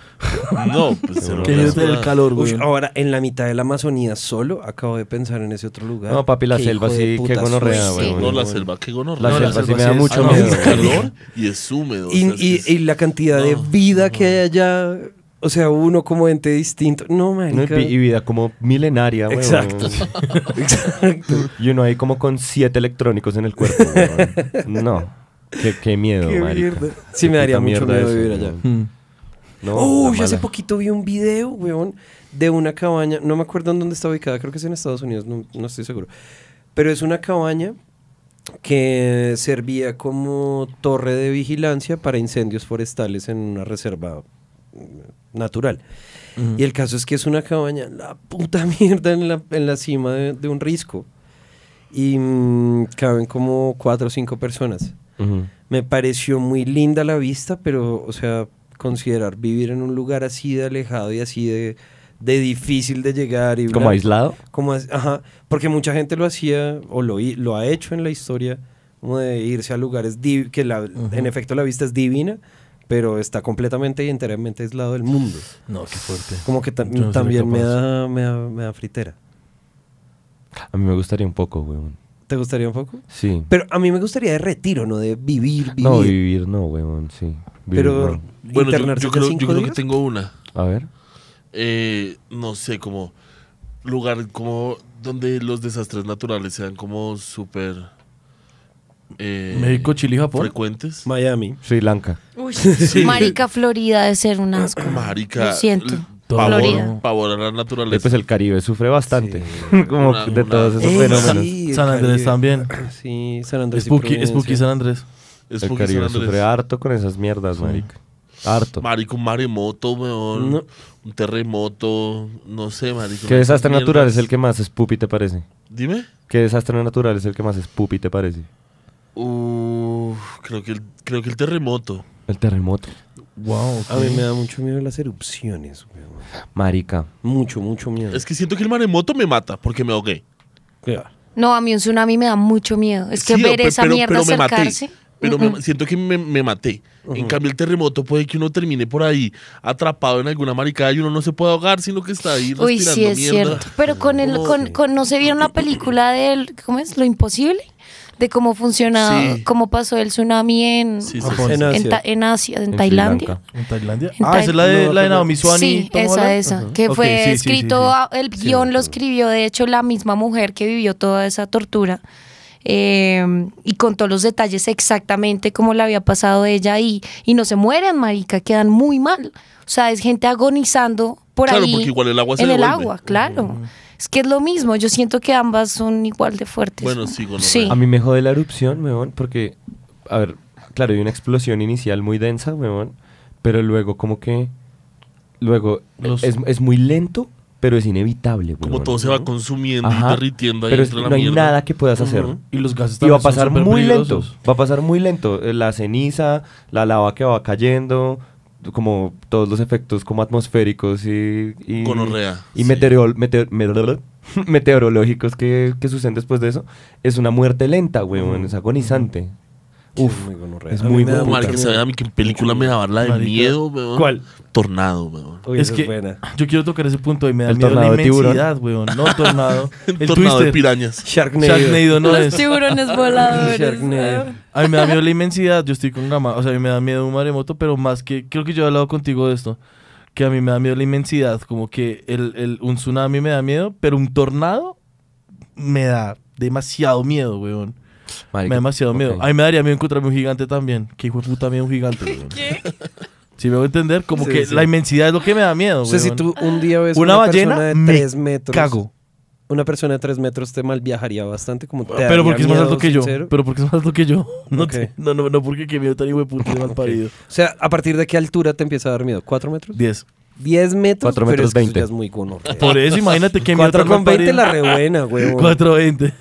[SPEAKER 7] No,
[SPEAKER 4] (laughs)
[SPEAKER 7] pues se lo
[SPEAKER 3] Qué miedo tener calor,
[SPEAKER 5] Uy,
[SPEAKER 3] güey.
[SPEAKER 5] ahora, en la mitad de la Amazonía solo, acabo de pensar en ese otro lugar.
[SPEAKER 4] No, papi, la
[SPEAKER 5] Qué
[SPEAKER 4] selva
[SPEAKER 5] hijo de
[SPEAKER 4] sí,
[SPEAKER 5] puta
[SPEAKER 4] qué gonorrea,
[SPEAKER 5] suerte.
[SPEAKER 4] güey.
[SPEAKER 7] No, la selva, qué gonorrea.
[SPEAKER 4] La
[SPEAKER 7] No,
[SPEAKER 4] selva sí me da mucho
[SPEAKER 7] selva
[SPEAKER 4] miedo.
[SPEAKER 7] Es calor y es húmedo. o
[SPEAKER 5] Y,
[SPEAKER 7] sea, es
[SPEAKER 5] y-
[SPEAKER 7] que es-
[SPEAKER 5] y la cantidad de vida que hay allá, o sea, uno como ente distinto. No,
[SPEAKER 4] No, y
[SPEAKER 5] marica.
[SPEAKER 4] vi- y vida como milenaria, güey.
[SPEAKER 5] Exacto. (laughs) Exacto.
[SPEAKER 4] (laughs) Y uno ahí como con siete electrónicos en el cuerpo, weón. No. Qué, qué miedo,
[SPEAKER 5] Qué
[SPEAKER 4] marica.
[SPEAKER 5] mierda. Sí, me
[SPEAKER 4] Qué
[SPEAKER 5] daría
[SPEAKER 4] puta
[SPEAKER 5] mucho
[SPEAKER 4] mierda
[SPEAKER 5] miedo
[SPEAKER 4] eso,
[SPEAKER 5] vivir allá.
[SPEAKER 4] weón.
[SPEAKER 3] (laughs) Mm.
[SPEAKER 4] No,
[SPEAKER 5] Uy,
[SPEAKER 4] la
[SPEAKER 5] Oh, hace
[SPEAKER 4] mala.
[SPEAKER 5] poquito vi un video, weón, de una cabaña. No me acuerdo en dónde está ubicada, creo que es en Estados Unidos, no, no estoy seguro. Pero es una cabaña que servía como torre de vigilancia para incendios forestales en una reserva mm, natural.
[SPEAKER 4] Mm.
[SPEAKER 5] Y el caso es que es una cabaña, la puta (laughs) mierda, en la, en la cima de, de un risco. Y mm, caben como cuatro o cinco personas.
[SPEAKER 4] Ujú.
[SPEAKER 5] Me pareció muy linda la vista, pero, o sea, considerar vivir en un lugar así de alejado y así de, de difícil de llegar. Y
[SPEAKER 4] ¿Como
[SPEAKER 5] bla-
[SPEAKER 4] aislado?
[SPEAKER 5] Como, as- ajá, porque mucha gente lo hacía o lo, hi- lo ha hecho en la historia, como de irse a lugares div- que la- en efecto la vista es divina, pero está completamente y enteramente aislado del mundo.
[SPEAKER 3] No, qué fuerte.
[SPEAKER 5] Como que tam-
[SPEAKER 3] Mm. Yo no seré
[SPEAKER 5] también me
[SPEAKER 3] capaz.
[SPEAKER 5] da, me, da, me da fritera.
[SPEAKER 4] A mí me gustaría un poco, weón.
[SPEAKER 5] ¿Te gustaría un poco?
[SPEAKER 4] Sí.
[SPEAKER 5] Pero a mí me gustaría de retiro, no de vivir, vivir.
[SPEAKER 4] No, vivir no, weón, sí. Vivir
[SPEAKER 5] pero
[SPEAKER 4] no.
[SPEAKER 7] Bueno, yo,
[SPEAKER 5] internarse
[SPEAKER 7] yo
[SPEAKER 5] por
[SPEAKER 7] creo, yo
[SPEAKER 5] cinco
[SPEAKER 7] creo que
[SPEAKER 5] días.
[SPEAKER 7] tengo una.
[SPEAKER 4] A ver.
[SPEAKER 7] Eh, no sé, como lugar como donde los desastres naturales sean como súper... eh,
[SPEAKER 3] México, Chile y Japón.
[SPEAKER 7] Frecuentes.
[SPEAKER 5] Miami.
[SPEAKER 4] Sri Lanka.
[SPEAKER 6] Uy,
[SPEAKER 7] Sí.
[SPEAKER 6] Marica Florida de ser un asco.
[SPEAKER 7] Marica.
[SPEAKER 6] Lo siento.
[SPEAKER 7] l-
[SPEAKER 6] Florida.
[SPEAKER 7] Pavor, pavor a la
[SPEAKER 4] Eh,
[SPEAKER 7] naturaleza.
[SPEAKER 4] Pues el Caribe sufre bastante. (laughs) Como
[SPEAKER 7] Una-
[SPEAKER 4] de
[SPEAKER 7] una-
[SPEAKER 4] todos esos
[SPEAKER 5] Ey,
[SPEAKER 4] fenómenos.
[SPEAKER 5] Eh, sí, el
[SPEAKER 3] San Andrés
[SPEAKER 5] Caribe.
[SPEAKER 3] también.
[SPEAKER 5] Sí, San Andrés. y
[SPEAKER 3] Spooky,
[SPEAKER 5] Providencia.
[SPEAKER 3] Spooky San Andrés.
[SPEAKER 5] Ah,
[SPEAKER 7] es
[SPEAKER 4] El
[SPEAKER 7] porque San
[SPEAKER 4] Caribe
[SPEAKER 7] Andrés-
[SPEAKER 4] sufre harto con esas mierdas, marica. Harto.
[SPEAKER 7] Marica, un maremoto, weón.
[SPEAKER 5] No.
[SPEAKER 7] Un terremoto. No sé, marica.
[SPEAKER 4] ¿Qué
[SPEAKER 7] una-
[SPEAKER 4] desastre
[SPEAKER 7] mierdas.
[SPEAKER 4] natural es el que más es pupi, te parece?
[SPEAKER 7] Dime.
[SPEAKER 4] ¿Qué desastre natural es el que más es pupi, te parece?
[SPEAKER 7] Uf, creo que el, creo que el terremoto.
[SPEAKER 4] El terremoto.
[SPEAKER 3] Wow.
[SPEAKER 5] A mí me da mucho miedo las erupciones. weón.
[SPEAKER 4] Marica.
[SPEAKER 5] Mucho, mucho miedo.
[SPEAKER 7] Es que siento que el maremoto me mata porque me ahogué.
[SPEAKER 5] Ya.
[SPEAKER 6] No, a mí un tsunami me da mucho miedo. Es que
[SPEAKER 7] Sí,
[SPEAKER 6] ver
[SPEAKER 7] pe-
[SPEAKER 6] esa
[SPEAKER 7] pero-
[SPEAKER 6] mierda
[SPEAKER 7] pero me maté.
[SPEAKER 6] acercarse.
[SPEAKER 7] Pero me- siento que me, me maté. En cambio, el terremoto puede que uno termine por ahí atrapado en alguna maricada y uno no se puede ahogar, sino que está ahí respirando
[SPEAKER 6] Uy, sí, es
[SPEAKER 7] mierda.
[SPEAKER 6] cierto. Pero con el, con, con- no se vieron la película del, ¿cómo es? Lo imposible. de cómo funciona,
[SPEAKER 7] Sí.
[SPEAKER 6] cómo pasó el tsunami en,
[SPEAKER 7] Sí, sí,
[SPEAKER 3] Japón.
[SPEAKER 7] sí.
[SPEAKER 5] En
[SPEAKER 6] en,
[SPEAKER 5] Asia.
[SPEAKER 6] Ta- en Asia, en,
[SPEAKER 4] Sri
[SPEAKER 6] Tailandia.
[SPEAKER 4] Lanka.
[SPEAKER 3] ¿En Tailandia?
[SPEAKER 6] En
[SPEAKER 3] ah, esa es la de,
[SPEAKER 5] No,
[SPEAKER 3] la de
[SPEAKER 5] no.
[SPEAKER 3] Naomi Swan y
[SPEAKER 6] Sí,
[SPEAKER 3] Tom
[SPEAKER 6] esa,
[SPEAKER 3] Holland.
[SPEAKER 6] esa,
[SPEAKER 3] Ajá.
[SPEAKER 6] que
[SPEAKER 3] Ok,
[SPEAKER 6] fue
[SPEAKER 3] sí, sí, sí,
[SPEAKER 6] escrito,
[SPEAKER 3] sí.
[SPEAKER 6] a- el guión lo escribió, de hecho, la misma mujer que vivió toda esa tortura eh, y contó los detalles exactamente como le había pasado a ella y, y no se mueren, marica, quedan muy mal. O sea, es gente agonizando por
[SPEAKER 7] Claro,
[SPEAKER 6] ahí
[SPEAKER 7] porque igual el agua se
[SPEAKER 6] en el
[SPEAKER 7] devuelve.
[SPEAKER 6] agua, claro. Es que es lo mismo, yo siento que ambas son igual de fuertes.
[SPEAKER 7] Bueno, sí, gonorrea.
[SPEAKER 6] Sí.
[SPEAKER 4] A mí me jode la erupción, weón, porque, a ver, claro, hay una explosión inicial muy densa, weón, pero luego como que, luego
[SPEAKER 3] Los-
[SPEAKER 4] es, es muy lento, pero es inevitable,
[SPEAKER 7] Como
[SPEAKER 4] weón.
[SPEAKER 7] todo se va consumiendo
[SPEAKER 4] Ajá,
[SPEAKER 7] y derritiendo ahí
[SPEAKER 4] pero es-
[SPEAKER 7] entre la
[SPEAKER 4] no hay
[SPEAKER 7] mierda.
[SPEAKER 4] nada que puedas hacer.
[SPEAKER 3] Y los gases
[SPEAKER 4] Y va
[SPEAKER 3] también
[SPEAKER 4] a
[SPEAKER 3] son
[SPEAKER 4] pasar
[SPEAKER 3] súper
[SPEAKER 4] muy lento,
[SPEAKER 3] peligrosos.
[SPEAKER 4] va a pasar muy lento. eh, La ceniza, la lava que va cayendo, como todos los efectos como atmosféricos y... y
[SPEAKER 7] Gonorrea,
[SPEAKER 4] Y
[SPEAKER 7] sí.
[SPEAKER 4] meteorol- meteor- meteor- (laughs) meteorológicos que, que suceden después de eso. Es una muerte lenta, weón, es agonizante. Uf,
[SPEAKER 5] muy gonorrea.
[SPEAKER 4] es
[SPEAKER 5] A mí
[SPEAKER 4] muy
[SPEAKER 5] me da
[SPEAKER 4] buen
[SPEAKER 7] No, marica,
[SPEAKER 4] puta.
[SPEAKER 7] ¿sabe a mí qué película me daba la de
[SPEAKER 3] Marica.
[SPEAKER 7] miedo, weón?
[SPEAKER 5] ¿Cuál?
[SPEAKER 7] Tornado, weón.
[SPEAKER 5] Uy,
[SPEAKER 3] es
[SPEAKER 5] esa
[SPEAKER 3] que
[SPEAKER 5] es buena.
[SPEAKER 3] yo quiero tocar ese punto y me da
[SPEAKER 4] El
[SPEAKER 3] miedo la
[SPEAKER 4] tornado de tiburón.
[SPEAKER 3] inmensidad, weón. No, tornado. el
[SPEAKER 7] tornado de
[SPEAKER 3] twister.
[SPEAKER 7] pirañas.
[SPEAKER 5] Sharknado. Ah,
[SPEAKER 3] Sharknado no
[SPEAKER 6] los
[SPEAKER 3] es.
[SPEAKER 6] tiburones voladores.
[SPEAKER 5] Sharknado.
[SPEAKER 3] A mí me da miedo la inmensidad, yo estoy con gama. O sea, a mí me da miedo un maremoto, pero más que. Creo que yo he hablado contigo de esto. Que a mí me da miedo la inmensidad. Como que el, el- un tsunami me da miedo, pero un tornado me da demasiado miedo, weón. Me
[SPEAKER 4] Marica,
[SPEAKER 3] da demasiado miedo.
[SPEAKER 4] ok.
[SPEAKER 3] A mí me daría miedo encontrarme un gigante también. Que hijo de puta miedo un gigante, weón. Si me voy a entender, como
[SPEAKER 5] Sí,
[SPEAKER 3] que
[SPEAKER 5] sí.
[SPEAKER 3] la inmensidad es lo que me da miedo,
[SPEAKER 5] O sea, si
[SPEAKER 3] weón.
[SPEAKER 5] tú un día ves
[SPEAKER 3] Una
[SPEAKER 5] una,
[SPEAKER 3] ballena,
[SPEAKER 5] persona de
[SPEAKER 3] me
[SPEAKER 5] 3 metros.
[SPEAKER 3] Cago.
[SPEAKER 5] Una persona de 3 metros te mal viajaría bastante. Como te
[SPEAKER 3] Pero porque
[SPEAKER 5] daría
[SPEAKER 3] es más
[SPEAKER 5] miedo,
[SPEAKER 3] alto que yo.
[SPEAKER 5] sincero.
[SPEAKER 3] Pero porque es más alto que yo. (laughs) No, te-
[SPEAKER 5] Ok.
[SPEAKER 3] no, no, no, porque qué miedo tan hijo de puta y mal parido.
[SPEAKER 5] O sea, ¿a partir de qué altura te empieza a dar miedo? ¿4 metros?
[SPEAKER 3] 10.
[SPEAKER 5] 10 metros.
[SPEAKER 4] Cuatro
[SPEAKER 5] pero
[SPEAKER 4] metros
[SPEAKER 5] es que eso
[SPEAKER 4] veinte.
[SPEAKER 5] ya es muy gonorrea.
[SPEAKER 3] Por eso, imagínate qué miedo
[SPEAKER 5] 4
[SPEAKER 3] tan
[SPEAKER 5] con
[SPEAKER 3] mal
[SPEAKER 5] 20 la
[SPEAKER 3] parido.
[SPEAKER 5] (laughs) rebuena, huevón.
[SPEAKER 3] (laughs) 420.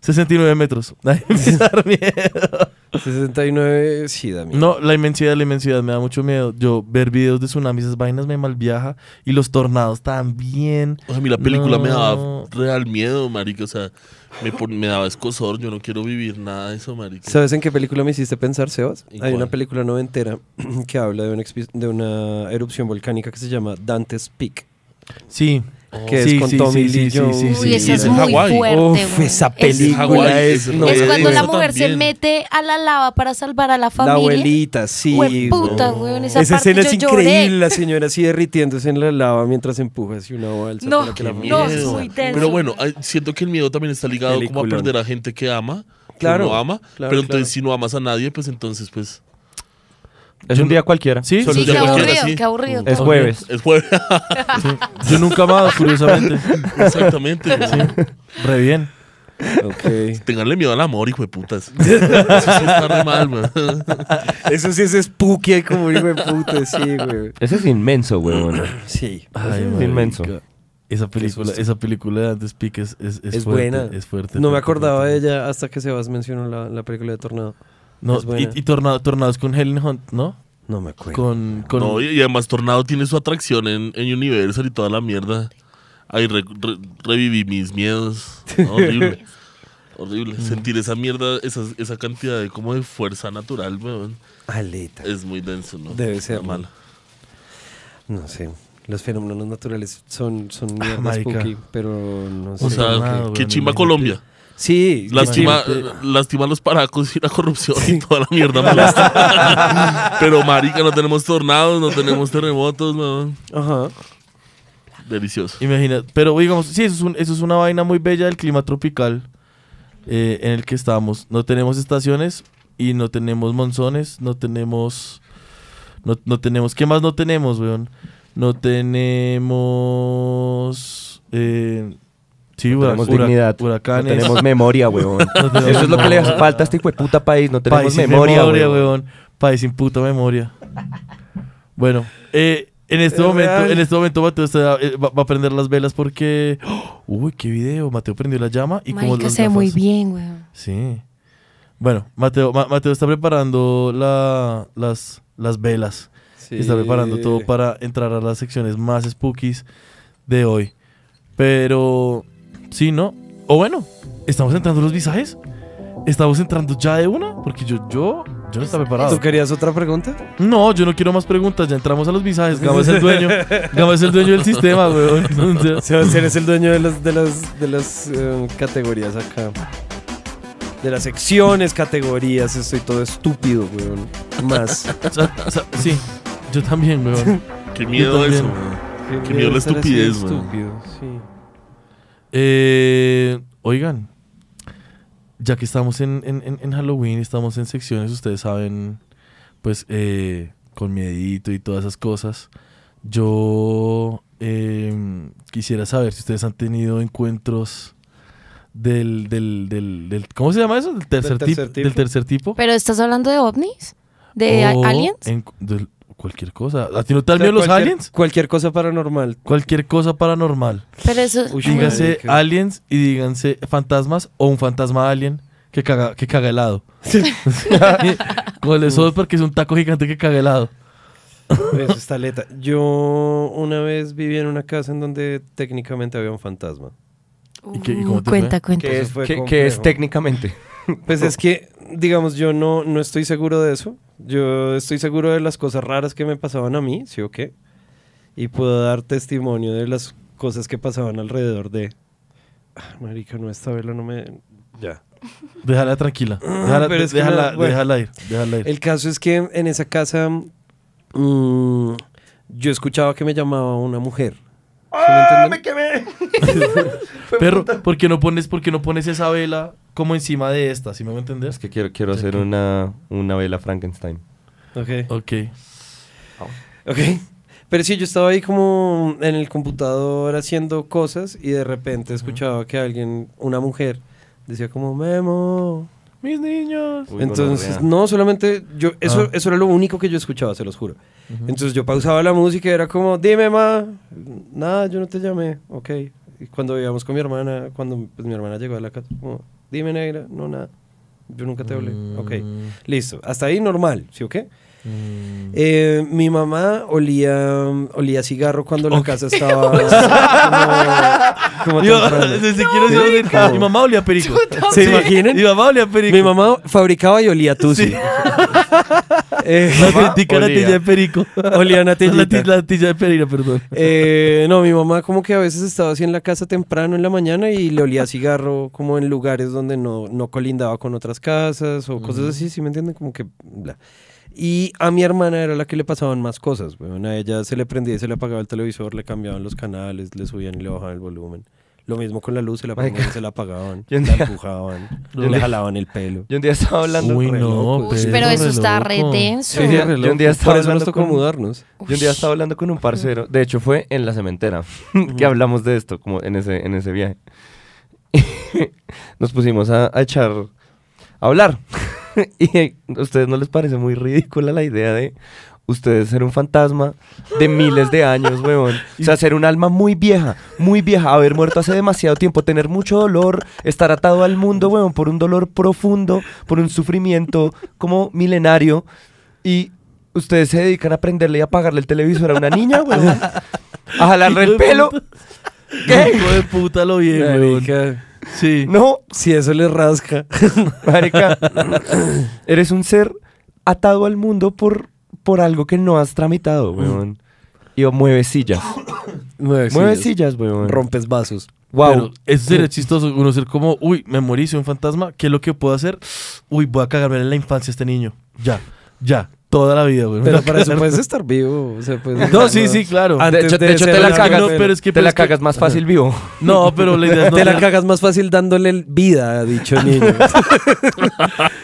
[SPEAKER 3] 69 metros. (laughs) Ay, me da miedo.
[SPEAKER 5] 69, sí, da miedo.
[SPEAKER 3] No, la inmensidad, la inmensidad me da mucho miedo. Yo ver videos de tsunamis, esas vainas me malviaja. Y los tornados también.
[SPEAKER 7] O sea, a mí la película me daba
[SPEAKER 3] No.
[SPEAKER 7] real miedo, marica. O sea, me, pon- me daba escosor. Yo no quiero vivir nada de eso, marica.
[SPEAKER 5] ¿Sabes en qué película me hiciste pensar, Sebas?
[SPEAKER 7] ¿En
[SPEAKER 5] Hay
[SPEAKER 7] cuál?
[SPEAKER 5] una película noventera (clears throat) que habla de una, expi- de una erupción volcánica que se llama Dante's Peak.
[SPEAKER 3] Sí.
[SPEAKER 5] Que
[SPEAKER 3] Sí,
[SPEAKER 5] es con
[SPEAKER 3] sí,
[SPEAKER 5] Tommy
[SPEAKER 3] sí,
[SPEAKER 5] Lee
[SPEAKER 3] sí, sí,
[SPEAKER 5] Jones.
[SPEAKER 3] sí,
[SPEAKER 6] Uy,
[SPEAKER 3] sí,
[SPEAKER 6] esa
[SPEAKER 3] sí,
[SPEAKER 6] es
[SPEAKER 3] sí.
[SPEAKER 6] muy
[SPEAKER 7] Hawái.
[SPEAKER 6] fuerte.
[SPEAKER 5] Uf,
[SPEAKER 6] güey.
[SPEAKER 5] esa
[SPEAKER 6] Es-
[SPEAKER 5] película
[SPEAKER 7] Hawái,
[SPEAKER 5] es...
[SPEAKER 7] es-
[SPEAKER 5] no,
[SPEAKER 6] es cuando la
[SPEAKER 7] Eso
[SPEAKER 6] mujer se
[SPEAKER 7] también.
[SPEAKER 6] mete a la lava para salvar a la
[SPEAKER 5] La
[SPEAKER 6] familia.
[SPEAKER 5] abuelita, sí.
[SPEAKER 6] Hue puta,
[SPEAKER 5] güey.
[SPEAKER 6] weón, esa,
[SPEAKER 5] Esa,
[SPEAKER 6] parte
[SPEAKER 5] escena es
[SPEAKER 6] yo lloré.
[SPEAKER 5] increíble, la señora así derritiéndose en la lava mientras empuja así una balsa.
[SPEAKER 6] No,
[SPEAKER 5] para que la
[SPEAKER 6] qué
[SPEAKER 5] familia
[SPEAKER 6] miedo.
[SPEAKER 5] se
[SPEAKER 6] es muy
[SPEAKER 5] salve.
[SPEAKER 6] tenso.
[SPEAKER 7] Pero bueno, ay, siento que el miedo también está ligado como a
[SPEAKER 5] Peliculón.
[SPEAKER 7] perder a gente que ama.
[SPEAKER 5] Claro,
[SPEAKER 7] Claro. No ama.
[SPEAKER 5] claro,
[SPEAKER 7] pero entonces,
[SPEAKER 5] claro.
[SPEAKER 7] si no amas a nadie, pues entonces, pues.
[SPEAKER 4] Es un día cualquiera.
[SPEAKER 3] Sí,
[SPEAKER 7] Solo
[SPEAKER 6] Sí,
[SPEAKER 7] de
[SPEAKER 6] qué
[SPEAKER 7] cualquiera,
[SPEAKER 6] aburrido,
[SPEAKER 7] sí.
[SPEAKER 6] qué aburrido.
[SPEAKER 4] Es jueves.
[SPEAKER 7] Es jueves. (laughs)
[SPEAKER 3] Yo nunca más, (laughs) curiosamente.
[SPEAKER 7] Exactamente. güey.
[SPEAKER 3] Re bien.
[SPEAKER 5] Ok.
[SPEAKER 7] Tenganle miedo al amor, hijo de putas. Eso sí está re mal, weón.
[SPEAKER 5] (laughs) Eso sí es spooky como hijo de puta, sí, güey.
[SPEAKER 4] Ese es
[SPEAKER 3] (clears throat)
[SPEAKER 4] inmenso, weón.
[SPEAKER 5] Sí.
[SPEAKER 3] Ay,
[SPEAKER 4] es
[SPEAKER 3] marica.
[SPEAKER 4] inmenso.
[SPEAKER 3] Esa película, esa película de Antes Peak es, es, es
[SPEAKER 5] Es
[SPEAKER 3] fuerte,
[SPEAKER 5] buena.
[SPEAKER 3] Es fuerte.
[SPEAKER 5] No me
[SPEAKER 3] fuerte,
[SPEAKER 5] acordaba
[SPEAKER 3] fuerte.
[SPEAKER 5] de ella hasta que Sebas mencionó la, la película de Tornado.
[SPEAKER 3] No,
[SPEAKER 5] Es buena.
[SPEAKER 3] y, y tornado, Tornados con Helen Hunt, ¿no?
[SPEAKER 5] No me acuerdo.
[SPEAKER 3] Con, con
[SPEAKER 7] No, y y además Tornado tiene su atracción en, en Universal y toda la mierda. Ahí re- re- reviví mis miedos. No, horrible. horrible. Sentir esa mierda, esas- esa cantidad de como de fuerza natural, weón.
[SPEAKER 5] Aleta.
[SPEAKER 7] Es muy denso, ¿no?
[SPEAKER 5] Debe ser.
[SPEAKER 7] Está mal.
[SPEAKER 5] No sé. Los fenómenos naturales son, son
[SPEAKER 3] Ah,
[SPEAKER 5] mierda
[SPEAKER 3] marica.
[SPEAKER 5] spooky, pero no sé.
[SPEAKER 7] O sea,
[SPEAKER 3] Tornado,
[SPEAKER 7] qué
[SPEAKER 3] weón,
[SPEAKER 7] chimba
[SPEAKER 3] imagínate.
[SPEAKER 7] Colombia.
[SPEAKER 5] sí,
[SPEAKER 7] Lástima,
[SPEAKER 3] Imagínate.
[SPEAKER 7] eh, lástima a los paracos y la corrupción y toda la
[SPEAKER 5] (laughs)
[SPEAKER 7] mierda molesta. Pero marica, no tenemos tornados, no tenemos terremotos, weón.
[SPEAKER 5] Ajá.
[SPEAKER 7] Delicioso.
[SPEAKER 3] Imagina, pero digamos, sí, eso es, un- eso es una vaina muy bella del clima tropical eh, en el que estamos. No tenemos estaciones y no tenemos monzones, no tenemos... No, no tenemos... ¿Qué más no tenemos, weón? No tenemos... Eh, sí,
[SPEAKER 4] No
[SPEAKER 3] hurac-
[SPEAKER 4] tenemos
[SPEAKER 3] hurac-
[SPEAKER 4] dignidad. No
[SPEAKER 3] Huracanes. (laughs)
[SPEAKER 4] tenemos memoria, weón.
[SPEAKER 3] tenemos
[SPEAKER 4] Eso es lo que le
[SPEAKER 3] memoria.
[SPEAKER 4] falta a este hijo de puta país. No tenemos
[SPEAKER 3] País sin
[SPEAKER 4] memoria, weón.
[SPEAKER 3] weón. País sin puta memoria. Bueno, eh, en este
[SPEAKER 5] Es
[SPEAKER 3] momento,
[SPEAKER 5] real.
[SPEAKER 3] en este momento Mateo está- eh, va, va a prender las velas porque. (gasps) ¡Oh! Uy, qué video. Mateo prendió la llama y como
[SPEAKER 6] Marica,
[SPEAKER 3] las
[SPEAKER 6] se ve
[SPEAKER 3] gafas.
[SPEAKER 6] muy bien, weón.
[SPEAKER 3] Sí. Bueno, Mateo, Ma- Mateo está preparando la- las, las velas.
[SPEAKER 5] Sí.
[SPEAKER 3] Está preparando todo para entrar a las secciones más spookies de hoy. Pero, sí, ¿no? O bueno, ¿estamos entrando a los visajes? ¿Estamos entrando ya de una? Porque yo, yo, yo no estaba preparado.
[SPEAKER 5] ¿Tú querías otra pregunta?
[SPEAKER 3] No, yo no quiero más preguntas. Ya entramos a los visajes. Gama es el
[SPEAKER 5] (laughs)
[SPEAKER 3] dueño. Gama es el dueño del sistema, weón. (laughs) Entonces,
[SPEAKER 5] Sebastián es el dueño de las de las de las eh, categorías acá. em, de las secciones, categorías. Estoy todo estúpido, weón. Más.
[SPEAKER 3] (laughs) Sa- sa- sí, yo también, weón.
[SPEAKER 7] Qué
[SPEAKER 3] Yo
[SPEAKER 7] miedo eso,
[SPEAKER 3] también.
[SPEAKER 7] weón. Qué miedo la
[SPEAKER 5] estar así de
[SPEAKER 7] estupidez, weón.
[SPEAKER 5] estúpido, sí.
[SPEAKER 3] Eh, oigan, ya que estamos en, en- en- en Halloween, estamos en secciones, ustedes saben, pues, eh, con miedito y todas esas cosas. Yo eh, quisiera saber si ustedes han tenido encuentros del, del, del, del- ¿cómo se llama eso? Del tercer,
[SPEAKER 5] tercer
[SPEAKER 3] tip-
[SPEAKER 5] tipo.
[SPEAKER 3] Del tercer tipo.
[SPEAKER 6] ¿Pero estás hablando de ovnis? ¿De a-
[SPEAKER 3] O
[SPEAKER 6] aliens?
[SPEAKER 3] en- del- cualquier cosa. ¿A ti no te
[SPEAKER 5] O
[SPEAKER 3] dan
[SPEAKER 5] sea,
[SPEAKER 3] miedo los
[SPEAKER 5] cualquier-
[SPEAKER 3] aliens?
[SPEAKER 5] Cualquier cosa paranormal.
[SPEAKER 3] Cualquier cosa paranormal.
[SPEAKER 6] Pero eso...
[SPEAKER 5] Uy,
[SPEAKER 6] Ay,
[SPEAKER 5] digas-
[SPEAKER 3] Díganse
[SPEAKER 5] marica.
[SPEAKER 3] aliens y díganse fantasmas o un fantasma alien que caga, que caga helado. (laughs) Como el de South Park, que es un taco gigante que caga helado.
[SPEAKER 5] Eso está aleta. Yo una vez viví en una casa en donde técnicamente había un fantasma.
[SPEAKER 3] ¿Y qué- y cómo
[SPEAKER 6] uh,
[SPEAKER 3] te fue?
[SPEAKER 6] cuenta, cuenta.
[SPEAKER 5] ¿Qué
[SPEAKER 4] ¿Qué
[SPEAKER 5] es-
[SPEAKER 4] es,
[SPEAKER 5] fue qué- qué es complejo.
[SPEAKER 4] técnicamente?
[SPEAKER 5] Pues es que, digamos, yo no, no estoy seguro de eso. Yo estoy seguro de las cosas raras que me pasaban a mí, ¿sí o qué? Y puedo dar testimonio de las cosas que pasaban alrededor de... Ah, marica, no, esta vela no me... Ya.
[SPEAKER 3] Déjala tranquila. Déjala,
[SPEAKER 5] pero es que
[SPEAKER 3] déjala-
[SPEAKER 5] no, bueno.
[SPEAKER 3] déjala ir. Déjala ir.
[SPEAKER 5] El caso es que en esa casa mm, yo escuchaba que me llamaba una mujer. ¿Sí me entienden?
[SPEAKER 3] Perro, ¿por qué, no pones, ¿por qué no pones esa vela como encima de esta? ¿Sí me voy a entender?
[SPEAKER 4] Es que quiero, quiero hacer una, una vela Frankenstein.
[SPEAKER 5] Ok.
[SPEAKER 3] Ok.
[SPEAKER 5] Ok. Pero sí, yo estaba ahí como en el computador haciendo cosas y de repente escuchaba que alguien, una mujer, decía como Memo.
[SPEAKER 3] Mis niños.
[SPEAKER 4] Uy,
[SPEAKER 5] Entonces,
[SPEAKER 4] gonorrea.
[SPEAKER 5] no, solamente yo, eso,
[SPEAKER 3] Ah.
[SPEAKER 5] eso era lo único que yo escuchaba, se los juro. Entonces yo pausaba la música y era como, dime, ma, nada, yo no te llamé, ok. Y cuando vivíamos con mi hermana, cuando pues, mi hermana llegó a la casa, como, dime, negra, no, nada, yo nunca te hablé, ok.
[SPEAKER 3] Mm,
[SPEAKER 5] Listo, hasta ahí normal, ¿sí o qué?
[SPEAKER 3] mm.
[SPEAKER 5] Eh, mi mamá olía, olía cigarro cuando la
[SPEAKER 3] (laughs)
[SPEAKER 5] casa estaba como, como
[SPEAKER 3] Yo-
[SPEAKER 5] (laughs) temprana.
[SPEAKER 3] si quiero
[SPEAKER 5] Sí,
[SPEAKER 3] decir-
[SPEAKER 5] como-
[SPEAKER 3] Mi mamá olía a perico.
[SPEAKER 5] ¿Se
[SPEAKER 3] Sí,
[SPEAKER 5] imaginan?
[SPEAKER 3] Mi mamá olía a perico.
[SPEAKER 5] Mi mamá fabricaba y olía tusi. (laughs) Eh,
[SPEAKER 3] La auténtica
[SPEAKER 4] olía.
[SPEAKER 3] natilla de perico.
[SPEAKER 5] olía a natillita.
[SPEAKER 3] La ti- La natilla de perico, perdón.
[SPEAKER 5] Eh, no, mi mamá como que a veces estaba así en la casa temprano en la mañana y le olía cigarro como en lugares donde no, no colindaba con otras casas o cosas así, ¿sí me entienden? Como que... bla. Y a mi hermana era la que le pasaban más cosas, weón. A ella se le prendía y se le apagaba el televisor, le cambiaban los canales, le subían y le bajaban el volumen. Lo mismo con la luz, se la prendían y se la apagaban,
[SPEAKER 4] Yo un
[SPEAKER 5] la
[SPEAKER 4] día-
[SPEAKER 5] empujaban,
[SPEAKER 4] yo un
[SPEAKER 5] le
[SPEAKER 4] día-
[SPEAKER 5] jalaban el pelo.
[SPEAKER 4] Yo un día estaba hablando.
[SPEAKER 3] Uy,
[SPEAKER 4] re
[SPEAKER 3] no,
[SPEAKER 4] loco.
[SPEAKER 6] Uy, pero,
[SPEAKER 3] Pero
[SPEAKER 6] eso
[SPEAKER 3] re
[SPEAKER 6] está
[SPEAKER 3] loco.
[SPEAKER 6] re denso.
[SPEAKER 4] Sí,
[SPEAKER 5] Yo
[SPEAKER 4] sí. Yo un día estaba
[SPEAKER 5] Por eso nos
[SPEAKER 4] hablando
[SPEAKER 5] tocó
[SPEAKER 4] con-
[SPEAKER 5] mudarnos.
[SPEAKER 4] Yo un día estaba hablando con un parcero, de hecho fue en la cementera, (laughs) que hablamos de esto, como en ese, en ese viaje. (laughs) Nos pusimos a, a echar, a hablar. (laughs) y eh, ¿a ustedes no les parece muy ridícula la idea de ustedes ser un fantasma de miles de años, (laughs) weón. O sea, ser un alma muy vieja, muy vieja, haber muerto hace demasiado tiempo, tener mucho dolor, estar atado al mundo, weón, por un dolor profundo, por un sufrimiento como milenario. Y ustedes se dedican a prenderle y apagarle el televisor a una niña, weón. A jalarle el pelo. ¿Qué?
[SPEAKER 3] (laughs) Hijo de puta lo bien, weón.
[SPEAKER 5] Marica,
[SPEAKER 3] Sí.
[SPEAKER 4] No,
[SPEAKER 5] si eso le rasca.
[SPEAKER 4] marica. Eres un ser atado al mundo por, por algo que no has tramitado, weón. Y mueve sillas. Mueve sillas, weón.
[SPEAKER 5] Rompes vasos.
[SPEAKER 4] Wow.
[SPEAKER 3] Pero eso sería chistoso, uno ser como, uy, me morí, soy un fantasma, ¿qué es lo que puedo hacer? Uy, voy a cagarme en la infancia a este niño. Ya, ya, toda la vida, güey. (laughs)
[SPEAKER 5] Pero para eso puedes estar vivo. o sea, puedes- (laughs)
[SPEAKER 3] No, sí, sí, claro.
[SPEAKER 5] Ah,
[SPEAKER 4] de
[SPEAKER 5] antes
[SPEAKER 4] hecho,
[SPEAKER 5] de
[SPEAKER 4] de hecho
[SPEAKER 5] ser
[SPEAKER 4] te la
[SPEAKER 5] una-
[SPEAKER 4] cagas.
[SPEAKER 5] No,
[SPEAKER 3] pero es que-
[SPEAKER 4] te
[SPEAKER 3] pero
[SPEAKER 4] la
[SPEAKER 3] es que-
[SPEAKER 4] cagas más fácil vivo.
[SPEAKER 3] No, pero la
[SPEAKER 4] (laughs)
[SPEAKER 3] idea es no
[SPEAKER 5] Te la
[SPEAKER 3] ser-
[SPEAKER 5] cagas más fácil dándole vida a dicho niño. (laughs)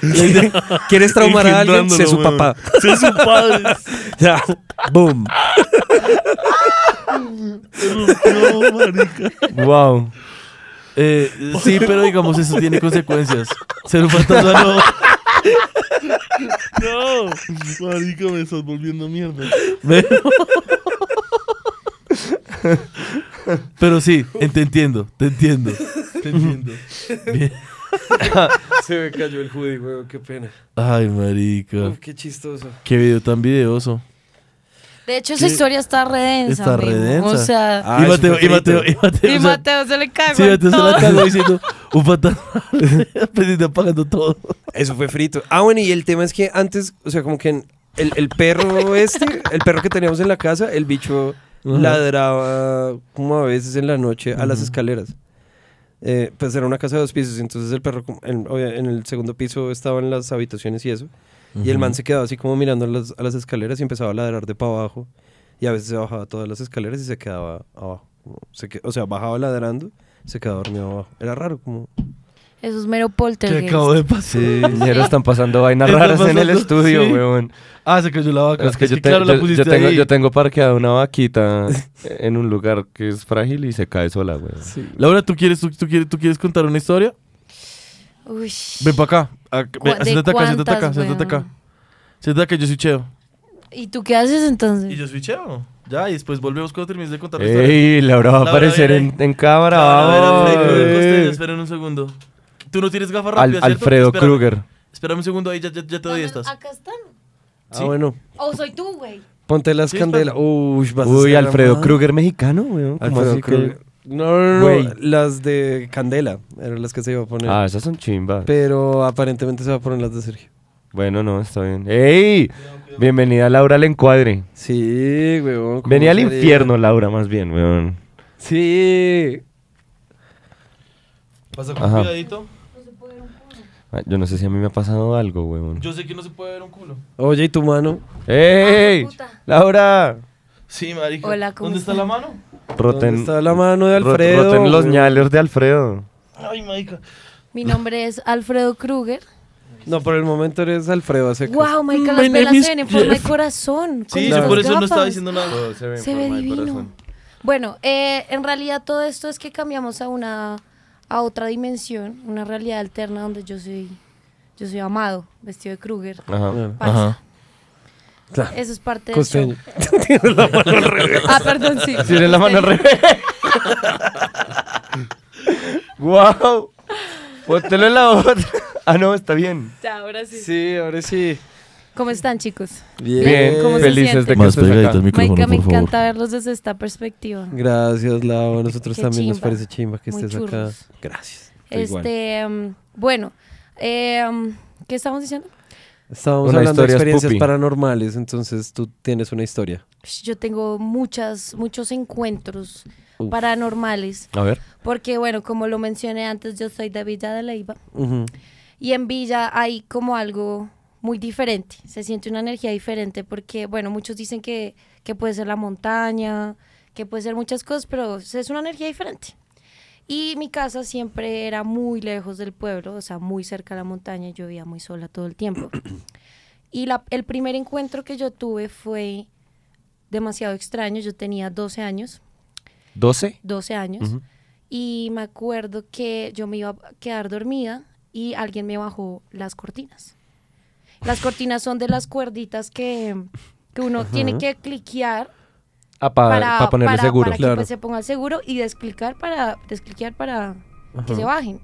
[SPEAKER 5] La idea- ¿Quieres traumar a alguien? Sé
[SPEAKER 7] Engendrándolo,
[SPEAKER 5] su
[SPEAKER 7] weón.
[SPEAKER 5] papá.
[SPEAKER 7] Sé su padre.
[SPEAKER 5] Ya. Boom.
[SPEAKER 7] No, marica.
[SPEAKER 4] wow.
[SPEAKER 3] Eh, sí, pero digamos, eso tiene consecuencias. Ser un fantasma no.
[SPEAKER 7] No. Marica, me estás volviendo mierda.
[SPEAKER 5] (laughs)
[SPEAKER 3] Pero, Pero sí, en- te entiendo, te entiendo. Te entiendo. Bien.
[SPEAKER 5] Se me cayó el hoodie, weón. Qué pena.
[SPEAKER 3] Ay, marica.
[SPEAKER 5] qué chistoso.
[SPEAKER 3] Qué video tan videoso.
[SPEAKER 6] De hecho, esa historia está re densa.
[SPEAKER 3] Está re
[SPEAKER 6] amigo.
[SPEAKER 3] densa.
[SPEAKER 6] O sea...
[SPEAKER 5] Ah,
[SPEAKER 3] y Mateo,
[SPEAKER 5] eso fue
[SPEAKER 3] y Mateo, y Mateo. (laughs)
[SPEAKER 6] y
[SPEAKER 3] o sea,
[SPEAKER 6] Mateo se le cagó
[SPEAKER 3] Sí,
[SPEAKER 6] en
[SPEAKER 3] Mateo se
[SPEAKER 6] todo.
[SPEAKER 3] la
[SPEAKER 6] (laughs)
[SPEAKER 3] cagó diciendo un fantasma. (laughs) Pendiente apagando todo.
[SPEAKER 5] Eso fue frito. Ah, bueno, y el tema es que antes, o sea, como que en- el, el perro este, el perro que teníamos en la casa, el bicho
[SPEAKER 3] Ajá.
[SPEAKER 5] ladraba como a veces en la noche a las escaleras. eh, pues era una casa de dos pisos, entonces el perro como- en, obvia- en el segundo piso estaban las habitaciones y eso, y el man se quedaba así como mirando a las, a las escaleras y empezaba a ladrar de para abajo, y a veces se bajaba todas las escaleras y se quedaba abajo, como se que- o sea, bajaba ladrando, se quedaba dormido abajo, era raro como...
[SPEAKER 6] Eso es mero
[SPEAKER 3] ¿Qué
[SPEAKER 6] poltergeist.
[SPEAKER 3] acabo de pasar?
[SPEAKER 4] Sí, ñero, están pasando vainas
[SPEAKER 3] Están
[SPEAKER 4] raras en el
[SPEAKER 3] pasando-
[SPEAKER 4] estudio,
[SPEAKER 3] sí.
[SPEAKER 4] weón.
[SPEAKER 3] Ah, se cayó la vaca.
[SPEAKER 4] Es que yo,
[SPEAKER 3] Sí,
[SPEAKER 4] te-
[SPEAKER 3] claro,
[SPEAKER 4] yo-
[SPEAKER 3] la
[SPEAKER 4] yo
[SPEAKER 3] pusiste
[SPEAKER 4] tengo,
[SPEAKER 3] pues, ahí.
[SPEAKER 4] yo tengo parqueada una vaquita en un lugar que es frágil y se cae sola, weón.
[SPEAKER 3] Laura, ¿tú quieres, tú, tú quieres, ¿tú quieres contar una historia?
[SPEAKER 6] Uy.
[SPEAKER 3] Ven para acá. Ah,
[SPEAKER 6] ¿Cuá-
[SPEAKER 3] Ven,
[SPEAKER 6] de
[SPEAKER 3] siéntate acá, siéntate acá,
[SPEAKER 6] cuántas,
[SPEAKER 3] siéntate
[SPEAKER 6] weón?
[SPEAKER 3] acá. Siéntate acá, yo soy Cheo.
[SPEAKER 6] ¿Y tú qué haces entonces?
[SPEAKER 3] Y yo soy Cheo. Ya, y después volvemos cuando termines de contar la historia.
[SPEAKER 4] Ey, Laura va a
[SPEAKER 3] Laura
[SPEAKER 4] aparecer en,
[SPEAKER 3] viene.
[SPEAKER 4] en
[SPEAKER 3] A
[SPEAKER 4] cámara.
[SPEAKER 3] ver, Alfredo,
[SPEAKER 4] ay.
[SPEAKER 3] Costello, esperen un segundo. Tú no tienes gafas
[SPEAKER 4] Al-
[SPEAKER 3] rápidas, ¿cierto?
[SPEAKER 4] Alfredo
[SPEAKER 3] Espérame.
[SPEAKER 4] Kruger.
[SPEAKER 3] Espérame un segundo ahí, ya, ya- ya te doy estas.
[SPEAKER 6] Acá están.
[SPEAKER 3] Sí.
[SPEAKER 5] Ah, bueno,
[SPEAKER 6] O soy tú, güey.
[SPEAKER 5] ponte las
[SPEAKER 3] Sí, espera.
[SPEAKER 5] candelas, uy, vas a
[SPEAKER 4] Uy,
[SPEAKER 5] estar
[SPEAKER 4] Alfredo
[SPEAKER 5] amado.
[SPEAKER 4] Kruger mexicano, weón. ¿Cómo
[SPEAKER 5] Alfredo
[SPEAKER 4] así que-
[SPEAKER 5] Kruger. No, no, no,
[SPEAKER 4] Güey.
[SPEAKER 5] las de Candela eran las que se iba a poner.
[SPEAKER 4] Ah, esas son chimbas.
[SPEAKER 5] Pero aparentemente se va a poner las de Sergio.
[SPEAKER 4] Bueno, no, está bien. ¡Ey! Bienvenida Laura al encuadre.
[SPEAKER 5] Sí, weón. ¿cómo
[SPEAKER 4] Venía al
[SPEAKER 5] sería?
[SPEAKER 4] infierno, Laura, más bien, weón.
[SPEAKER 5] Sí.
[SPEAKER 3] Pasa
[SPEAKER 4] Ajá.
[SPEAKER 3] con cuidadito.
[SPEAKER 4] Ah, Yo no sé si a mí me ha pasado algo, weón.
[SPEAKER 3] Yo sé que no se puede ver un culo.
[SPEAKER 5] Oye, ¿y tu mano?
[SPEAKER 4] ¡Ey!
[SPEAKER 6] Ah, puta.
[SPEAKER 4] ¡Laura!
[SPEAKER 3] Sí, marica.
[SPEAKER 6] Hola, ¿cómo
[SPEAKER 3] ¿Dónde está la
[SPEAKER 6] están?
[SPEAKER 3] mano?
[SPEAKER 4] Roten,
[SPEAKER 5] ¿Dónde está la mano de
[SPEAKER 4] ro-
[SPEAKER 5] Alfredo?
[SPEAKER 4] roten los
[SPEAKER 5] weón?
[SPEAKER 4] ñalers de Alfredo.
[SPEAKER 3] Ay, marica.
[SPEAKER 6] Mi nombre es Alfredo Kruger.
[SPEAKER 5] No, por el momento eres Alfredo Aseca.
[SPEAKER 6] Wow, marica,
[SPEAKER 3] Mm. My
[SPEAKER 6] las
[SPEAKER 3] name
[SPEAKER 6] velas
[SPEAKER 3] is
[SPEAKER 6] se ven en forma de
[SPEAKER 3] Jeff.
[SPEAKER 6] corazón. con
[SPEAKER 3] Sí,
[SPEAKER 5] Claro.
[SPEAKER 3] yo
[SPEAKER 6] esas
[SPEAKER 3] por eso no estaba
[SPEAKER 6] gafas.
[SPEAKER 3] diciendo nada.
[SPEAKER 6] Se ve divino. Bueno, eh, en realidad todo esto es que cambiamos a una a otra dimensión, una realidad alterna donde yo soy yo soy amado, vestido de Kruger.
[SPEAKER 4] Ajá.
[SPEAKER 6] Parce,
[SPEAKER 5] Claro.
[SPEAKER 6] Eso es parte del show.
[SPEAKER 5] Costeño.
[SPEAKER 6] Ah, perdón, sí.
[SPEAKER 4] Tiene la mano al (laughs) revés. ¡Wow! Póntelo en la otra. Ah, no, está bien.
[SPEAKER 6] Ya, ahora sí.
[SPEAKER 5] Sí, ahora sí.
[SPEAKER 6] ¿Cómo están, chicos?
[SPEAKER 5] Bien.
[SPEAKER 6] ¿cómo se
[SPEAKER 4] felices
[SPEAKER 6] siente?
[SPEAKER 4] de que estés acá.
[SPEAKER 6] Maica, me encanta verlos desde esta perspectiva.
[SPEAKER 5] Gracias, Laura. Nosotros
[SPEAKER 6] Qué
[SPEAKER 5] también nos
[SPEAKER 6] chimba.
[SPEAKER 5] parece chimba que
[SPEAKER 6] Muy
[SPEAKER 5] estés acá.
[SPEAKER 6] churros.
[SPEAKER 5] Gracias.
[SPEAKER 6] Este, em, bueno, em, ¿qué estamos diciendo?
[SPEAKER 5] Estábamos
[SPEAKER 4] Una
[SPEAKER 5] hablando de
[SPEAKER 4] historia es
[SPEAKER 5] experiencias
[SPEAKER 4] pupi.
[SPEAKER 5] paranormales, entonces tú tienes una historia.
[SPEAKER 6] Ush, Pues, Yo tengo muchas muchos encuentros
[SPEAKER 5] Uf.
[SPEAKER 6] paranormales
[SPEAKER 4] A ver.
[SPEAKER 6] porque bueno, como lo mencioné antes, yo soy de Villa de Leiva.
[SPEAKER 5] Ujú.
[SPEAKER 6] Y en Villa hay como algo muy diferente, se siente una energía diferente porque, bueno, muchos dicen que, que puede ser la montaña, que puede ser muchas cosas, pero es una energía diferente. Y mi casa siempre era muy lejos del pueblo, o sea, muy cerca de la montaña, yo vivía muy sola todo el tiempo. Y la- el primer encuentro que yo tuve fue demasiado extraño, yo tenía 12 años,
[SPEAKER 4] ¿12?
[SPEAKER 6] 12 años. Y me acuerdo que yo me iba a quedar dormida y alguien me bajó las cortinas. Las cortinas son de las cuerditas que, que uno tiene que cliquear
[SPEAKER 4] Ah, pa-
[SPEAKER 6] para,
[SPEAKER 4] pa ponerle
[SPEAKER 6] para-
[SPEAKER 4] seguro.
[SPEAKER 6] para que
[SPEAKER 5] Claro.
[SPEAKER 6] pues, se ponga seguro y desclicar para, descliquear para que se bajen.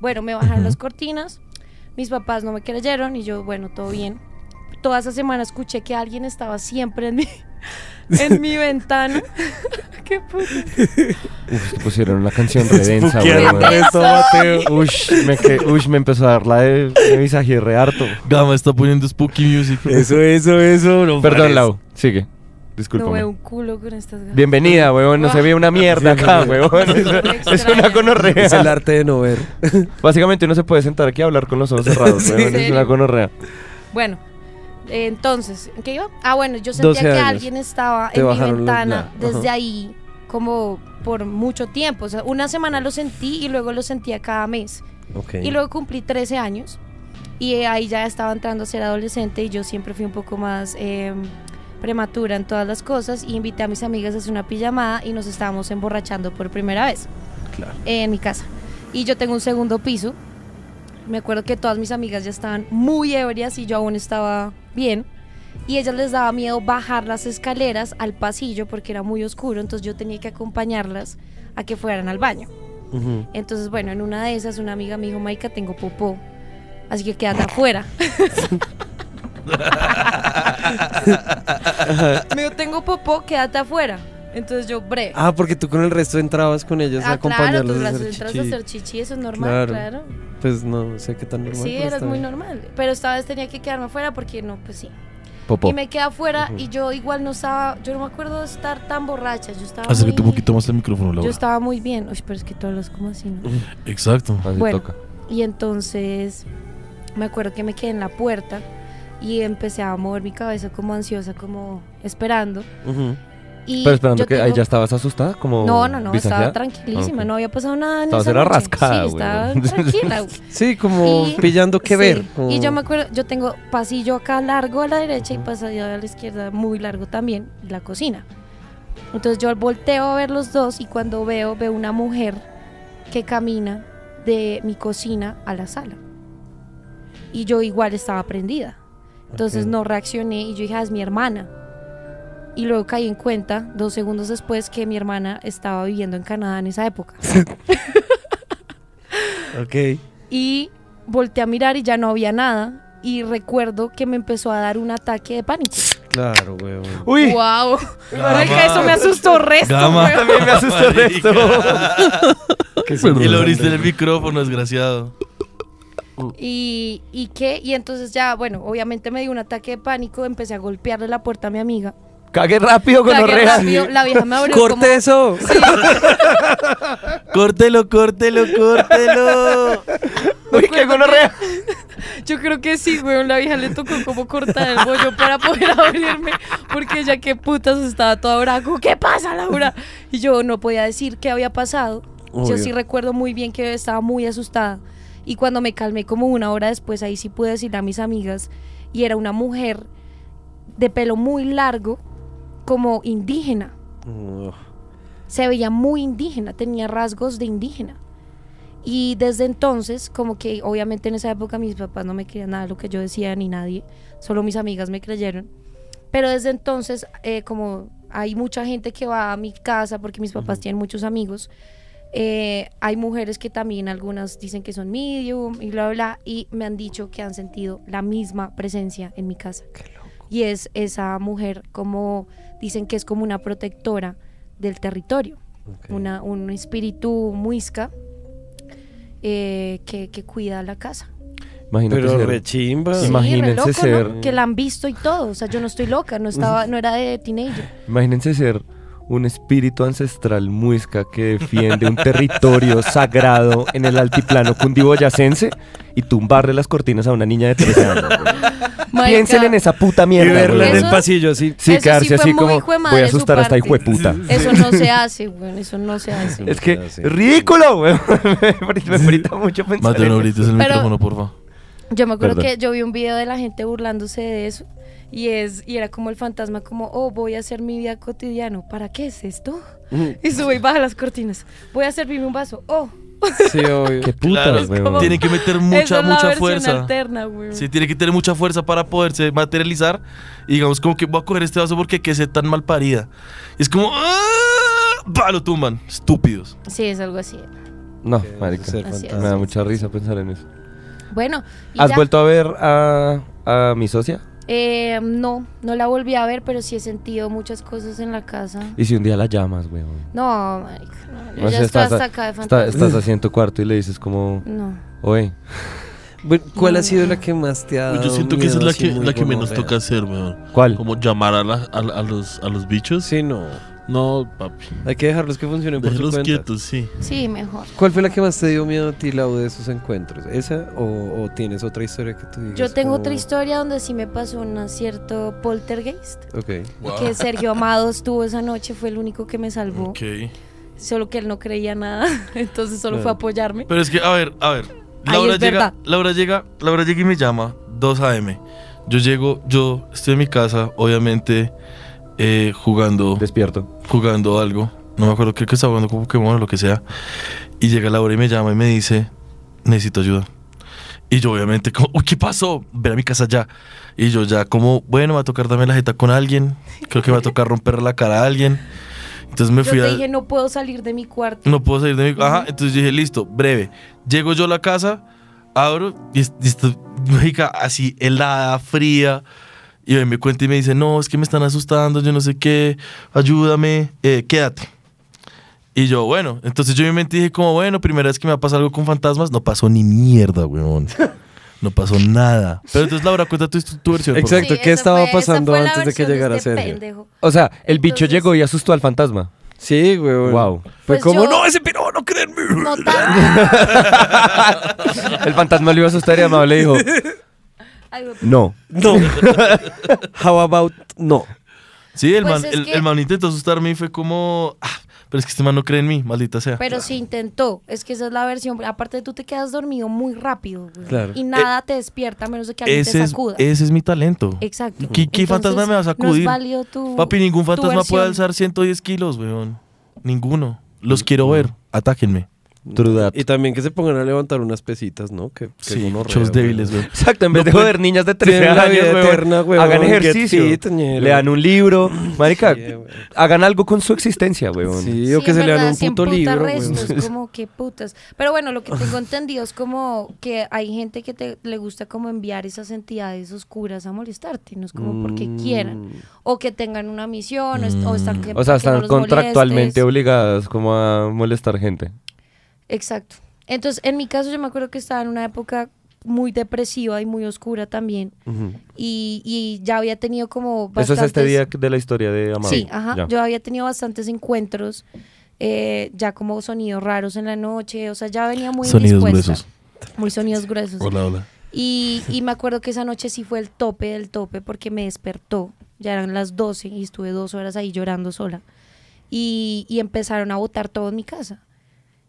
[SPEAKER 6] Bueno, me bajaron las cortinas, mis papás no me creyeron y yo, bueno, todo bien. Toda esa semana escuché que alguien estaba siempre en mi, (laughs)
[SPEAKER 4] (laughs)
[SPEAKER 6] en mi ventana. (laughs) ¡Qué puto!
[SPEAKER 4] Uf, pusieron una
[SPEAKER 5] (laughs)
[SPEAKER 4] canción redensa,
[SPEAKER 5] Pusieron
[SPEAKER 4] weón.
[SPEAKER 5] resto, Mateo.
[SPEAKER 4] Ush, me, que, ush, me empezó a dar la de, de visaje re harto.
[SPEAKER 3] Gama está poniendo spooky music.
[SPEAKER 5] Eso, eso, eso. No
[SPEAKER 4] Perdón,
[SPEAKER 5] pares.
[SPEAKER 4] Lau. Sigue.
[SPEAKER 6] No
[SPEAKER 4] Discúlpame.
[SPEAKER 6] veo un culo con estas gafas.
[SPEAKER 4] Bienvenida, weón. No se ve una mierda acá, weón. Es,
[SPEAKER 6] Extraña.
[SPEAKER 4] es una
[SPEAKER 5] Es el
[SPEAKER 4] gonorrea.
[SPEAKER 5] arte de no ver.
[SPEAKER 4] Básicamente uno se puede sentar aquí a hablar con los ojos cerrados,
[SPEAKER 5] Sí.
[SPEAKER 4] weón. Es una gonorrea.
[SPEAKER 6] Bueno, eh, entonces, ¿en qué iba? Ah, bueno, yo sentía
[SPEAKER 5] 12
[SPEAKER 6] que
[SPEAKER 5] años.
[SPEAKER 6] alguien estaba
[SPEAKER 5] Te
[SPEAKER 6] en mi
[SPEAKER 5] bajaron los-
[SPEAKER 6] ventana
[SPEAKER 5] la-
[SPEAKER 6] desde
[SPEAKER 5] ajá.
[SPEAKER 6] ahí como por mucho tiempo. O sea, una semana lo sentí y luego lo sentía cada mes.
[SPEAKER 5] Ok.
[SPEAKER 6] Y luego cumplí 13 años y eh, ahí ya estaba entrando a ser adolescente y yo siempre fui un poco más eh, prematura en todas las cosas y invité a mis amigas a hacer una pijamada y nos estábamos emborrachando por primera vez
[SPEAKER 5] Claro.
[SPEAKER 6] en mi casa. Y yo tengo un segundo piso. Me acuerdo que todas mis amigas ya estaban muy ebrias y yo aún estaba bien. Y ellas les daba miedo bajar las escaleras al pasillo porque era muy oscuro, entonces yo tenía que acompañarlas a que fueran al baño.
[SPEAKER 5] Ujú.
[SPEAKER 6] Entonces, bueno, en una de esas una amiga me dijo, Maika, tengo popó. Así que quédate afuera. (laughs) me dijo, tengo popó, quédate afuera. Entonces yo, breve.
[SPEAKER 5] Ah, porque tú con el resto entrabas con ellos a
[SPEAKER 6] Ah, claro,
[SPEAKER 5] acompañarlos
[SPEAKER 6] tú
[SPEAKER 5] a
[SPEAKER 6] las
[SPEAKER 5] hacer
[SPEAKER 6] entras a
[SPEAKER 5] chichi.
[SPEAKER 6] hacer chichi, eso es normal,
[SPEAKER 5] Claro.
[SPEAKER 6] claro.
[SPEAKER 5] Pues no sé qué tan normal.
[SPEAKER 6] Sí,
[SPEAKER 5] pero
[SPEAKER 6] eras
[SPEAKER 5] está
[SPEAKER 6] muy
[SPEAKER 5] bien.
[SPEAKER 6] normal. Pero esta vez tenía que quedarme afuera porque no, pues sí.
[SPEAKER 3] Popó.
[SPEAKER 6] Y me quedé afuera y yo igual no estaba, yo no me acuerdo de estar tan borracha, yo estaba
[SPEAKER 3] Acércate un
[SPEAKER 6] muy-
[SPEAKER 3] poquito más el micrófono, Laura.
[SPEAKER 6] Yo estaba muy bien, uy, pero es que tú hablas como así, ¿no?
[SPEAKER 3] Exacto.
[SPEAKER 4] Así
[SPEAKER 6] Bueno.
[SPEAKER 4] toca.
[SPEAKER 6] Y entonces me acuerdo que me quedé en la puerta y empecé a mover mi cabeza como ansiosa, como esperando.
[SPEAKER 5] Ujú.
[SPEAKER 6] Y
[SPEAKER 4] Pero esperando
[SPEAKER 6] yo
[SPEAKER 4] que ahí
[SPEAKER 6] tengo-
[SPEAKER 4] ya estabas asustada, como.
[SPEAKER 6] No, no, no,
[SPEAKER 4] ¿visajeada?
[SPEAKER 6] estaba tranquilísima,
[SPEAKER 4] Ah, ok.
[SPEAKER 6] no había pasado nada. en
[SPEAKER 4] Estabas
[SPEAKER 6] esa
[SPEAKER 4] era
[SPEAKER 6] noche.
[SPEAKER 4] rascada,
[SPEAKER 6] Sí,
[SPEAKER 4] güey.
[SPEAKER 6] estaba
[SPEAKER 4] (laughs)
[SPEAKER 6] tranquila. güey.
[SPEAKER 5] Sí, como
[SPEAKER 6] Y-
[SPEAKER 5] pillando qué
[SPEAKER 6] Sí,
[SPEAKER 5] ver. Mm. como-
[SPEAKER 6] Y yo me acuerdo, yo tengo pasillo acá largo a la derecha y pasillo a la izquierda muy largo también, y la cocina. Entonces yo volteo a ver los dos y cuando veo, veo una mujer que camina de mi cocina a la sala. Y yo igual estaba prendida. Entonces
[SPEAKER 5] Ok.
[SPEAKER 6] no reaccioné y yo dije, "Ah, es mi hermana. Y luego caí en cuenta, dos segundos después, que mi hermana estaba viviendo en Canadá en esa época.
[SPEAKER 5] Ok.
[SPEAKER 6] y volteé a mirar y ya no había nada y recuerdo que me empezó a dar un ataque de pánico.
[SPEAKER 5] Claro, güey.
[SPEAKER 4] Uy,
[SPEAKER 6] Wow. eso me asustó resto.
[SPEAKER 3] Gama.
[SPEAKER 6] weón.
[SPEAKER 4] me asustó de esto.
[SPEAKER 3] Y lo abriste el micrófono, desgraciado.
[SPEAKER 6] Y y qué? Y entonces ya, bueno, obviamente me dio un ataque de pánico, empecé a golpearle la puerta a mi amiga.
[SPEAKER 4] Cague rápido, con
[SPEAKER 6] Tragué rápido, la vieja me abrió como
[SPEAKER 5] ¡Corte eso!
[SPEAKER 3] Córtelo, córtelo, córtelo.
[SPEAKER 4] Uy, qué gonorrea.
[SPEAKER 6] Yo creo que sí, güey. La vieja le tocó como cortar el bollo para poder abrirme. Porque ya que putas estaba toda brava. como, ¿Qué pasa, Laura? Y yo no podía decir qué había pasado. Yo
[SPEAKER 5] Obvio.
[SPEAKER 6] sí recuerdo muy bien que estaba muy asustada. Y cuando me calmé como una hora después, ahí sí pude decirle a mis amigas. Y era una mujer de pelo muy largo, como indígena.
[SPEAKER 5] Ugh.
[SPEAKER 6] Se veía muy indígena, tenía rasgos de indígena. Y desde entonces, como que obviamente en esa época mis papás no me creían nada de lo que yo decía ni nadie, solo mis amigas me creyeron. Pero desde entonces, eh, como hay mucha gente que va a mi casa porque mis papás tienen muchos amigos, eh, hay mujeres que también algunas dicen que son medium y bla, bla, bla, y me han dicho que han sentido la misma presencia en mi casa. Y es esa mujer como, dicen que es como una protectora del territorio
[SPEAKER 5] Ok.
[SPEAKER 6] una, un espíritu muisca eh, que, que cuida la casa.
[SPEAKER 4] Imagínate
[SPEAKER 5] Pero
[SPEAKER 4] ser-
[SPEAKER 5] rechimba.
[SPEAKER 6] Sí, re
[SPEAKER 4] Imagínense
[SPEAKER 6] loco, ¿no?
[SPEAKER 4] ser-
[SPEAKER 6] Que la han visto y todo. O sea, yo no estoy loca, no estaba, no era de teenager.
[SPEAKER 4] Imagínense ser un espíritu ancestral muisca que defiende un territorio sagrado en el altiplano cundiboyacense y tumbarle las cortinas a una niña de 13 años. güey. (laughs) Piensen en esa puta
[SPEAKER 5] Y
[SPEAKER 4] mierda.
[SPEAKER 5] verla en
[SPEAKER 4] güey.
[SPEAKER 5] el
[SPEAKER 6] Eso-
[SPEAKER 5] pasillo así.
[SPEAKER 4] Sí,
[SPEAKER 6] Eso sí
[SPEAKER 4] quedarse
[SPEAKER 6] fue
[SPEAKER 4] así
[SPEAKER 6] muy
[SPEAKER 4] como
[SPEAKER 6] hijo de madre
[SPEAKER 4] voy a
[SPEAKER 6] de su
[SPEAKER 4] asustar a esta
[SPEAKER 6] parte".
[SPEAKER 4] hijo de puta. (laughs)
[SPEAKER 6] Eso no se hace, güey, eso no se hace.
[SPEAKER 4] Es que ridículo, güey. (laughs) Me frita mucho pensar.
[SPEAKER 3] Mateo, no
[SPEAKER 4] en eso.
[SPEAKER 3] abrites el
[SPEAKER 6] Pero-
[SPEAKER 3] micrófono, porfa.
[SPEAKER 6] Yo me acuerdo
[SPEAKER 4] Perdón.
[SPEAKER 6] que yo vi un video de la gente burlándose de eso y es y era como el fantasma como, "Oh, voy a hacer mi vida cotidiano. ¿Para qué es esto?" Y sube y baja las cortinas. Voy a servirme un vaso. "Oh,
[SPEAKER 5] Sí, obvio.
[SPEAKER 4] Qué putas, güey.
[SPEAKER 6] como-
[SPEAKER 3] Tiene que meter
[SPEAKER 6] esa
[SPEAKER 3] mucha,
[SPEAKER 6] es la
[SPEAKER 3] mucha
[SPEAKER 6] versión
[SPEAKER 3] fuerza.
[SPEAKER 6] alterna, güey.
[SPEAKER 3] Sí, tiene que tener mucha fuerza para poderse materializar. Y digamos, como que voy a coger este vaso porque que se tan mal parida. Y es como. ¡ah! ¡Bah! Lo tumban. Estúpidos.
[SPEAKER 6] Sí, es algo así.
[SPEAKER 4] No,
[SPEAKER 5] Qué
[SPEAKER 4] marica.
[SPEAKER 5] ser
[SPEAKER 6] Así es.
[SPEAKER 4] Me da
[SPEAKER 5] fantasma.
[SPEAKER 4] mucha risa pensar en eso.
[SPEAKER 6] Bueno, y
[SPEAKER 4] ¿Has
[SPEAKER 6] ya.
[SPEAKER 4] vuelto a ver a, a mi socia?
[SPEAKER 6] Eh, no, no la volví a ver, pero sí he sentido muchas cosas en la casa.
[SPEAKER 4] Y si un día la llamas, güey.
[SPEAKER 6] No, marica, no, yo
[SPEAKER 4] No
[SPEAKER 6] ya
[SPEAKER 4] sé,
[SPEAKER 6] estoy
[SPEAKER 4] estás-
[SPEAKER 6] hasta acá de
[SPEAKER 4] Está-
[SPEAKER 6] fantasma.
[SPEAKER 4] estás así en tu cuarto y le dices como,
[SPEAKER 6] No.
[SPEAKER 4] oye,
[SPEAKER 5] Bueno, ¿Cuál
[SPEAKER 6] Mm.
[SPEAKER 5] ha sido la que más te ha dado
[SPEAKER 7] Uy, yo siento que esa es
[SPEAKER 5] Ah, miedo,
[SPEAKER 7] la
[SPEAKER 5] así
[SPEAKER 7] que,
[SPEAKER 5] muy
[SPEAKER 7] la que menos
[SPEAKER 5] gonorrea?
[SPEAKER 7] toca hacer, weón.
[SPEAKER 4] ¿cuál?
[SPEAKER 7] Como llamar a, la- a, a los, a los bichos.
[SPEAKER 5] Sí, no.
[SPEAKER 7] No, papi.
[SPEAKER 5] Hay que dejarlos que funcionen por su
[SPEAKER 7] Déjenlos
[SPEAKER 5] cuenta.
[SPEAKER 7] quietos, sí.
[SPEAKER 6] Sí, mejor.
[SPEAKER 5] ¿Cuál fue la que más te dio miedo a ti, Lau, de esos encuentros? ¿Esa o, o tienes otra historia que tú digas?
[SPEAKER 6] Yo tengo
[SPEAKER 5] como-
[SPEAKER 6] otra historia donde sí me pasó un cierto poltergeist.
[SPEAKER 5] Ok.
[SPEAKER 6] Que Sergio Amado estuvo esa noche, fue el único que me salvó.
[SPEAKER 3] Ok.
[SPEAKER 6] Solo que él no creía nada, (laughs) entonces solo
[SPEAKER 5] Claro.
[SPEAKER 6] fue a apoyarme.
[SPEAKER 3] Pero es que, a ver, a ver.
[SPEAKER 6] Ahí
[SPEAKER 3] Laura
[SPEAKER 6] es
[SPEAKER 3] llega,
[SPEAKER 6] verdad.
[SPEAKER 3] Laura llega, Laura llega y me llama, 2 AM. Yo llego, yo estoy en mi casa, obviamente, eh, jugando,
[SPEAKER 4] Despierto.
[SPEAKER 3] jugando algo. No me acuerdo, creo que estaba jugando con Pokémon o lo que sea. Y llega Laura y me llama y me dice, necesito ayuda. Y yo obviamente como, uy, ¿qué pasó? Ven a mi casa ya. Y yo ya como, bueno, me va a tocar darme la jeta con alguien. Creo que me va a tocar romper la cara a alguien. Entonces me
[SPEAKER 6] Yo
[SPEAKER 3] fui
[SPEAKER 6] te
[SPEAKER 3] a...
[SPEAKER 6] dije, no puedo salir de mi cuarto.
[SPEAKER 3] No puedo salir de mi Ajá, entonces dije, listo, breve. Llego yo a la casa, abro y es- y esto, marica, así helada, fría. Y ahí me cuenta y me dice, no, es que me están asustando, yo no sé qué, ayúdame, eh, quédate. Y yo, bueno, entonces yo en mi mente dije como, bueno, primera vez que me va a pasar algo con fantasmas, no pasó ni mierda, weón. No pasó nada. Pero entonces, Laura, cuenta tu, tu versión. por favor.
[SPEAKER 5] Exacto,
[SPEAKER 6] Sí,
[SPEAKER 5] ¿qué
[SPEAKER 6] esa
[SPEAKER 5] estaba
[SPEAKER 6] fue- esa
[SPEAKER 5] pasando
[SPEAKER 6] fue la
[SPEAKER 5] antes de que
[SPEAKER 6] versión de
[SPEAKER 5] llegara
[SPEAKER 6] este
[SPEAKER 5] Sergio?
[SPEAKER 6] pendejo.
[SPEAKER 4] O sea, el bicho
[SPEAKER 6] Entonces-
[SPEAKER 4] llegó y asustó al fantasma.
[SPEAKER 5] Sí, güey.
[SPEAKER 4] Wow.
[SPEAKER 5] Fue
[SPEAKER 6] Pues
[SPEAKER 5] como,
[SPEAKER 6] yo-
[SPEAKER 5] no, ese piro, no creen en mí".
[SPEAKER 6] (laughs) No tanto.
[SPEAKER 4] El fantasma lo iba a asustar y amable le dijo,
[SPEAKER 6] Ay, güey,
[SPEAKER 4] no.
[SPEAKER 5] No. How about no.
[SPEAKER 3] Sí, el,
[SPEAKER 6] Pues
[SPEAKER 3] man,
[SPEAKER 6] es
[SPEAKER 3] el,
[SPEAKER 6] que-
[SPEAKER 3] el man intentó asustarme y fue como. "Ah, pero es que este man no cree en mí, maldita sea.
[SPEAKER 6] Pero sí intentó. Es que esa es la versión. Aparte, tú te quedas dormido muy rápido. güey.
[SPEAKER 5] Claro.
[SPEAKER 6] Y nada te despierta a menos de que alguien
[SPEAKER 3] ese,
[SPEAKER 6] te
[SPEAKER 3] es,
[SPEAKER 6] sacuda.
[SPEAKER 3] ese es mi talento.
[SPEAKER 6] Exacto.
[SPEAKER 3] ¿Qué- qué fantasma me va a sacudir?
[SPEAKER 6] Nos valió tu,
[SPEAKER 3] Papi, ningún
[SPEAKER 6] tu
[SPEAKER 3] fantasma puede
[SPEAKER 6] versión.
[SPEAKER 3] alzar 110 kilos, weón. Ninguno. Los quiero ver. Atáquenme.
[SPEAKER 4] True that.
[SPEAKER 5] Y también que se pongan a levantar unas pesitas, ¿no? Que, que
[SPEAKER 3] Sí,
[SPEAKER 5] gonorrea,
[SPEAKER 3] muchos
[SPEAKER 5] güey.
[SPEAKER 3] débiles, weón.
[SPEAKER 4] Exacto, en vez de
[SPEAKER 5] pueden-
[SPEAKER 4] joder niñas de
[SPEAKER 5] Tienen
[SPEAKER 4] 13
[SPEAKER 5] la
[SPEAKER 4] años,
[SPEAKER 5] vida
[SPEAKER 4] weón,
[SPEAKER 5] eterna, weón.
[SPEAKER 4] hagan
[SPEAKER 5] Get
[SPEAKER 4] ejercicio,
[SPEAKER 5] fit, ñero.
[SPEAKER 4] lean un libro, marica,
[SPEAKER 5] Sí, güey.
[SPEAKER 4] hagan algo con su existencia, weón.
[SPEAKER 5] Sí, o
[SPEAKER 6] Sí,
[SPEAKER 5] que
[SPEAKER 6] en
[SPEAKER 5] se lean
[SPEAKER 6] verdad,
[SPEAKER 5] un
[SPEAKER 6] sí
[SPEAKER 5] puto
[SPEAKER 6] emputa
[SPEAKER 5] libro, güey.
[SPEAKER 6] resto,
[SPEAKER 5] (laughs)
[SPEAKER 6] es como que putas. Pero bueno, lo que tengo entendido es como que hay gente que te, le gusta como enviar esas entidades oscuras a molestarte, no es como porque
[SPEAKER 5] Mm.
[SPEAKER 6] quieran. O que tengan una misión, o, est- o estar que-
[SPEAKER 4] O sea,
[SPEAKER 6] que no
[SPEAKER 4] están
[SPEAKER 6] los
[SPEAKER 4] contractualmente
[SPEAKER 6] molestes.
[SPEAKER 4] obligadas como a molestar gente.
[SPEAKER 6] Exacto. Entonces, en mi caso, yo me acuerdo que estaba en una época muy depresiva y muy oscura también. y, y ya había tenido como bastantes...
[SPEAKER 4] Eso es este día de la historia de Amado.
[SPEAKER 6] Sí, ajá.
[SPEAKER 4] Ya.
[SPEAKER 6] Yo había tenido bastantes encuentros, eh, ya como sonidos raros en la noche, o sea, ya venía muy
[SPEAKER 3] Sonidos
[SPEAKER 6] indispuesta.
[SPEAKER 3] gruesos.
[SPEAKER 6] Muy sonidos gruesos.
[SPEAKER 3] Hola, hola.
[SPEAKER 6] Y, y me acuerdo que esa noche sí fue el tope del tope porque me despertó. Ya eran las 12 y estuve dos horas ahí llorando sola. Y, y empezaron a botar todo en mi casa.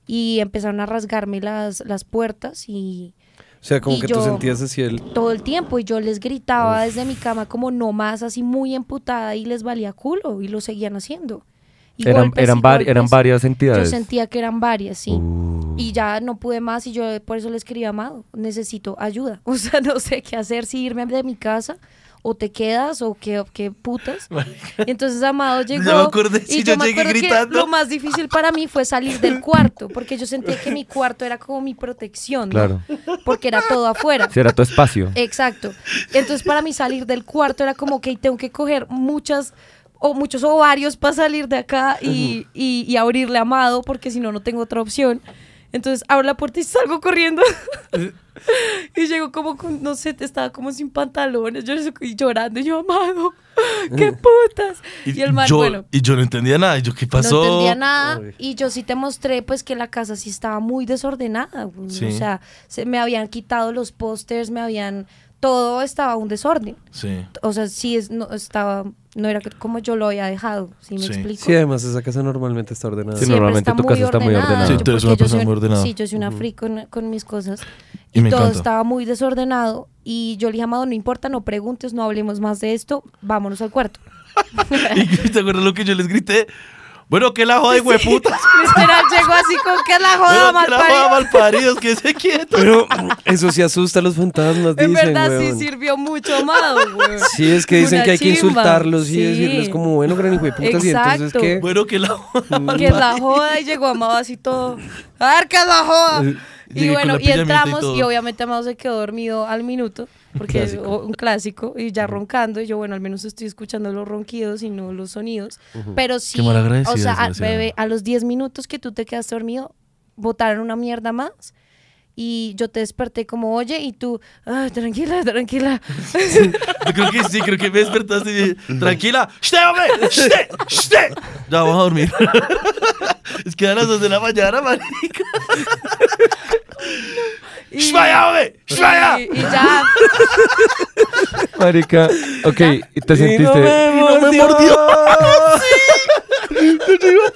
[SPEAKER 6] Y empezaron a rasgarme las, las puertas y
[SPEAKER 5] O sea, como
[SPEAKER 6] Y
[SPEAKER 5] que tú
[SPEAKER 6] yo-
[SPEAKER 5] sentías así el...
[SPEAKER 6] todo el tiempo. Y yo les gritaba desde mi cama como no más, así muy emputada y les valía culo y lo seguían haciendo. Y
[SPEAKER 4] Eran,
[SPEAKER 6] golpes y
[SPEAKER 4] eran, vari-
[SPEAKER 6] golpes.
[SPEAKER 4] eran varias entidades.
[SPEAKER 6] Yo sentía que eran varias, sí. Y ya no pude más y yo por eso le escribí a Amado, necesito ayuda. (laughs) O sea, no sé qué hacer, si irme de mi casa o te quedas o qué, qué putas. Y entonces Amado llegó
[SPEAKER 3] me acordé,
[SPEAKER 6] y
[SPEAKER 3] sí,
[SPEAKER 6] yo,
[SPEAKER 3] yo
[SPEAKER 6] me
[SPEAKER 3] llegué
[SPEAKER 6] acuerdo que
[SPEAKER 3] gritando.
[SPEAKER 6] lo más difícil para mí fue salir del cuarto, porque yo sentía que mi cuarto era como mi protección, ¿no?
[SPEAKER 4] Claro.
[SPEAKER 6] porque era todo afuera.
[SPEAKER 4] Si era tu espacio.
[SPEAKER 6] Eh. Exacto. Entonces para mí salir del cuarto era como que tengo que coger muchas o muchos ovarios para salir de acá y, y- y abrirle a Amado porque si no, no tengo otra opción. Entonces abro la puerta y salgo (laughs) corriendo. y llego como con, no sé, estaba como sin pantalones, yo no sé, y llorando. Y yo, Amado, qué putas. Y, el man,
[SPEAKER 3] yo,
[SPEAKER 6] bueno.
[SPEAKER 3] y yo no entendía nada. Y yo, ¿qué pasó?
[SPEAKER 6] No entendía nada
[SPEAKER 5] Uy.
[SPEAKER 6] y yo sí te mostré pues que la casa sí estaba muy desordenada. güey.
[SPEAKER 3] Sí.
[SPEAKER 6] O sea, se me habían quitado los pósters, me habían... Todo estaba un desorden.
[SPEAKER 3] Sí. (laughs)
[SPEAKER 6] O sea, sí es, no, estaba, no era que- como yo lo había dejado, ¿sí me
[SPEAKER 3] Sí.
[SPEAKER 6] explico?
[SPEAKER 5] Sí, además esa casa normalmente está ordenada.
[SPEAKER 4] Sí,
[SPEAKER 6] Siempre
[SPEAKER 4] normalmente tu casa está muy ordenada. Sí,
[SPEAKER 6] yo-
[SPEAKER 3] tú eres
[SPEAKER 6] porque
[SPEAKER 3] una
[SPEAKER 6] yo soy
[SPEAKER 3] persona muy ordenada.
[SPEAKER 6] Sí, yo soy una free con, con mis cosas.
[SPEAKER 3] Y
[SPEAKER 6] Y,
[SPEAKER 3] me
[SPEAKER 6] todo
[SPEAKER 3] encanta.
[SPEAKER 6] estaba muy desordenado. Y yo le dije, Amado, no importa, no preguntes, no hablemos más de esto, vámonos al
[SPEAKER 3] (laughs)
[SPEAKER 6] cuarto.
[SPEAKER 3] ¿Y te acuerdas lo que yo les grité? Bueno, que la joda, hijo de
[SPEAKER 6] (laughs)
[SPEAKER 3] puta.
[SPEAKER 6] Literal, llegó así con que la joda,
[SPEAKER 3] Bueno, que
[SPEAKER 6] mal
[SPEAKER 3] la joda, malparidos, que se quietos.
[SPEAKER 5] Pero eso sí asusta a los fantasmas,
[SPEAKER 6] (laughs) En
[SPEAKER 5] dicen,
[SPEAKER 6] verdad
[SPEAKER 5] weón.
[SPEAKER 6] sí sirvió mucho, Amado, güey.
[SPEAKER 5] (laughs) Sí, es que dicen
[SPEAKER 6] Una
[SPEAKER 5] que hay que
[SPEAKER 6] chimba,
[SPEAKER 5] insultarlos y
[SPEAKER 6] sí.
[SPEAKER 5] decirles como, bueno, gran hijo de putas, y entonces
[SPEAKER 6] Exacto.
[SPEAKER 5] ¿qué? Mm.
[SPEAKER 3] Bueno, que la joda.
[SPEAKER 6] Que la joda y llegó Amado así todo. A ver, que la
[SPEAKER 5] Eh,
[SPEAKER 6] joda. Y
[SPEAKER 3] Llegué con
[SPEAKER 6] bueno,
[SPEAKER 3] la
[SPEAKER 6] y
[SPEAKER 3] pijamita y
[SPEAKER 6] entramos
[SPEAKER 3] todo.
[SPEAKER 6] y, obviamente Amado se quedó dormido al minuto, porque es o- un clásico, y ya roncando. Y yo, bueno, al menos estoy escuchando los ronquidos y no los sonidos. Pero sí,
[SPEAKER 3] malagradecida,
[SPEAKER 6] o sea, a,
[SPEAKER 3] desgraciada.
[SPEAKER 6] bebé, a los 10 minutos que tú te quedaste dormido, botaron una mierda más. Y yo te desperté como, oye, y tú, "Ah, tranquila, tranquila.
[SPEAKER 3] Yo creo que sí, creo que me despertaste (laughs) y dije, tranquila, ¡Shte, hombre! ¡Shte! ¡Shte! Ya vamos a dormir. (laughs) es que a las 2 de la mañana, marica.
[SPEAKER 6] (laughs) Y-
[SPEAKER 3] ¡Shvaya, hombre! ¡Shvaya!
[SPEAKER 6] y-
[SPEAKER 3] (laughs)
[SPEAKER 6] y ya.
[SPEAKER 4] (laughs) Marica, ok, y te
[SPEAKER 5] Y no
[SPEAKER 4] sentiste...
[SPEAKER 5] me mordió.
[SPEAKER 3] (laughs)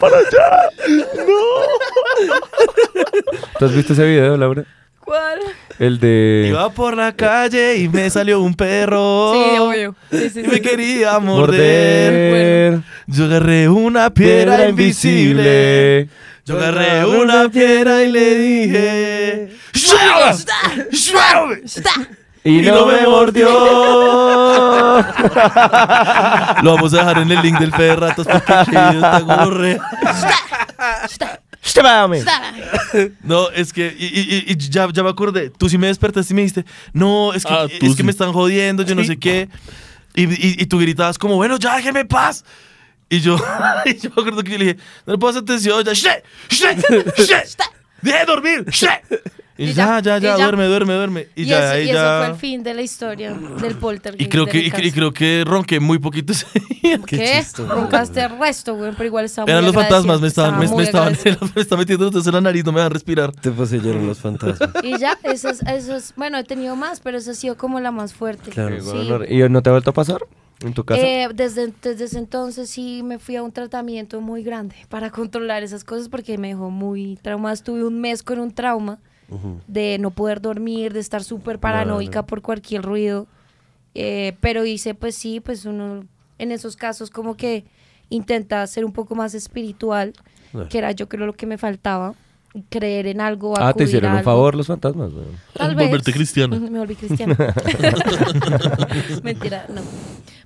[SPEAKER 4] ¿Tú has visto ese video, Laura?
[SPEAKER 6] ¿Cuál?
[SPEAKER 4] El de...
[SPEAKER 3] Iba por la calle y me salió un perro.
[SPEAKER 6] Sí, obvio. Sí, sí,
[SPEAKER 3] Y
[SPEAKER 6] sí.
[SPEAKER 3] me quería morder.
[SPEAKER 4] Morder.
[SPEAKER 3] Yo agarré una piedra
[SPEAKER 4] Piedra
[SPEAKER 3] invisible.
[SPEAKER 4] invisible.
[SPEAKER 3] Yo agarré una piedra y le dije:
[SPEAKER 6] (laughs)
[SPEAKER 3] ¡Shvaya! ¡Shvaya, hombre!
[SPEAKER 4] Y,
[SPEAKER 3] no
[SPEAKER 4] no
[SPEAKER 3] me
[SPEAKER 4] me mordió.
[SPEAKER 3] (laughs) Lo vamos a dejar en el link del fe de ratos porque aquí está como re- No, es que, y, y- y- y ya, ya me acordé, tú sí me despertaste y me dijiste, no, es que,
[SPEAKER 7] Ah,
[SPEAKER 3] es
[SPEAKER 7] tú
[SPEAKER 3] que
[SPEAKER 7] sí.
[SPEAKER 3] me están jodiendo, yo no sé qué. Y, y- y tú gritabas como, bueno, ya déjenme en paz. Y yo, (laughs) y yo me acuerdo
[SPEAKER 7] (laughs)
[SPEAKER 3] que yo le dije, no le puedo hacer atención, ya, ¡Shh! ¡Shh! ¡Shh! ¡Deje de dormir! ¡Shh! Y
[SPEAKER 6] Y
[SPEAKER 3] ya,
[SPEAKER 6] ya,
[SPEAKER 3] ya,
[SPEAKER 6] y
[SPEAKER 3] ya,
[SPEAKER 6] ya.
[SPEAKER 3] duerme, duerme, duerme. Y,
[SPEAKER 6] Y,
[SPEAKER 3] ya,
[SPEAKER 6] eso,
[SPEAKER 3] ahí
[SPEAKER 6] y eso
[SPEAKER 3] ya.
[SPEAKER 6] fue el fin de la historia del poltergeist.
[SPEAKER 3] y creo
[SPEAKER 6] de
[SPEAKER 3] que,
[SPEAKER 6] mi
[SPEAKER 3] y, cre- y
[SPEAKER 6] casa.
[SPEAKER 3] creo que ronqué muy poquito ese día.
[SPEAKER 6] ¿Qué? Roncaste el resto, güey, pero igual estaba muy
[SPEAKER 3] Eran los
[SPEAKER 6] agradecida.
[SPEAKER 3] fantasmas, me estaban, me,
[SPEAKER 6] Estaba
[SPEAKER 3] me
[SPEAKER 6] muy
[SPEAKER 3] estaban, (laughs)
[SPEAKER 6] agradecida.
[SPEAKER 3] me estaban metiendo los dedos en la nariz, no me dejan respirar.
[SPEAKER 5] Te poseyeron los fantasmas. (laughs)
[SPEAKER 6] Y ya, esas, esas, bueno, he tenido más, pero esa ha sido como la más fuerte.
[SPEAKER 5] Claro.
[SPEAKER 6] Sí.
[SPEAKER 4] ¿Y no te ha vuelto a pasar en tu casa?
[SPEAKER 6] Eh, desde, desde ese entonces sí me fui a un tratamiento muy grande para (laughs) controlar esas cosas porque me dejó muy traumada. Estuve un mes con un trauma de no poder dormir, de estar súper paranoica por cualquier ruido. Eh, pero hice, pues sí, pues uno en esos casos como que intenta ser un poco más espiritual,
[SPEAKER 5] Claro.
[SPEAKER 6] que era yo creo lo que me faltaba, creer en algo.
[SPEAKER 4] ah, te
[SPEAKER 6] acudir
[SPEAKER 4] hicieron
[SPEAKER 6] a
[SPEAKER 4] un
[SPEAKER 6] algo.
[SPEAKER 4] favor los fantasmas, güey.
[SPEAKER 6] Tal vez.
[SPEAKER 7] Volverte
[SPEAKER 6] (laughs)
[SPEAKER 7] cristiana.
[SPEAKER 6] Me volví cristiana.
[SPEAKER 7] (laughs)
[SPEAKER 6] Mentira, no.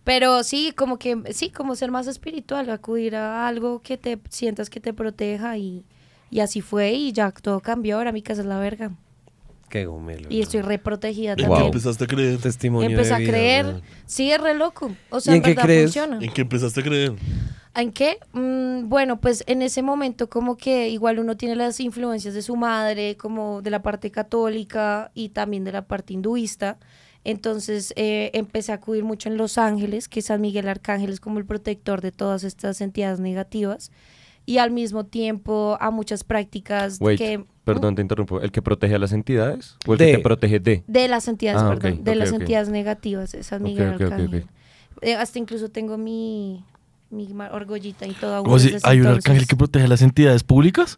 [SPEAKER 6] Pero sí, como que, sí, como ser más espiritual, acudir a algo que te sientas que te proteja y, y así fue y ya todo cambió, ahora mi casa es la verga.
[SPEAKER 5] Qué gomelo.
[SPEAKER 6] Y estoy reprotegida
[SPEAKER 7] ¿En
[SPEAKER 6] también.
[SPEAKER 7] qué empezaste a creer?
[SPEAKER 5] Testimonio
[SPEAKER 6] Empecé
[SPEAKER 5] de
[SPEAKER 6] a
[SPEAKER 5] vida,
[SPEAKER 6] creer,
[SPEAKER 5] weón.
[SPEAKER 6] sí, es re loco. O sea,
[SPEAKER 5] ¿Y
[SPEAKER 6] en,
[SPEAKER 5] en qué
[SPEAKER 6] verdad
[SPEAKER 5] crees?
[SPEAKER 6] funciona.
[SPEAKER 7] ¿En qué empezaste a creer?
[SPEAKER 6] ¿En qué? Mm, bueno, pues en ese momento como que igual uno tiene las influencias de su madre, como de la parte católica y también de la parte hinduista. Entonces eh, empecé a acudir mucho en Los Ángeles, que San Miguel Arcángel es como el protector de todas estas entidades negativas. Y al mismo tiempo a muchas prácticas
[SPEAKER 4] Wait,
[SPEAKER 6] que... ¿Mm?
[SPEAKER 4] perdón, te interrumpo. ¿El que protege a las entidades? ¿O el
[SPEAKER 5] De.
[SPEAKER 4] que te protege de?
[SPEAKER 6] De las entidades,
[SPEAKER 4] Ah,
[SPEAKER 6] perdón,
[SPEAKER 4] ok,
[SPEAKER 6] de
[SPEAKER 4] ok,
[SPEAKER 6] las
[SPEAKER 4] ok.
[SPEAKER 6] entidades negativas, es San
[SPEAKER 4] Ok,
[SPEAKER 6] Miguel
[SPEAKER 4] ok, ok,
[SPEAKER 6] Arcángel.
[SPEAKER 4] ok.
[SPEAKER 6] Eh, hasta incluso tengo mi, mi ma- orgollita y toda
[SPEAKER 4] Oh,
[SPEAKER 3] Como si hay un arcángel que protege a las entidades públicas.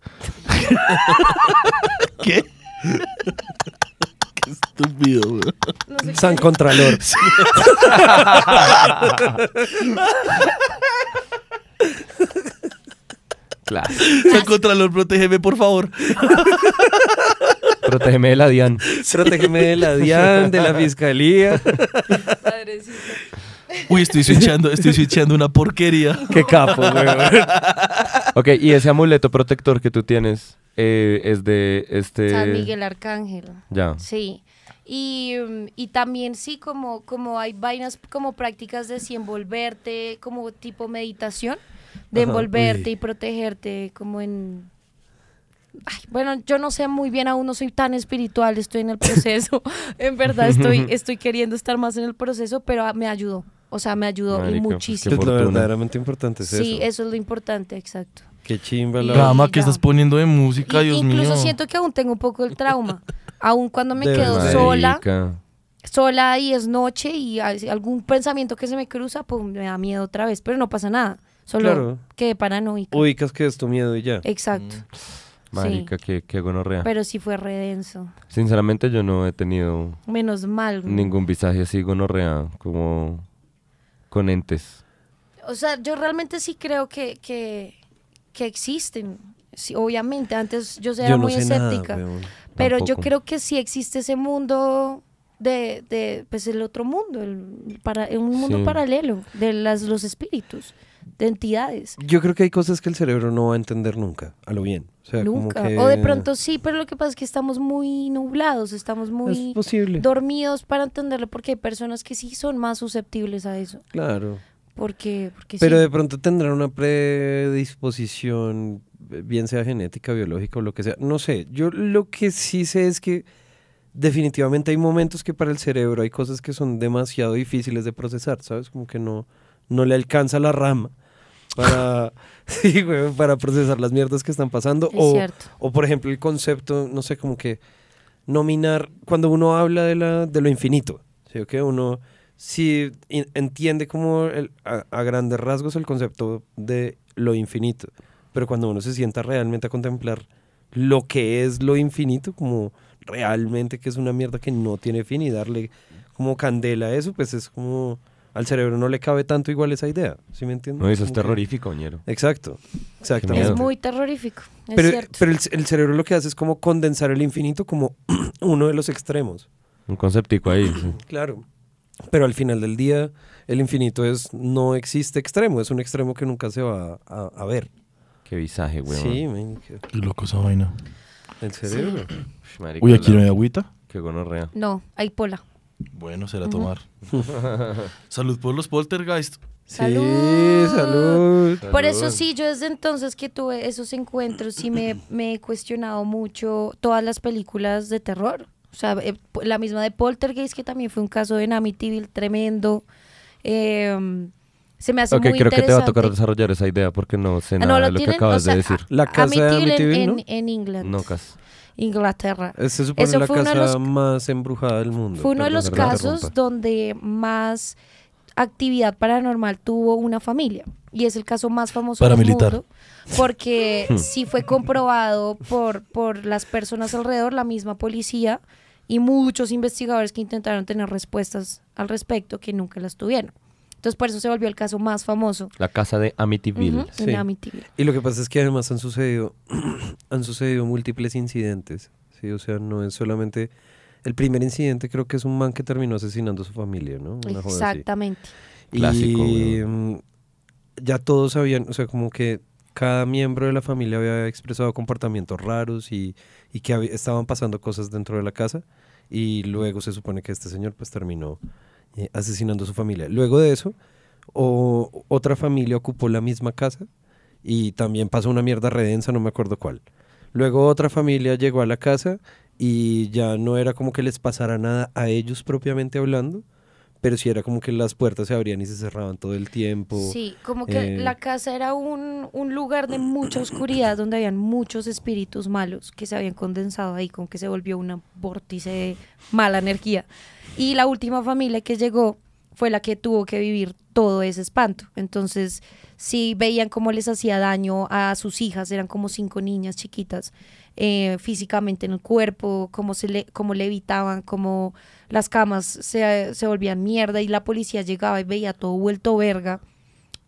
[SPEAKER 3] ¿Qué?
[SPEAKER 7] Estúpido, güey.
[SPEAKER 5] San Contralor.
[SPEAKER 6] (laughs)
[SPEAKER 4] Claro.
[SPEAKER 3] (laughs) San Contralor, protégeme, por favor.
[SPEAKER 4] Protégeme de la DIAN.
[SPEAKER 5] Protégeme de la DIAN, de la Fiscalía.
[SPEAKER 3] Uy, estoy switchando, estoy switchando una porquería.
[SPEAKER 5] Qué (laughs) capo, weón.
[SPEAKER 4] Ok, y ese amuleto protector que tú tienes eh, es de este...
[SPEAKER 6] San Miguel Arcángel.
[SPEAKER 4] Ya.
[SPEAKER 6] Sí. Y, mm, y también sí, como, como hay vainas, como prácticas de si envolverte, como tipo meditación, de
[SPEAKER 5] Ajá,
[SPEAKER 6] envolverte
[SPEAKER 5] uy.
[SPEAKER 6] y protegerte, como en... Ay, bueno, yo no sé muy bien aún, no soy tan espiritual, estoy en el proceso. (laughs) en verdad estoy, estoy queriendo estar más en el proceso, pero ah, me ayudó. O sea, me ayudó y
[SPEAKER 4] Marica, pues, qué
[SPEAKER 6] muchísimo.
[SPEAKER 5] Lo
[SPEAKER 4] fortuna.
[SPEAKER 5] verdaderamente importante es
[SPEAKER 6] sí,
[SPEAKER 5] eso.
[SPEAKER 6] eso es lo importante, exacto.
[SPEAKER 5] Qué chimba la...
[SPEAKER 6] Gama,
[SPEAKER 3] Gama, ¿qué estás poniendo de música,
[SPEAKER 6] Y-
[SPEAKER 3] Dios mío?
[SPEAKER 6] incluso siento que aún tengo un poco el trauma. aún cuando me
[SPEAKER 5] De
[SPEAKER 6] quedo
[SPEAKER 5] verdad.
[SPEAKER 6] sola,
[SPEAKER 4] Marica.
[SPEAKER 6] sola y es noche y hay algún pensamiento que se me cruza, pues me da miedo otra vez, pero no pasa nada. Solo
[SPEAKER 5] Claro. Mm,
[SPEAKER 6] quedé paranoica.
[SPEAKER 5] Ubicas que es tu miedo y ya.
[SPEAKER 6] Exacto.
[SPEAKER 4] Marica, qué, qué gonorrea.
[SPEAKER 6] Pero sí fue redenso.
[SPEAKER 4] Sinceramente yo no he tenido
[SPEAKER 6] Menos mal. güey.
[SPEAKER 4] ningún visaje así gonorrea como con entes.
[SPEAKER 6] O sea, yo realmente sí creo que, que, que existen. Sí, obviamente, antes yo era
[SPEAKER 5] Yo no
[SPEAKER 6] muy
[SPEAKER 5] sé nada,
[SPEAKER 6] escéptica.
[SPEAKER 5] weón.
[SPEAKER 6] pero yo
[SPEAKER 4] Tampoco.
[SPEAKER 6] creo que sí existe ese mundo de, de pues el otro mundo, el para, un mundo
[SPEAKER 4] Sí.
[SPEAKER 6] paralelo de las, los espíritus, de entidades.
[SPEAKER 5] Yo creo que hay cosas que el cerebro no va a entender nunca, a lo bien. O sea, como
[SPEAKER 6] Nunca.
[SPEAKER 5] que-
[SPEAKER 6] O de pronto sí, pero lo que pasa es que estamos muy nublados, estamos muy
[SPEAKER 5] Es posible.
[SPEAKER 6] dormidos para entenderlo, porque hay personas que sí son más susceptibles a eso.
[SPEAKER 5] Claro.
[SPEAKER 6] Porque, porque
[SPEAKER 5] Pero
[SPEAKER 6] sí.
[SPEAKER 5] de pronto tendrán una predisposición, bien sea genética, biológica o lo que sea. No sé, yo lo que sí sé es que definitivamente hay momentos que para el cerebro hay cosas que son demasiado difíciles de procesar, ¿sabes? Como que no, no le alcanza la rama para, (laughs) sí, güey, para procesar las mierdas que están pasando.
[SPEAKER 6] Es
[SPEAKER 5] o,
[SPEAKER 6] cierto.
[SPEAKER 5] o por ejemplo el concepto, no sé, como que nominar, cuando uno habla de, la, de lo infinito, ¿sí? o que uno sí in- entiende como el- a, a grandes rasgos el concepto de lo infinito, pero cuando uno se sienta realmente a contemplar lo que es lo infinito, como realmente que es una mierda que no tiene fin y darle como candela a eso, pues es como al cerebro no le cabe tanto igual esa idea, ¿sí me entiendes?
[SPEAKER 4] No, eso es
[SPEAKER 5] Como que-
[SPEAKER 4] terrorífico, ñero.
[SPEAKER 5] Exacto, exactamente.
[SPEAKER 4] miedo.
[SPEAKER 6] es muy terrorífico. Es
[SPEAKER 5] Pero,
[SPEAKER 6] cierto.
[SPEAKER 5] pero el, el cerebro lo que hace es como condensar el infinito como (clears throat) uno de los extremos.
[SPEAKER 4] Un conceptico (clears throat) ahí. sí.
[SPEAKER 5] Claro. Pero al final del día, el infinito es no existe extremo, es un extremo que nunca se va a, a ver.
[SPEAKER 4] Qué visaje, weón.
[SPEAKER 5] Sí, marica,
[SPEAKER 3] Qué loco esa vaina.
[SPEAKER 5] el
[SPEAKER 6] (clears throat)
[SPEAKER 5] cerebro.
[SPEAKER 4] Ush, marica,
[SPEAKER 3] Uy, aquí
[SPEAKER 4] la-
[SPEAKER 3] no hay agüita.
[SPEAKER 4] Qué gonorrea.
[SPEAKER 6] No, hay pola.
[SPEAKER 5] (laughs)
[SPEAKER 3] Bueno, será tomar. Salud por los poltergeist.
[SPEAKER 5] Sí, salud.
[SPEAKER 6] Por eso sí, yo desde entonces que tuve esos encuentros sí me,
[SPEAKER 4] (clears throat)
[SPEAKER 6] me he cuestionado mucho todas las películas de terror. O sea, eh, po- la misma de Poltergeist, que también fue un caso de Amityville tremendo. Eh, se me hace
[SPEAKER 4] Ok,
[SPEAKER 6] muy
[SPEAKER 4] creo que te va a tocar
[SPEAKER 6] interesante.
[SPEAKER 4] desarrollar esa idea porque no sé
[SPEAKER 6] Ah,
[SPEAKER 4] nada
[SPEAKER 6] no,
[SPEAKER 4] de
[SPEAKER 6] lo
[SPEAKER 4] lo que
[SPEAKER 6] tienen,
[SPEAKER 4] acabas
[SPEAKER 6] o sea, ah,
[SPEAKER 4] de decir.
[SPEAKER 5] La casa de
[SPEAKER 6] Amityville en-
[SPEAKER 5] Amityville,
[SPEAKER 6] en,
[SPEAKER 5] ¿no?
[SPEAKER 6] en England,
[SPEAKER 4] No, Cas.
[SPEAKER 6] Inglaterra.
[SPEAKER 5] Eh, Se supone
[SPEAKER 6] Eso
[SPEAKER 5] la
[SPEAKER 6] fue uno
[SPEAKER 5] casa
[SPEAKER 6] de los-
[SPEAKER 5] más embrujada del mundo.
[SPEAKER 6] Fue uno de
[SPEAKER 4] perdón,
[SPEAKER 6] los
[SPEAKER 4] perdón,
[SPEAKER 6] casos
[SPEAKER 4] interrumpa.
[SPEAKER 6] donde más actividad paranormal tuvo una familia. Y es el caso más famoso
[SPEAKER 3] Paramilitar.
[SPEAKER 6] del mundo.
[SPEAKER 4] (laughs)
[SPEAKER 6] Porque
[SPEAKER 4] Hmm.
[SPEAKER 6] sí fue comprobado por, por las personas alrededor, la misma policía y muchos investigadores que intentaron tener respuestas al respecto que nunca las tuvieron. Entonces por eso se volvió el caso más famoso
[SPEAKER 4] La casa de Amityville.
[SPEAKER 6] ujú,
[SPEAKER 5] Sí.
[SPEAKER 6] en Amityville.
[SPEAKER 5] Y lo que pasa es que además han sucedido, (clears throat) han sucedido múltiples incidentes. ¿sí? O sea, no es solamente. El primer incidente creo que es un man que terminó asesinando a su familia, ¿no? Una joda así.
[SPEAKER 6] Exactamente.
[SPEAKER 4] Clásico,
[SPEAKER 5] Y mm, ya todos sabían, o sea, como que cada miembro de la familia había expresado comportamientos raros y, y que había- estaban pasando cosas dentro de la casa. Y luego se supone que este señor pues terminó eh, asesinando a su familia. Luego de eso, o, otra familia ocupó la misma casa y también pasó una mierda redensa, no me acuerdo cuál. Luego otra familia llegó a la casa y ya no era como que les pasara nada a ellos propiamente hablando, pero sí era como que las puertas se abrían y se cerraban todo el tiempo.
[SPEAKER 6] Sí, como que
[SPEAKER 5] eh,
[SPEAKER 6] la casa era un, un lugar de mucha oscuridad donde habían muchos espíritus malos que se habían condensado ahí, como que se volvió una vórtice de mala energía. Y la última familia que llegó fue la que tuvo que vivir todo ese espanto. Entonces, sí veían cómo les hacía daño a sus hijas, eran como cinco niñas chiquitas, eh, físicamente en el cuerpo, cómo, se le, cómo levitaban, cómo las camas se, se volvían mierda y la policía llegaba y veía todo vuelto verga.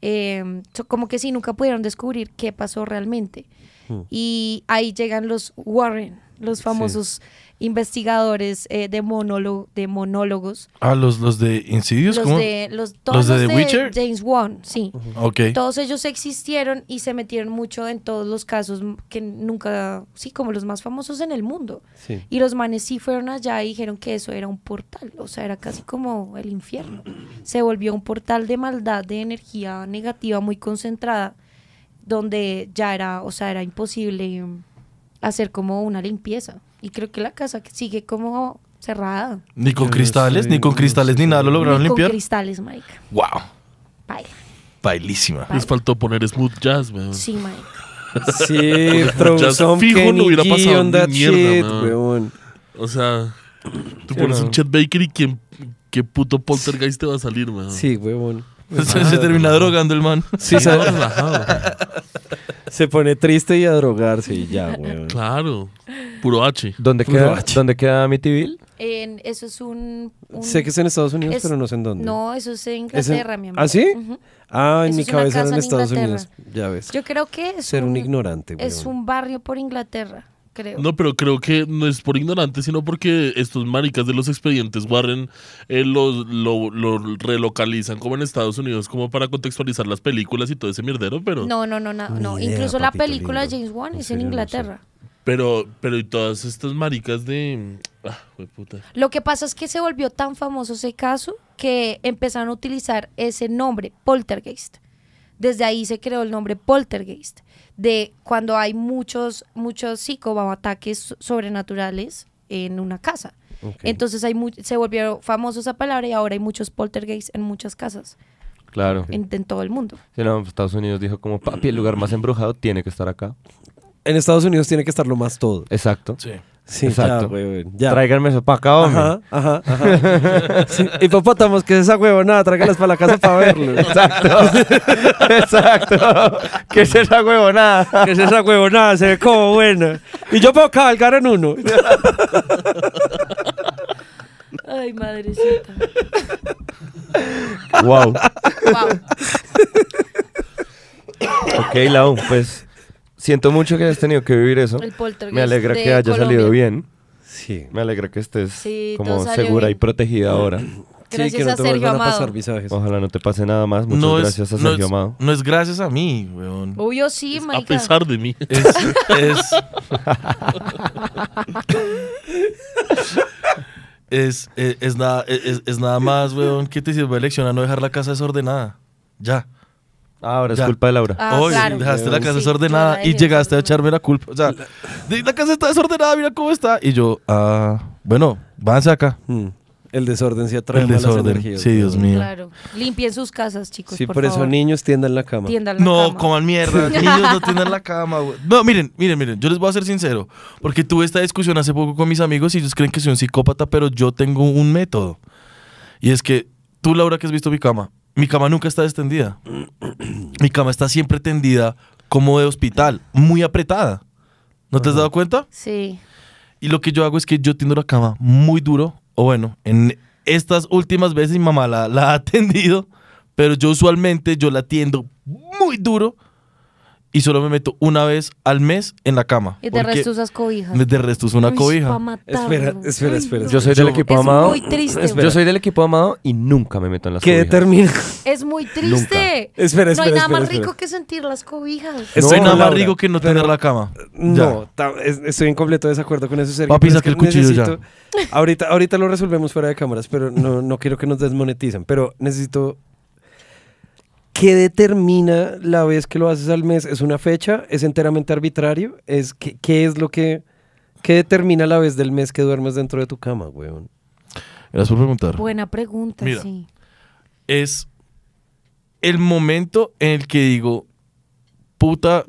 [SPEAKER 6] Eh, so- como que sí, nunca pudieron descubrir qué pasó realmente.
[SPEAKER 3] Hmm.
[SPEAKER 5] Mm.
[SPEAKER 6] Y ahí llegan los Warren, los famosos investigadores eh, de, monólogo, de monólogos.
[SPEAKER 3] Ah, los, los de Insidious,
[SPEAKER 6] Los
[SPEAKER 3] ¿cómo?
[SPEAKER 6] de, los, todos
[SPEAKER 3] ¿Los de
[SPEAKER 6] los
[SPEAKER 3] The Witcher?
[SPEAKER 6] James Wan, sí.
[SPEAKER 3] Ok.
[SPEAKER 6] Todos ellos existieron y se metieron mucho en todos los casos que nunca, sí, como los más famosos en el mundo. (laughs)
[SPEAKER 5] Sí.
[SPEAKER 6] Y los manes sí fueron allá y dijeron que eso era un portal, o sea, era casi como el infierno. Se volvió un portal de maldad, de energía negativa muy concentrada, donde ya era, o sea, era imposible mm, hacer como una limpieza. Y creo que la casa que sigue como cerrada.
[SPEAKER 3] Ni con
[SPEAKER 5] Yo no
[SPEAKER 3] cristales,
[SPEAKER 5] sé,
[SPEAKER 3] ni con
[SPEAKER 5] no
[SPEAKER 3] cristales,
[SPEAKER 5] sé
[SPEAKER 3] ni nada
[SPEAKER 5] si-
[SPEAKER 3] lo lograron
[SPEAKER 6] Ni con
[SPEAKER 3] limpiar.
[SPEAKER 6] cristales, marica.
[SPEAKER 3] Wow,
[SPEAKER 6] Baila.
[SPEAKER 3] bailísima.
[SPEAKER 6] Vale.
[SPEAKER 7] Les faltó poner smooth jazz, weón.
[SPEAKER 6] Sí, marica.
[SPEAKER 5] Sí,
[SPEAKER 7] (laughs) Ya
[SPEAKER 5] throw some
[SPEAKER 7] fijo no
[SPEAKER 5] Kenny
[SPEAKER 7] hubiera
[SPEAKER 5] G
[SPEAKER 7] pasado
[SPEAKER 5] on
[SPEAKER 7] ni
[SPEAKER 5] that
[SPEAKER 7] mierda, Ah.
[SPEAKER 5] shit,
[SPEAKER 7] man.
[SPEAKER 5] weón.
[SPEAKER 7] O sea, tú
[SPEAKER 5] Sí,
[SPEAKER 7] pones
[SPEAKER 5] no.
[SPEAKER 7] un Chet Baker y ¿quién, qué puto poltergeist te va a salir, weón.
[SPEAKER 5] Sí, weón.
[SPEAKER 3] (laughs) Se, se termina drogando el man.
[SPEAKER 5] Sí, se,
[SPEAKER 7] Estaba relajado.
[SPEAKER 5] (laughs) se pone triste y a drogarse y ya, weón.
[SPEAKER 7] Claro. Puro H.
[SPEAKER 4] ¿Dónde,
[SPEAKER 5] Puro
[SPEAKER 4] queda,
[SPEAKER 5] H.
[SPEAKER 4] ¿Dónde queda Amityville?
[SPEAKER 6] En- eso es un... un-
[SPEAKER 5] Sé que es en Estados Unidos,
[SPEAKER 6] es-
[SPEAKER 5] pero no sé en dónde.
[SPEAKER 6] No, eso es en
[SPEAKER 5] Es en-
[SPEAKER 6] Inglaterra, mi amor.
[SPEAKER 5] ¿Ah, sí?
[SPEAKER 6] Ujú.
[SPEAKER 5] Ah, en
[SPEAKER 6] Eso
[SPEAKER 5] mi
[SPEAKER 6] es una
[SPEAKER 5] cabeza
[SPEAKER 6] casa
[SPEAKER 5] era en
[SPEAKER 6] en
[SPEAKER 5] Estados Unidos.
[SPEAKER 6] Inglaterra.
[SPEAKER 5] Ya ves.
[SPEAKER 6] Yo creo que es
[SPEAKER 5] Ser un
[SPEAKER 6] un-
[SPEAKER 5] ignorante, este, weón.
[SPEAKER 6] Es un barrio por Inglaterra, creo.
[SPEAKER 7] No, pero creo que no es por ignorante, sino porque estos maricas de los expedientes Warren eh, los- lo, lo relocalizan como en Estados Unidos, como para contextualizar las películas y todo ese mierdero, pero,
[SPEAKER 6] No, no, no, no.
[SPEAKER 5] Ni
[SPEAKER 6] no.
[SPEAKER 5] idea,
[SPEAKER 6] Incluso la
[SPEAKER 5] papito
[SPEAKER 6] película
[SPEAKER 5] lindo.
[SPEAKER 6] de James Wan
[SPEAKER 5] En
[SPEAKER 6] es en
[SPEAKER 5] serio, no
[SPEAKER 6] Inglaterra.
[SPEAKER 7] pero, pero y todas estas maricas de. Ah, puta.
[SPEAKER 6] Lo que pasa es que se volvió tan famoso ese caso que empezaron a utilizar ese nombre, poltergeist. Desde ahí se creó el nombre poltergeist. De cuando hay muchos, muchos sí, como ataques sobrenaturales en una casa.
[SPEAKER 5] Ok.
[SPEAKER 6] Entonces hay mu- se volvió famoso esa palabra y ahora hay muchos poltergeists en muchas casas,
[SPEAKER 4] Claro.
[SPEAKER 6] en, en todo el mundo.
[SPEAKER 4] Sí, no, Estados Unidos dijo como, papi, el lugar más embrujado tiene que estar acá.
[SPEAKER 5] En Estados Unidos tiene que estar lo más todo.
[SPEAKER 4] Exacto.
[SPEAKER 3] Sí.
[SPEAKER 5] Sí,
[SPEAKER 4] Exacto.
[SPEAKER 5] ya, weón. Ya.
[SPEAKER 4] Tráiganme eso para acá, hombre.
[SPEAKER 5] Ajá,
[SPEAKER 3] (laughs)
[SPEAKER 5] ajá, ajá. Sí, Hipopótamos, que es esa huevonada, tráigalas para la casa para verlo.
[SPEAKER 4] (laughs) Exacto.
[SPEAKER 6] (laughs)
[SPEAKER 4] Exacto. ¿Qué es esa huevonada?
[SPEAKER 5] Que es esa huevonada, se ve como buena. Y yo puedo cabalgar en uno.
[SPEAKER 6] Ay, madrecita.
[SPEAKER 4] wow.
[SPEAKER 6] Wow.
[SPEAKER 4] Ok, Lau, pues siento mucho que hayas tenido que vivir eso.
[SPEAKER 6] El poltergeist
[SPEAKER 4] Me alegra
[SPEAKER 6] de
[SPEAKER 4] que haya
[SPEAKER 6] Colombia.
[SPEAKER 4] salido bien.
[SPEAKER 5] Sí.
[SPEAKER 4] Me alegra que estés
[SPEAKER 6] Sí,
[SPEAKER 4] como
[SPEAKER 6] todo salió
[SPEAKER 4] segura
[SPEAKER 6] bien.
[SPEAKER 4] y protegida
[SPEAKER 3] Mm,
[SPEAKER 4] ahora.
[SPEAKER 6] Gracias
[SPEAKER 5] sí, que no
[SPEAKER 6] a
[SPEAKER 5] te
[SPEAKER 6] Sergio
[SPEAKER 5] vuelvan a
[SPEAKER 6] Amado.
[SPEAKER 5] pasar visajes.
[SPEAKER 4] Ojalá no te pase nada más. Muchas
[SPEAKER 3] No es-
[SPEAKER 4] gracias a
[SPEAKER 3] no
[SPEAKER 4] Sergio
[SPEAKER 3] es- (laughs)
[SPEAKER 4] Amado.
[SPEAKER 3] No es gracias a mí, weón.
[SPEAKER 6] Obvio sí,
[SPEAKER 7] A
[SPEAKER 6] marica.
[SPEAKER 7] pesar de mí.
[SPEAKER 3] Es, es,
[SPEAKER 6] (laughs)
[SPEAKER 3] eh, es, es- es nada, es, es nada más, weón, que te sirve de lección a no dejar la casa desordenada. Ya.
[SPEAKER 4] Ah, ahora
[SPEAKER 3] Ya.
[SPEAKER 4] es culpa de Laura.
[SPEAKER 6] Ah,
[SPEAKER 3] Oye,
[SPEAKER 6] claro.
[SPEAKER 3] dejaste la casa
[SPEAKER 6] Sí, yo la
[SPEAKER 3] desordenada
[SPEAKER 6] dejé
[SPEAKER 3] y llegaste a
[SPEAKER 6] desordenada.
[SPEAKER 3] echarme la culpa. O sea, "Di, la casa está desordenada, mira cómo está. Y yo, ah, bueno, váyanse acá.
[SPEAKER 5] Mm. El desorden se atrae
[SPEAKER 3] El
[SPEAKER 5] malas
[SPEAKER 3] desorden.
[SPEAKER 5] energías,
[SPEAKER 3] Sí,
[SPEAKER 5] ¿no?
[SPEAKER 3] Dios mío.
[SPEAKER 6] Claro. Limpien sus casas, chicos.
[SPEAKER 5] Sí,
[SPEAKER 6] Pues, por,
[SPEAKER 5] por, eso
[SPEAKER 6] favor.
[SPEAKER 5] niños tiendan la cama.
[SPEAKER 6] Tiendan la
[SPEAKER 3] No,
[SPEAKER 6] cama.
[SPEAKER 3] coman
[SPEAKER 6] (laughs)
[SPEAKER 3] mierda. Niños no tienen la cama, güey. No, miren, miren, miren. Yo les voy a ser sincero. Porque tuve esta discusión hace poco con mis amigos y ellos creen que soy un psicópata, pero yo tengo un método. Y es que tú, Laura, que has visto mi cama, mi cama nunca está extendida. Mi cama está siempre tendida como de hospital, muy apretada. ¿No te has dado cuenta?
[SPEAKER 6] Sí.
[SPEAKER 3] Y lo que yo hago es que yo tiendo la cama muy duro, o bueno, en estas últimas veces mi mamá la, la ha (laughs) tendido, pero yo usualmente yo la tiendo muy duro y solo me meto una vez al mes en la cama.
[SPEAKER 6] Y de
[SPEAKER 3] porque
[SPEAKER 6] resto usas cobijas.
[SPEAKER 3] de resto es una
[SPEAKER 6] Pa'
[SPEAKER 3] cobija.
[SPEAKER 6] matarlo.
[SPEAKER 5] Espera, espera,
[SPEAKER 6] Ay,
[SPEAKER 5] espera.
[SPEAKER 6] no.
[SPEAKER 4] Yo soy del
[SPEAKER 3] Yo-
[SPEAKER 4] equipo
[SPEAKER 6] Es
[SPEAKER 4] amado.
[SPEAKER 6] muy triste,
[SPEAKER 4] Yo
[SPEAKER 6] güey.
[SPEAKER 4] soy del equipo amado y nunca me meto en las
[SPEAKER 5] ¿Qué
[SPEAKER 4] cobijas.
[SPEAKER 5] determina?
[SPEAKER 6] Es muy triste.
[SPEAKER 5] Espera, espera,
[SPEAKER 6] no hay nada
[SPEAKER 5] espera,
[SPEAKER 6] más
[SPEAKER 5] espera.
[SPEAKER 6] rico que sentir las cobijas.
[SPEAKER 3] No
[SPEAKER 5] Estoy
[SPEAKER 3] hay nada más
[SPEAKER 5] Laura,
[SPEAKER 3] rico que no
[SPEAKER 5] pero- eh,
[SPEAKER 3] tener la cama.
[SPEAKER 5] No, ta- es- estoy en completo desacuerdo con eso, Sergio.
[SPEAKER 3] Papi,
[SPEAKER 5] pero es
[SPEAKER 3] saca el cuchillo ya.
[SPEAKER 5] Ahorita, ahorita lo resolvemos fuera de cámaras, pero no, no quiero que nos desmoneticen. Pero necesito... ¿Qué determina la vez que lo haces al mes? ¿Es una fecha? ¿Es enteramente arbitrario? ¿Es, qué, qué es lo que... ¿Qué determina la vez del mes que duermes dentro de tu cama, weón?
[SPEAKER 3] Gracias por preguntar.
[SPEAKER 6] Buena pregunta,
[SPEAKER 3] Mira.
[SPEAKER 6] sí.
[SPEAKER 3] es el momento en el que digo, puta,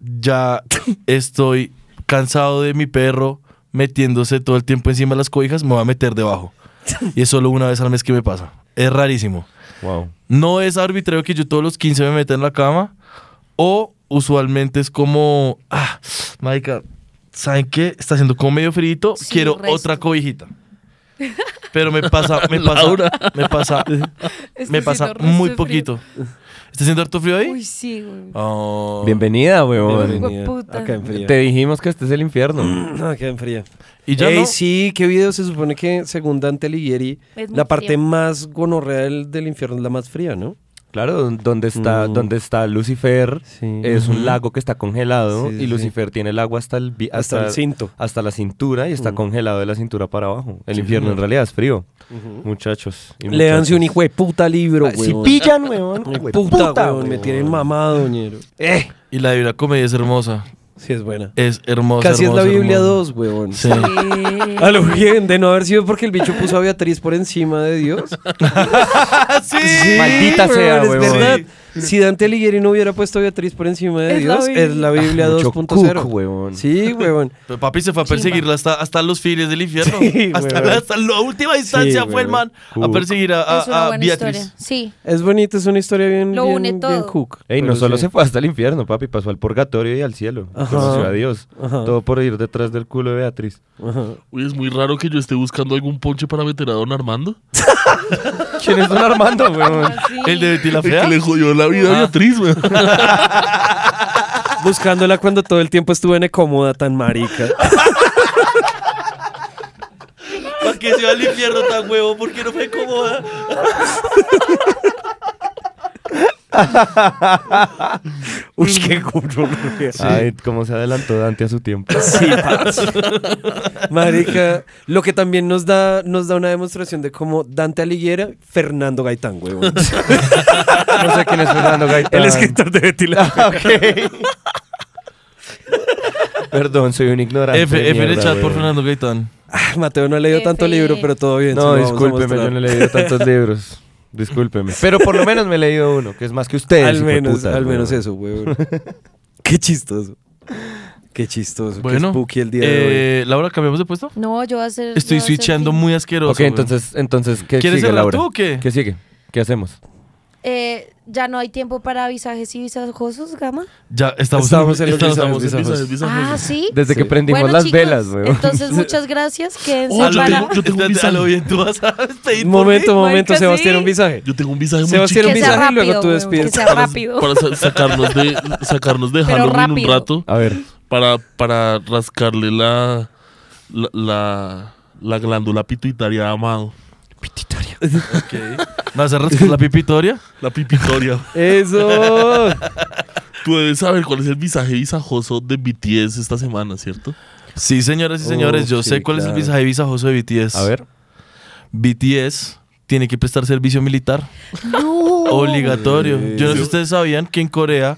[SPEAKER 3] ya estoy cansado de mi perro metiéndose todo el tiempo encima de las cobijas, me voy a meter debajo. Y es solo una vez al mes que me pasa. Es rarísimo.
[SPEAKER 4] Wow.
[SPEAKER 3] No es arbitrario que yo todos los 15 me meta en la cama. O usualmente es como, ah, marica, ¿saben qué? Está haciendo como medio frito,
[SPEAKER 6] Sí,
[SPEAKER 3] quiero
[SPEAKER 6] resto.
[SPEAKER 3] otra cobijita. Pero me pasa, me pasa, me pasa, me pasa muy poquito. ¿Está haciendo harto frío ahí?
[SPEAKER 6] Uy, sí, güey.
[SPEAKER 3] Oh.
[SPEAKER 4] Bienvenida,
[SPEAKER 5] Bienvenida.
[SPEAKER 4] weón.
[SPEAKER 6] Hueputa.
[SPEAKER 5] Acá en fría.
[SPEAKER 4] Te dijimos que este es
[SPEAKER 3] (clears throat)
[SPEAKER 4] el infierno.
[SPEAKER 5] Ah, queda en fría.
[SPEAKER 3] Y ya
[SPEAKER 5] Ey,
[SPEAKER 3] no.
[SPEAKER 5] sí, qué video se supone que según Dante Alighieri,
[SPEAKER 6] Es muy
[SPEAKER 5] la parte
[SPEAKER 6] fría.
[SPEAKER 5] más gonorreal del infierno es la más fría, ¿no?
[SPEAKER 4] Claro, don- donde está,
[SPEAKER 5] Mm.
[SPEAKER 4] donde está Lucifer
[SPEAKER 5] Sí.
[SPEAKER 4] es
[SPEAKER 3] Ujú.
[SPEAKER 4] un lago que está congelado
[SPEAKER 5] Sí, sí,
[SPEAKER 4] y Lucifer tiene el agua hasta el vi-
[SPEAKER 5] Hasta, el cinto.
[SPEAKER 4] hasta la cintura y está
[SPEAKER 5] Mm.
[SPEAKER 4] congelado de la cintura para abajo. El infierno en realidad es frío, muchachos. y
[SPEAKER 5] Leanse un
[SPEAKER 4] muchachas.
[SPEAKER 5] hijo de puta libro,
[SPEAKER 4] Ah, Si
[SPEAKER 5] weón.
[SPEAKER 4] pillan, weón.
[SPEAKER 5] Hijo de
[SPEAKER 4] hueputa,
[SPEAKER 5] puta, weón, Me tienen mamado, doñero.
[SPEAKER 4] Eh.
[SPEAKER 3] Y la Biblia Comedia es hermosa.
[SPEAKER 5] Sí, es buena.
[SPEAKER 3] Es hermosa.
[SPEAKER 5] Casi es la
[SPEAKER 3] hermosa,
[SPEAKER 5] Biblia
[SPEAKER 3] hermosa.
[SPEAKER 5] 2, weón.
[SPEAKER 3] Sí.
[SPEAKER 6] Eh,
[SPEAKER 5] A lo bien, de no haber sido porque el bicho puso a Beatriz por encima de Dios. Sí,
[SPEAKER 4] Maldita
[SPEAKER 5] weón,
[SPEAKER 4] sea,
[SPEAKER 5] es
[SPEAKER 4] weón.
[SPEAKER 5] verdad. Si Dante Alighieri no hubiera puesto a Beatriz por encima de
[SPEAKER 6] Es la
[SPEAKER 5] Dios,
[SPEAKER 6] Biblia.
[SPEAKER 5] es la Biblia
[SPEAKER 4] Ah, Mucho
[SPEAKER 5] 2.0.
[SPEAKER 4] cuco, weón.
[SPEAKER 5] Sí, weón.
[SPEAKER 3] Pero papi se fue a perseguirla hasta, hasta los fines del infierno.
[SPEAKER 5] Sí,
[SPEAKER 3] (laughs) hasta,
[SPEAKER 5] weón.
[SPEAKER 3] hasta la última instancia
[SPEAKER 5] Sí,
[SPEAKER 3] fue el man a
[SPEAKER 4] Cook.
[SPEAKER 3] perseguir a, a-
[SPEAKER 6] es una
[SPEAKER 3] a
[SPEAKER 6] buena
[SPEAKER 3] Ah, Beatriz.
[SPEAKER 6] historia. Sí.
[SPEAKER 5] Es bonito, es una historia bien.
[SPEAKER 6] Lo
[SPEAKER 5] bien-
[SPEAKER 6] une
[SPEAKER 5] bien
[SPEAKER 6] todo.
[SPEAKER 5] cook.
[SPEAKER 4] Ey, no
[SPEAKER 5] Pero
[SPEAKER 4] solo
[SPEAKER 5] sí.
[SPEAKER 4] se fue hasta el infierno, papi, pasó al purgatorio y al cielo.
[SPEAKER 5] Ajá.
[SPEAKER 4] Conoció a Dios.
[SPEAKER 5] Ajá.
[SPEAKER 4] Todo por ir detrás del culo de Beatriz.
[SPEAKER 5] Ajá.
[SPEAKER 7] Uy, es muy raro que yo esté buscando algún ponche para meter a don Armando.
[SPEAKER 4] ¿Quién es Don Armando, (laughs) weón?
[SPEAKER 6] Sí.
[SPEAKER 3] El de Ah. Betty la
[SPEAKER 7] El
[SPEAKER 3] Fea.
[SPEAKER 7] que le jodió la vida a
[SPEAKER 3] (laughs)
[SPEAKER 7] Beatriz, weón.
[SPEAKER 5] Buscándola cuando todo el tiempo estuve en Ecomoda tan marica.
[SPEAKER 3] ¿Para qué se va al infierno tan huevo? ¿Por qué no fue cómoda?
[SPEAKER 5] Uy, qué culo.
[SPEAKER 4] Ay, cómo se adelantó Dante a su tiempo.
[SPEAKER 5] Sí, parce. (laughs) Marica, lo que también nos da, nos da una demostración de cómo Dante Alighiera, Fernando Gaitán,
[SPEAKER 3] (laughs)
[SPEAKER 5] huevón.
[SPEAKER 4] No sé quién es Fernando Gaitán.
[SPEAKER 5] El escritor de Betty la Fea.
[SPEAKER 4] Perdón, soy un ignorante.
[SPEAKER 3] F, F en el
[SPEAKER 4] mierda,
[SPEAKER 3] chat por
[SPEAKER 4] weón.
[SPEAKER 3] Fernando Gaitán.
[SPEAKER 5] Ah, Mateo no ha leído
[SPEAKER 6] Qué
[SPEAKER 5] tanto
[SPEAKER 6] fe.
[SPEAKER 5] libro, pero todo bien. se lo
[SPEAKER 4] No,
[SPEAKER 5] vamos a
[SPEAKER 4] discúlpeme, yo
[SPEAKER 5] mostrar.
[SPEAKER 4] no he leído tantos libros. Discúlpeme. Pero por lo menos me he leído uno, que es más que ustedes.
[SPEAKER 5] Al
[SPEAKER 4] hijo de
[SPEAKER 5] menos,
[SPEAKER 4] puta,
[SPEAKER 5] al menos
[SPEAKER 4] weón.
[SPEAKER 5] eso, huevón. qué chistoso. Qué chistoso. qué
[SPEAKER 3] Bueno,
[SPEAKER 5] spooky el día de hoy.
[SPEAKER 3] eh, Laura, ¿cambiamos de puesto?
[SPEAKER 6] No, yo voy a hacer.
[SPEAKER 3] Estoy
[SPEAKER 6] yo voy a hacer
[SPEAKER 3] switchando
[SPEAKER 6] fin.
[SPEAKER 3] muy asqueroso.
[SPEAKER 4] Ok,
[SPEAKER 3] güey.
[SPEAKER 4] entonces, entonces ¿qué
[SPEAKER 3] ¿Quieres
[SPEAKER 4] sigue,
[SPEAKER 3] cerrar
[SPEAKER 4] Laura?
[SPEAKER 3] tú o qué?
[SPEAKER 4] ¿Qué sigue? ¿Qué hacemos?
[SPEAKER 6] Eh, ya no hay tiempo para visajes y visajosos, gama.
[SPEAKER 3] Ya estamos,
[SPEAKER 5] Estamos en los
[SPEAKER 3] estamos-
[SPEAKER 5] visajes,
[SPEAKER 3] estamos-
[SPEAKER 5] visajes.
[SPEAKER 6] Ah, sí.
[SPEAKER 4] Desde que
[SPEAKER 5] Sí.
[SPEAKER 4] prendimos
[SPEAKER 6] Bueno,
[SPEAKER 4] las
[SPEAKER 6] chicos,
[SPEAKER 4] velas,
[SPEAKER 5] (laughs)
[SPEAKER 4] weón.
[SPEAKER 6] (laughs) Entonces, muchas
[SPEAKER 3] Ah,
[SPEAKER 6] gracias. Quédense
[SPEAKER 7] Oh, yo
[SPEAKER 6] para.
[SPEAKER 7] tengo- yo tengo un
[SPEAKER 3] Espérate, a lo
[SPEAKER 7] visaje.
[SPEAKER 3] bien, tú vas a pedir por
[SPEAKER 5] Momento,
[SPEAKER 6] mí,
[SPEAKER 5] momento,
[SPEAKER 6] marica,
[SPEAKER 5] Sebastián,
[SPEAKER 6] sí.
[SPEAKER 5] un visaje.
[SPEAKER 7] Yo tengo un visaje muy
[SPEAKER 5] Sebastián,
[SPEAKER 7] chiquito
[SPEAKER 5] un
[SPEAKER 6] que sea
[SPEAKER 5] visaje y luego
[SPEAKER 6] rápido,
[SPEAKER 5] tú
[SPEAKER 6] weón,
[SPEAKER 5] despides.
[SPEAKER 6] que sea
[SPEAKER 7] para,
[SPEAKER 6] rápido.
[SPEAKER 7] para sa-
[SPEAKER 6] (laughs)
[SPEAKER 7] sacarnos de, sacarnos de
[SPEAKER 6] Pero
[SPEAKER 7] Halloween un
[SPEAKER 6] rápido.
[SPEAKER 7] rato
[SPEAKER 4] A ver.
[SPEAKER 7] para, para rascarle la, la, la, la glándula pituitaria a Amado.
[SPEAKER 3] ¿Me vas a rascar la pipitoria?
[SPEAKER 7] La pipitoria.
[SPEAKER 5] Eso.
[SPEAKER 7] (laughs) Tú debes saber cuál es el visaje visajoso de BTS esta semana, ¿cierto?
[SPEAKER 3] Sí, señoras y
[SPEAKER 5] Uf,
[SPEAKER 3] señores, yo
[SPEAKER 5] sí,
[SPEAKER 3] sé cuál es
[SPEAKER 5] claro.
[SPEAKER 3] el visaje visajoso de BTS.
[SPEAKER 4] A ver.
[SPEAKER 3] BTS tiene que prestar servicio militar.
[SPEAKER 6] No.
[SPEAKER 3] Obligatorio. Yo no sé si ustedes sabían que en Corea,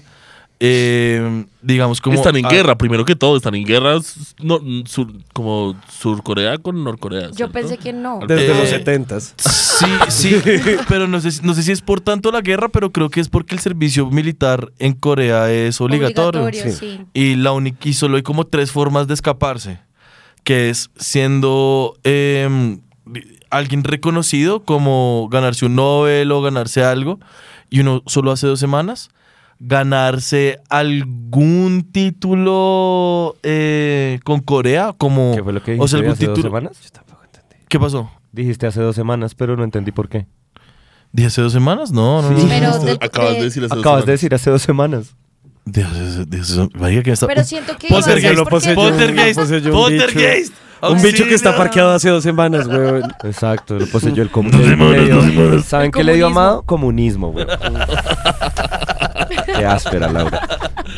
[SPEAKER 3] eh, digamos como...
[SPEAKER 7] están en
[SPEAKER 3] ah,
[SPEAKER 7] guerra, primero que todo, están en guerra s- no, sur, como Surcorea con
[SPEAKER 6] (laughs)
[SPEAKER 7] Norcorea.
[SPEAKER 6] Yo
[SPEAKER 7] ¿cierto?
[SPEAKER 6] pensé que no.
[SPEAKER 5] Desde
[SPEAKER 3] Eh,
[SPEAKER 5] los 70s.
[SPEAKER 3] Sí, sí,
[SPEAKER 4] (laughs)
[SPEAKER 3] pero no sé, si- no sé si es por tanto la guerra, pero creo que es porque el servicio militar en Corea es obligatorio.
[SPEAKER 6] Obligatorio,
[SPEAKER 5] Sí.
[SPEAKER 6] sí.
[SPEAKER 3] Y, la única, y solo hay como tres formas de escaparse, que es siendo em, alguien reconocido, como ganarse un Nobel o ganarse algo, y uno solo hace dos semanas, ganarse algún título eh, con Corea, como...
[SPEAKER 4] ¿Qué fue lo que
[SPEAKER 3] o sea,
[SPEAKER 4] dijiste
[SPEAKER 3] algún
[SPEAKER 4] hace dos
[SPEAKER 3] título-
[SPEAKER 4] semanas?
[SPEAKER 3] ¿Qué pasó?
[SPEAKER 4] Dijiste hace dos semanas, pero no entendí por qué.
[SPEAKER 3] ¿Dije hace dos semanas? No, no, no.
[SPEAKER 6] Pero, de-
[SPEAKER 7] Acabas de
[SPEAKER 6] de-
[SPEAKER 7] decir hace dos
[SPEAKER 4] Acabas de
[SPEAKER 7] semanas.
[SPEAKER 4] decir hace dos semanas.
[SPEAKER 3] Dios, Dios, Dios, Dios, marica, que me está-
[SPEAKER 6] pero siento que.
[SPEAKER 3] Poltergeist,
[SPEAKER 6] igual,
[SPEAKER 5] lo
[SPEAKER 6] porque-
[SPEAKER 5] poseyó.
[SPEAKER 3] Poltergeist,
[SPEAKER 5] Yo
[SPEAKER 7] pues,
[SPEAKER 5] poseyó un bicho.
[SPEAKER 3] Poltergeist.
[SPEAKER 7] Ah,
[SPEAKER 5] Un bicho que está
[SPEAKER 3] Auxilio.
[SPEAKER 5] parqueado hace dos semanas, güey.
[SPEAKER 4] Exacto, lo poseyó el
[SPEAKER 3] Dos
[SPEAKER 4] comunismo.
[SPEAKER 3] semanas, dos semanas.
[SPEAKER 4] ¿Saben
[SPEAKER 6] El
[SPEAKER 4] qué le dio
[SPEAKER 6] comunismo.
[SPEAKER 4] amado? Comunismo, güey. qué áspera, Laura.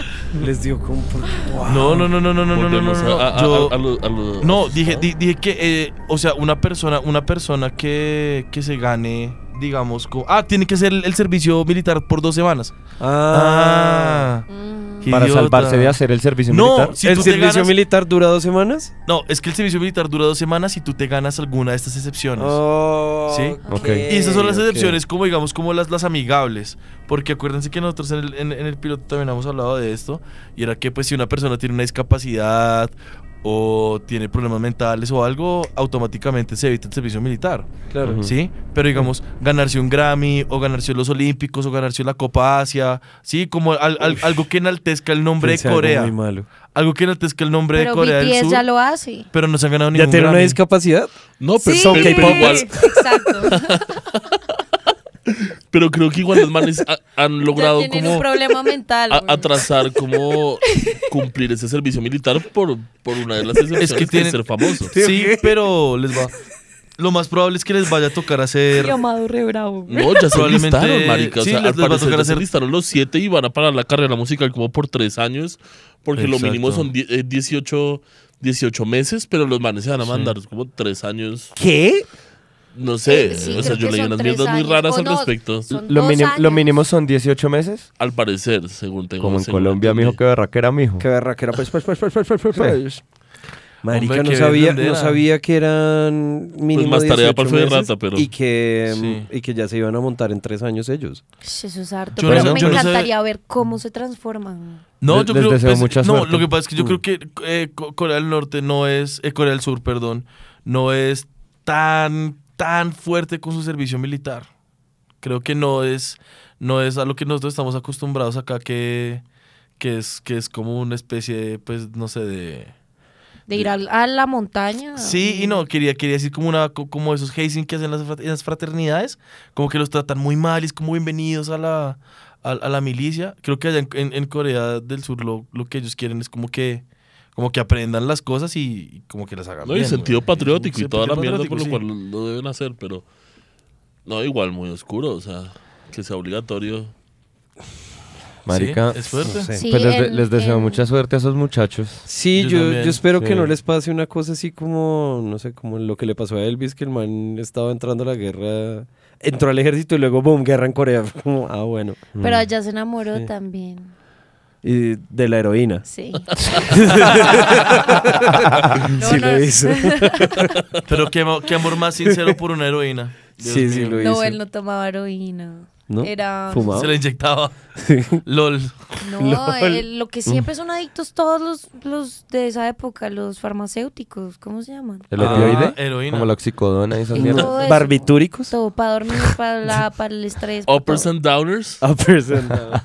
[SPEAKER 5] (laughs) Les dio como... por- Wow.
[SPEAKER 3] No, no, no, no, no, no, no, no, no,
[SPEAKER 7] Volvemos
[SPEAKER 3] no,
[SPEAKER 7] a- a-
[SPEAKER 3] Yo-
[SPEAKER 7] a- a lo- a lo-
[SPEAKER 3] no, dije, di- dije que, eh, o sea, una persona, una persona que, que se gane, digamos, co- ah, tiene que ser el, el servicio militar por dos semanas.
[SPEAKER 5] Ah.
[SPEAKER 3] Ah,
[SPEAKER 6] Mm.
[SPEAKER 3] qué
[SPEAKER 4] Para
[SPEAKER 3] idiota.
[SPEAKER 4] salvarse de hacer el servicio
[SPEAKER 3] No,
[SPEAKER 4] militar.
[SPEAKER 3] si
[SPEAKER 5] ¿El
[SPEAKER 3] tú te
[SPEAKER 5] servicio
[SPEAKER 3] ganas-
[SPEAKER 5] militar dura dos semanas?
[SPEAKER 3] No, es que el servicio militar dura dos semanas y tú te ganas alguna de estas excepciones.
[SPEAKER 5] Oh,
[SPEAKER 3] Sí.
[SPEAKER 4] Ok.
[SPEAKER 3] Y esas son las
[SPEAKER 5] ok.
[SPEAKER 3] excepciones, como digamos, como las, las amigables. Porque acuérdense que nosotros en el, en- en el piloto también hemos hablado de esto. Y era que, pues, si una persona tiene una discapacidad o tiene problemas mentales o algo, automáticamente se evita el servicio militar.
[SPEAKER 5] Claro.
[SPEAKER 4] Ujú.
[SPEAKER 3] ¿Sí? Pero digamos, ganarse un Grammy o ganarse los Olímpicos o ganarse la Copa Asia. ¿Sí? Como al- al- algo que enaltezca el nombre de
[SPEAKER 5] Pensé algo
[SPEAKER 3] Corea.
[SPEAKER 5] muy
[SPEAKER 3] Algo,
[SPEAKER 5] malo.
[SPEAKER 3] que enaltezca el nombre
[SPEAKER 6] Pero
[SPEAKER 3] de Corea del
[SPEAKER 6] BTS
[SPEAKER 3] Sur.
[SPEAKER 6] ya lo hace.
[SPEAKER 3] Pero no se han ganado ningún
[SPEAKER 5] ¿Ya tiene una
[SPEAKER 3] Grammy.
[SPEAKER 5] discapacidad?
[SPEAKER 7] No, pero,
[SPEAKER 6] sí,
[SPEAKER 7] pero- pero
[SPEAKER 3] (laughs)
[SPEAKER 7] igual-
[SPEAKER 6] exacto.
[SPEAKER 7] pero creo que igual los manes ha- han logrado
[SPEAKER 6] ya tienen
[SPEAKER 7] como
[SPEAKER 6] un problema mental.
[SPEAKER 7] a-
[SPEAKER 6] güey.
[SPEAKER 7] atrasar como cumplir ese servicio militar por, por una de las excepciones
[SPEAKER 3] Es que tienen-
[SPEAKER 7] de ser famoso.
[SPEAKER 3] Sí, pero les va. Lo más probable es que les vaya a tocar hacer.
[SPEAKER 6] Sí, Amado re bravo. güey.
[SPEAKER 7] No, ya se
[SPEAKER 3] Probablemente-
[SPEAKER 7] listaron, marica. O
[SPEAKER 3] sí,
[SPEAKER 7] sea,
[SPEAKER 3] les-
[SPEAKER 7] al
[SPEAKER 3] les va a
[SPEAKER 7] parecer
[SPEAKER 3] tocar
[SPEAKER 7] ya se
[SPEAKER 3] hacer-
[SPEAKER 7] listaron los siete y van a parar la carrera musical como por tres años, porque lo mínimo
[SPEAKER 3] Exacto.
[SPEAKER 7] son die- eh, 18, 18 meses, pero los manes se van a mandar como tres años.
[SPEAKER 5] ¿Qué?
[SPEAKER 7] No sé,
[SPEAKER 6] Eh, sí,
[SPEAKER 7] o sea,
[SPEAKER 6] creo
[SPEAKER 7] yo
[SPEAKER 6] que
[SPEAKER 7] leí
[SPEAKER 6] son
[SPEAKER 7] unas
[SPEAKER 6] tres
[SPEAKER 7] mierdas muy
[SPEAKER 6] años.
[SPEAKER 7] raras
[SPEAKER 6] O
[SPEAKER 7] al
[SPEAKER 6] no,
[SPEAKER 7] respecto.
[SPEAKER 6] son
[SPEAKER 4] Lo,
[SPEAKER 6] dos
[SPEAKER 4] mínimo, lo
[SPEAKER 6] años.
[SPEAKER 4] mínimo son 18 meses.
[SPEAKER 7] Al parecer, según tengo
[SPEAKER 4] Como en
[SPEAKER 7] según
[SPEAKER 4] Colombia, mijo,
[SPEAKER 7] entendí.
[SPEAKER 4] que berraquera, mijo.
[SPEAKER 5] Qué berraquera. Pues, pues, pues, pues, pues, pues, pues, pues. Marica,
[SPEAKER 3] Hombre,
[SPEAKER 5] no,
[SPEAKER 3] qué
[SPEAKER 5] sabía, no
[SPEAKER 3] berrandera.
[SPEAKER 5] sabía que eran mínimo
[SPEAKER 7] más tarea
[SPEAKER 5] 18
[SPEAKER 7] para el Fede
[SPEAKER 5] meses
[SPEAKER 7] Rata, pero-
[SPEAKER 5] Y que,
[SPEAKER 3] Sí.
[SPEAKER 5] y que ya se iban a montar en tres años ellos.
[SPEAKER 6] Eso es harto.
[SPEAKER 3] Yo
[SPEAKER 6] pero
[SPEAKER 3] no-
[SPEAKER 6] me
[SPEAKER 3] yo no sé-
[SPEAKER 6] encantaría ver cómo se transforman.
[SPEAKER 3] No,
[SPEAKER 4] Les-
[SPEAKER 3] yo
[SPEAKER 4] les
[SPEAKER 3] creo pues,
[SPEAKER 4] deseo mucha
[SPEAKER 3] No,
[SPEAKER 4] suerte. Mm.
[SPEAKER 3] lo que pasa es que yo creo que eh, Co- Corea del Norte no es. eh, Corea del Sur, perdón. No es tan, tan fuerte con su servicio militar. Creo que no es. No es a lo que nosotros estamos acostumbrados acá que. Que es, que es como una especie de, pues, no sé, de...
[SPEAKER 6] De ir al- a, la montaña.
[SPEAKER 3] Sí, y no, quería, quería decir como una co- como esos hazing que hacen las, frat- en las fraternidades, como que los tratan muy mal y es como bienvenidos a la, a, a la milicia. Creo que allá en, en- en Corea del Sur lo, lo que ellos quieren es como que como que aprendan las cosas y, y como que las hagan
[SPEAKER 7] No, y
[SPEAKER 3] bien,
[SPEAKER 7] sentido
[SPEAKER 3] güey.
[SPEAKER 7] patriótico
[SPEAKER 3] Sí,
[SPEAKER 7] y toda la
[SPEAKER 3] sentido
[SPEAKER 7] mierda
[SPEAKER 3] patriótico,
[SPEAKER 7] por lo
[SPEAKER 3] sí.
[SPEAKER 7] cual lo- lo deben hacer, pero no, igual muy oscuro, o sea, que sea obligatorio.
[SPEAKER 4] Marica.
[SPEAKER 3] Sí, es fuerte.
[SPEAKER 5] no sé.
[SPEAKER 6] Sí,
[SPEAKER 4] pues les, de-
[SPEAKER 6] en-
[SPEAKER 4] les deseo
[SPEAKER 6] en-
[SPEAKER 4] mucha suerte a esos muchachos.
[SPEAKER 5] Sí,
[SPEAKER 3] Yo
[SPEAKER 5] yo, yo,
[SPEAKER 3] también,
[SPEAKER 5] espero que
[SPEAKER 4] sí.
[SPEAKER 5] no les pase una cosa así como, no sé, como lo que le pasó a Elvis, que el man estaba entrando a la guerra, entró al ejército y luego, boom, guerra en Corea. (laughs) Fue Como, ah, bueno.
[SPEAKER 6] Pero allá se enamoró
[SPEAKER 5] Sí.
[SPEAKER 6] también.
[SPEAKER 5] Y de la
[SPEAKER 3] (laughs)
[SPEAKER 5] heroína.
[SPEAKER 6] Sí. (laughs)
[SPEAKER 5] sí
[SPEAKER 6] no.
[SPEAKER 5] lo hizo.
[SPEAKER 6] (laughs)
[SPEAKER 3] Pero qué, amo- qué amor más sincero por una
[SPEAKER 5] (laughs)
[SPEAKER 3] heroína. Dios
[SPEAKER 5] sí,
[SPEAKER 3] mío.
[SPEAKER 5] sí lo hizo.
[SPEAKER 6] No, él no tomaba heroína.
[SPEAKER 5] ¿No?
[SPEAKER 6] Era.
[SPEAKER 5] Fumaba.
[SPEAKER 3] Se la inyectaba. LOL.
[SPEAKER 4] (laughs)
[SPEAKER 6] No, el- lo que
[SPEAKER 4] Mm.
[SPEAKER 6] siempre son adictos todos los, los de esa época, los farmacéuticos, ¿cómo se llaman?
[SPEAKER 4] ¿El
[SPEAKER 3] Ah,
[SPEAKER 4] opioide?
[SPEAKER 3] heroína.
[SPEAKER 4] Como la oxicodona y esas
[SPEAKER 6] Y
[SPEAKER 4] mierdas.
[SPEAKER 6] todo eso.
[SPEAKER 4] Pues,
[SPEAKER 5] Barbitúricos.
[SPEAKER 6] Todo para dormir, para,
[SPEAKER 4] (laughs)
[SPEAKER 6] la- para el estrés. para
[SPEAKER 7] Uppers
[SPEAKER 6] todo.
[SPEAKER 7] and downers.
[SPEAKER 5] Uppers and downs.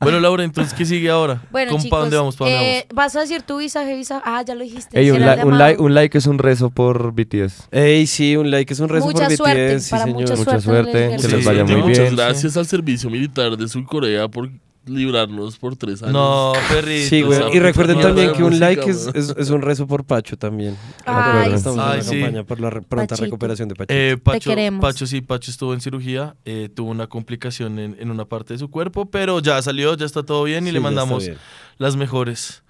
[SPEAKER 3] Bueno, Laura, entonces, ¿qué sigue ahora?
[SPEAKER 6] Bueno,
[SPEAKER 3] ¿Cómo,
[SPEAKER 6] chicos,
[SPEAKER 3] ¿Para dónde vamos? ¿Para dónde
[SPEAKER 6] eh, vas a decir tu visa, ¿Qué visa. Ah, ya lo dijiste.
[SPEAKER 4] Ey, un,
[SPEAKER 6] será
[SPEAKER 4] li- un
[SPEAKER 6] llamado.
[SPEAKER 4] like, un like es un rezo por BTS.
[SPEAKER 5] (laughs) Ey, sí, un like es un rezo
[SPEAKER 6] Mucha
[SPEAKER 5] por
[SPEAKER 6] suerte,
[SPEAKER 5] BTS, sí,
[SPEAKER 6] para
[SPEAKER 5] señor.
[SPEAKER 6] mucha
[SPEAKER 4] Mucha
[SPEAKER 6] suerte.
[SPEAKER 4] suerte,
[SPEAKER 6] en el
[SPEAKER 4] que les
[SPEAKER 6] ejército.
[SPEAKER 4] vaya muy
[SPEAKER 7] muchas
[SPEAKER 4] bien.
[SPEAKER 7] gracias al servicio militar de Surcorea por librarnos por tres
[SPEAKER 3] vamos?
[SPEAKER 7] años.
[SPEAKER 3] No, perrito.
[SPEAKER 5] Sí,
[SPEAKER 7] Esa
[SPEAKER 5] güey. Y
[SPEAKER 7] puta
[SPEAKER 5] recuerden
[SPEAKER 7] mierda
[SPEAKER 5] también
[SPEAKER 7] de
[SPEAKER 5] que un
[SPEAKER 7] música,
[SPEAKER 5] like es,
[SPEAKER 7] weón.
[SPEAKER 5] es, es un rezo por Pacho también.
[SPEAKER 6] Ay,
[SPEAKER 5] Recuerden, estamos
[SPEAKER 3] Ay,
[SPEAKER 5] en una
[SPEAKER 3] sí.
[SPEAKER 5] campaña por la re- pronta
[SPEAKER 6] Pachito.
[SPEAKER 5] recuperación de Pacho.
[SPEAKER 3] Eh, Pacho,
[SPEAKER 6] queremos.
[SPEAKER 3] Pacho sí, Pacho estuvo en cirugía, eh, tuvo una complicación en, en una parte de su cuerpo, pero ya salió, ya está todo bien y le mandamos las mejores.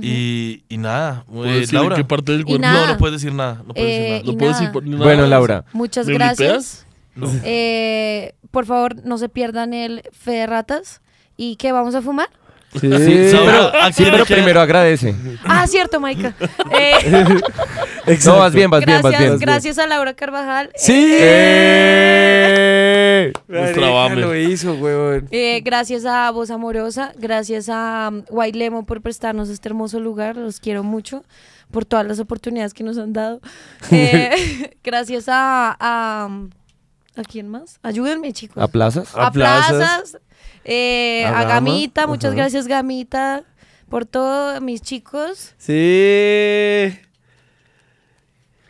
[SPEAKER 3] y, y nada,
[SPEAKER 7] ¿Puedo
[SPEAKER 3] eh,
[SPEAKER 7] decir en
[SPEAKER 3] Laura.
[SPEAKER 7] qué parte del
[SPEAKER 6] Y
[SPEAKER 7] cuerpo?
[SPEAKER 6] nada.
[SPEAKER 3] No, no puedes decir nada, no puedes
[SPEAKER 6] Eh,
[SPEAKER 3] decir nada.
[SPEAKER 7] No
[SPEAKER 6] Y
[SPEAKER 7] puedo decir
[SPEAKER 6] nada.
[SPEAKER 7] por- ni nada
[SPEAKER 4] Bueno,
[SPEAKER 7] más.
[SPEAKER 4] Laura,
[SPEAKER 6] Muchas
[SPEAKER 7] ¿Me
[SPEAKER 6] gracias.
[SPEAKER 7] blipeas?
[SPEAKER 6] Eh, por favor, no se pierdan el Fe de Ratas. ¿Y qué vamos a fumar?
[SPEAKER 5] Sí,
[SPEAKER 4] pero, sí, pero primero agradece.
[SPEAKER 6] Ah,
[SPEAKER 4] (laughs)
[SPEAKER 6] cierto, Maika. Eh,
[SPEAKER 4] No, vas bien, vas bien, vas
[SPEAKER 6] gracias,
[SPEAKER 4] bien.
[SPEAKER 6] gracias a Laura Carvajal.
[SPEAKER 5] Sí.
[SPEAKER 4] ¡Eh!
[SPEAKER 7] Nuestra
[SPEAKER 5] Marica,
[SPEAKER 7] Bamber.
[SPEAKER 5] lo hizo, huevón.
[SPEAKER 6] Eh, gracias a Voz Amorosa, gracias a um, White Lemon por prestarnos este hermoso lugar, los quiero mucho, por todas las oportunidades que nos han dado.
[SPEAKER 5] (laughs)
[SPEAKER 6] Eh, (laughs) gracias a, a... um, ¿A quién más? Ayúdenme, chicos.
[SPEAKER 4] ¿A plazas?
[SPEAKER 6] A,
[SPEAKER 5] A
[SPEAKER 6] Plazas,
[SPEAKER 5] Plazas.
[SPEAKER 6] eh,
[SPEAKER 5] A
[SPEAKER 6] a,
[SPEAKER 5] Gama.
[SPEAKER 6] Gamita, muchas
[SPEAKER 5] Ajá.
[SPEAKER 6] gracias Gamita, por todo, mis chicos.
[SPEAKER 5] Sí.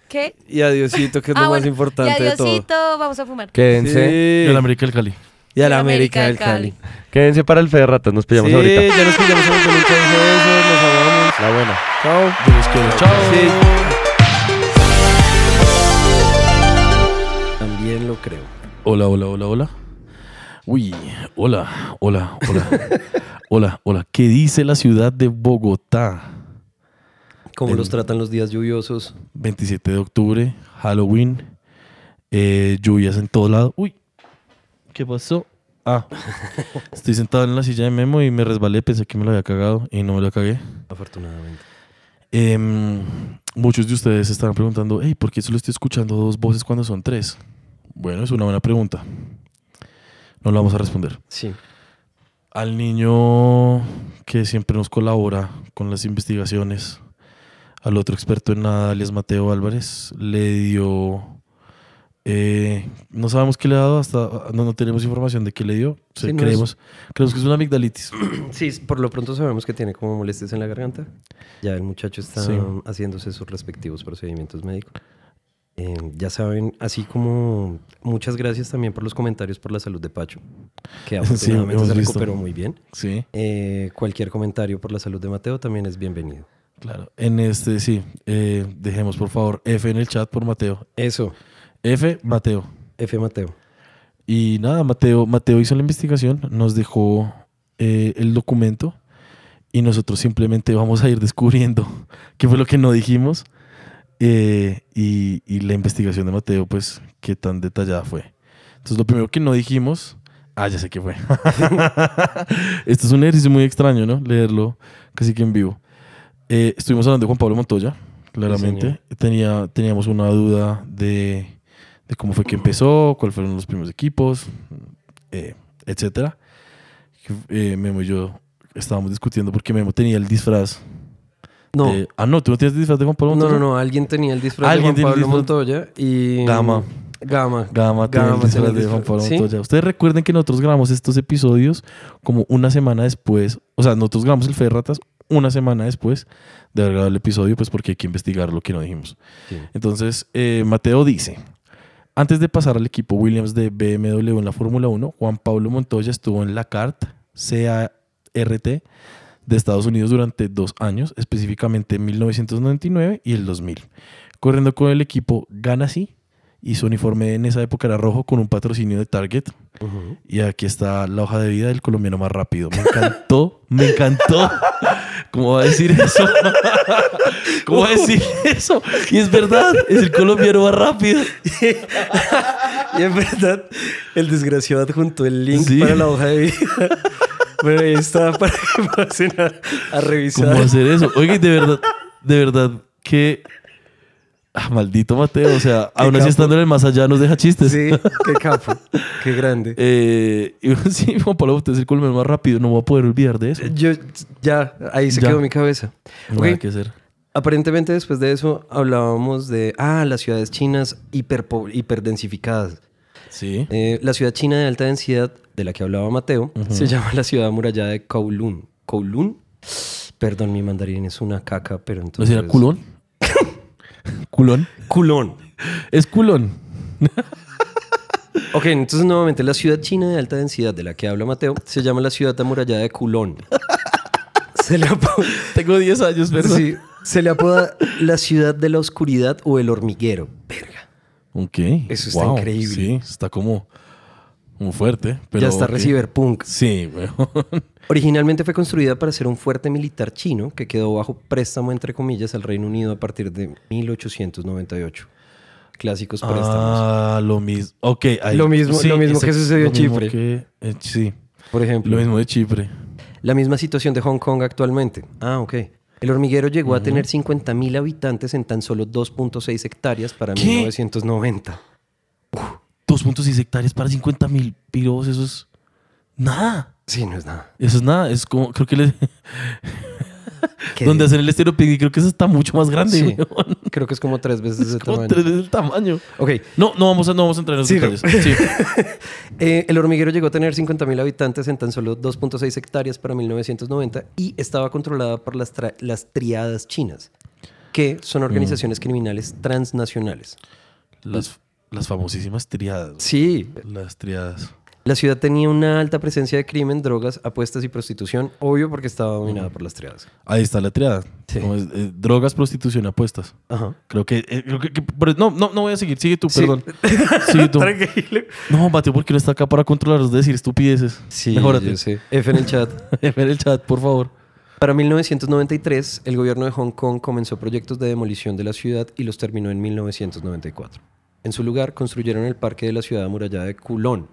[SPEAKER 6] ¿Qué?
[SPEAKER 5] Y a Diosito, que es lo
[SPEAKER 6] Ah,
[SPEAKER 5] más
[SPEAKER 6] bueno,
[SPEAKER 5] importante
[SPEAKER 6] y
[SPEAKER 5] de todo.
[SPEAKER 6] adiosito, vamos a fumar.
[SPEAKER 4] Quédense.
[SPEAKER 3] Y
[SPEAKER 5] Sí.
[SPEAKER 3] el América del Cali.
[SPEAKER 5] Y a la
[SPEAKER 6] Y
[SPEAKER 5] América del Cali.
[SPEAKER 4] Quédense para el fe de ratas. Nos pillamos
[SPEAKER 5] sí,
[SPEAKER 4] ahorita.
[SPEAKER 5] ya nos pillamos ahorita. Muchas gracias. Los amamos.
[SPEAKER 4] La buena.
[SPEAKER 5] Chao.
[SPEAKER 3] Yo los quiero. Chao.
[SPEAKER 5] También lo creo.
[SPEAKER 3] Hola, hola, hola, hola. Uy, hola, hola, (laughs) hola. hola, hola. ¿Qué dice la ciudad de Bogotá?
[SPEAKER 5] Cómo
[SPEAKER 3] El-
[SPEAKER 5] los tratan los días lluviosos.
[SPEAKER 3] 27 de octubre, Halloween, eh, lluvias en todo lado. Uy, ¿qué pasó? Ah, estoy sentado en la silla de Memo y me resbalé, pensé que me lo había cagado y no me lo cagué.
[SPEAKER 5] Afortunadamente.
[SPEAKER 3] Em, muchos de ustedes se estarán preguntando, hey, ¿por qué solo estoy escuchando dos voces cuando son tres? Bueno, es una buena pregunta. No la vamos a responder.
[SPEAKER 5] Sí.
[SPEAKER 3] Al niño que siempre nos colabora con las investigaciones, al otro experto en nada, alias Mateo Álvarez, le dio... eh, no sabemos qué le ha dado, hasta no, no tenemos información de qué le dio. O sea,
[SPEAKER 5] Sí, no es-
[SPEAKER 3] creemos, creemos que es una amigdalitis.
[SPEAKER 5] Sí, por lo pronto sabemos que tiene como molestias en la garganta. Ya el muchacho está
[SPEAKER 3] Sí.
[SPEAKER 5] um, haciéndose sus respectivos procedimientos médicos. Eh, ya saben, así como muchas gracias también por los comentarios por la salud de Pacho,
[SPEAKER 3] (laughs)
[SPEAKER 5] que afortunadamente
[SPEAKER 3] hemos
[SPEAKER 5] se
[SPEAKER 3] visto.
[SPEAKER 5] recuperó muy bien.
[SPEAKER 3] Sí.
[SPEAKER 5] Eh, cualquier comentario por la salud de Mateo también es bienvenido.
[SPEAKER 3] Claro, en este sí, eh, dejemos por favor F en el chat por Mateo.
[SPEAKER 5] Eso,
[SPEAKER 3] F, Mateo.
[SPEAKER 5] F Mateo.
[SPEAKER 3] Y nada, Mateo, Mateo hizo la investigación, nos dejó eh, el documento y nosotros simplemente vamos a ir descubriendo qué fue lo que no dijimos eh, y, y la investigación de Mateo, pues, qué tan detallada fue. Entonces, lo primero que no dijimos, ah, ya sé qué fue. (laughs) Esto es un ejercicio muy extraño, ¿no? Leerlo casi que en vivo. Eh, estuvimos hablando de Juan Pablo Montoya, claramente.
[SPEAKER 5] señor.
[SPEAKER 3] Tenía, teníamos una duda de, de cómo fue que empezó, cuáles fueron los primeros equipos, eh, etcétera. Eh, Memo y yo estábamos discutiendo porque Memo tenía el disfraz.
[SPEAKER 5] No,
[SPEAKER 3] de- ah, no, tú no tienes disfraz de Juan Pablo
[SPEAKER 5] no,
[SPEAKER 3] Montoya.
[SPEAKER 5] no, no, alguien tenía el disfraz
[SPEAKER 3] Alguien
[SPEAKER 5] de
[SPEAKER 3] tiene
[SPEAKER 5] Juan
[SPEAKER 3] el disfraz-
[SPEAKER 5] Pablo Montoya y...
[SPEAKER 3] Gama.
[SPEAKER 5] Gama.
[SPEAKER 3] Gama, tiene el
[SPEAKER 5] Gama
[SPEAKER 3] disfraz
[SPEAKER 5] tiene el
[SPEAKER 3] de Juan
[SPEAKER 5] disfraz.
[SPEAKER 3] Pablo
[SPEAKER 5] ¿Sí?
[SPEAKER 3] Montoya. Ustedes recuerden que nosotros grabamos estos episodios como una semana después. O sea, nosotros grabamos el Fe de Ratas una semana después de haber grabado el episodio, pues porque hay que investigar lo que no dijimos.
[SPEAKER 5] Sí.
[SPEAKER 3] Entonces, eh, Mateo dice: Antes de pasar al equipo Williams de BMW en la Fórmula 1, Juan Pablo Montoya estuvo en la CART, CART de Estados Unidos durante dos años, específicamente en 1999 y el 2000, corriendo con el equipo Ganassi y su uniforme en esa época era rojo con un patrocinio de Target.
[SPEAKER 5] Ujú.
[SPEAKER 3] Y aquí está la hoja de vida del colombiano más rápido. Me encantó, me encantó. (laughs) ¿Cómo va a decir eso? (laughs) ¿Cómo va a decir eso? Y es verdad, es el colombiano más rápido.
[SPEAKER 5] (laughs) Y en verdad, el desgraciado adjuntó el link
[SPEAKER 3] Sí.
[SPEAKER 5] para la hoja de vida. (laughs) Bueno, ahí está para que (laughs) pasen a, a
[SPEAKER 3] ¿Cómo
[SPEAKER 5] revisar.
[SPEAKER 3] va a hacer eso? Oye, de verdad, de verdad que... Ah, maldito Mateo, o sea, aún así
[SPEAKER 5] capo.
[SPEAKER 3] estando en el más allá nos deja chistes.
[SPEAKER 5] Sí, qué capo, qué
[SPEAKER 3] (laughs)
[SPEAKER 5] grande.
[SPEAKER 3] Eh, y (laughs) bueno, sí, Juan Pablo, usted es el colombiano más rápido, no me voy a poder olvidar de eso.
[SPEAKER 5] Yo, ya, ahí se
[SPEAKER 3] Eh, Ya.
[SPEAKER 5] quedó mi cabeza. Ok,
[SPEAKER 3] Nada que hacer.
[SPEAKER 5] Aparentemente después de eso hablábamos de, ah, las ciudades chinas hiperpo- hiperdensificadas.
[SPEAKER 3] Sí.
[SPEAKER 5] Eh, la ciudad china de alta densidad de la que hablaba Mateo se llama la ciudad amurallada de Kowloon. ¿Kowloon? Perdón, mi mandarín es una caca, pero
[SPEAKER 3] ¿No
[SPEAKER 5] entonces...
[SPEAKER 3] será culón? (laughs) ¿Culón?
[SPEAKER 5] Culón.
[SPEAKER 3] Es culón.
[SPEAKER 5] Ok, entonces nuevamente, la ciudad china de alta densidad de la que habla Mateo se llama la ciudad amurallada
[SPEAKER 3] (laughs)
[SPEAKER 5] de Culón. Se le, apo-
[SPEAKER 3] Tengo 10 años, ¿verdad?
[SPEAKER 5] Sí, se le apoda la ciudad de la oscuridad o el hormiguero. Verga.
[SPEAKER 3] Ok.
[SPEAKER 5] Eso está
[SPEAKER 3] Wow,
[SPEAKER 5] increíble.
[SPEAKER 3] Sí, está como, como fuerte. Pero
[SPEAKER 5] ya está
[SPEAKER 3] ok.
[SPEAKER 5] Receiverpunk.
[SPEAKER 3] Sí, (laughs) weón.
[SPEAKER 5] Originalmente fue construida para ser un fuerte militar chino que quedó bajo préstamo, entre comillas, al Reino Unido a partir de 1898. clásicos préstamos.
[SPEAKER 3] Ah, lo mismo. Ok, ahí.
[SPEAKER 5] Lo mismo- lo mismo
[SPEAKER 3] ese-
[SPEAKER 5] que sucedió
[SPEAKER 3] lo
[SPEAKER 5] en
[SPEAKER 3] mismo
[SPEAKER 5] Chipre.
[SPEAKER 3] que- eh, sí,
[SPEAKER 5] Por ejemplo,
[SPEAKER 3] lo mismo de Chipre.
[SPEAKER 5] la misma situación de Hong Kong actualmente. Ah, ok. El hormiguero llegó a tener 50.000 habitantes en tan solo 2.6 hectáreas para
[SPEAKER 3] ¿Qué?
[SPEAKER 5] 1990.
[SPEAKER 3] 2.6 hectáreas para 50 mil pirobos, eso es nada.
[SPEAKER 5] Sí, no es nada.
[SPEAKER 3] Eso es nada, es como, creo que le-
[SPEAKER 5] (laughs) ¿Qué
[SPEAKER 3] donde
[SPEAKER 5] digo?
[SPEAKER 3] hacen el estero piggy, creo que eso está mucho más grande,
[SPEAKER 5] Sí.
[SPEAKER 3] weón.
[SPEAKER 5] Creo que es como
[SPEAKER 3] (laughs)
[SPEAKER 5] tres veces ese
[SPEAKER 3] Como
[SPEAKER 5] tamaño.
[SPEAKER 3] tres veces el tamaño.
[SPEAKER 5] Ok.
[SPEAKER 3] No, no vamos a, no vamos a entrar en los
[SPEAKER 5] Sí, no.
[SPEAKER 3] detalles.
[SPEAKER 5] (laughs)
[SPEAKER 3] Sí.
[SPEAKER 5] Eh, el hormiguero llegó a tener 50.000 habitantes en tan solo 2.6 hectáreas para 1990 y estaba controlada por las, tra- las triadas chinas, que son organizaciones
[SPEAKER 3] Mm.
[SPEAKER 5] criminales transnacionales.
[SPEAKER 3] Las, las famosísimas triadas.
[SPEAKER 5] Sí,
[SPEAKER 3] Las triadas.
[SPEAKER 5] la ciudad tenía una alta presencia de crimen, drogas, apuestas y prostitución, obvio porque estaba dominada por las triadas.
[SPEAKER 3] Ahí está la triada.
[SPEAKER 5] Sí.
[SPEAKER 3] Como es, eh, drogas, prostitución, apuestas.
[SPEAKER 5] Ajá.
[SPEAKER 3] Creo que, eh, creo que- que- pero no, no, no voy a seguir. Sigue tú,
[SPEAKER 5] Sí. (laughs)
[SPEAKER 3] perdón. (laughs) Sigue tú. No, Mateo, porque no está acá para controlaros, decir estupideces.
[SPEAKER 5] Sí,
[SPEAKER 3] Mejórate.
[SPEAKER 5] yo sé. F en el chat.
[SPEAKER 3] (laughs) Ver el chat, por favor.
[SPEAKER 5] Para 1993, el gobierno de Hong Kong comenzó proyectos de demolición de la ciudad y los terminó en 1994. En su lugar, construyeron el parque de la ciudad amurallada de Culón,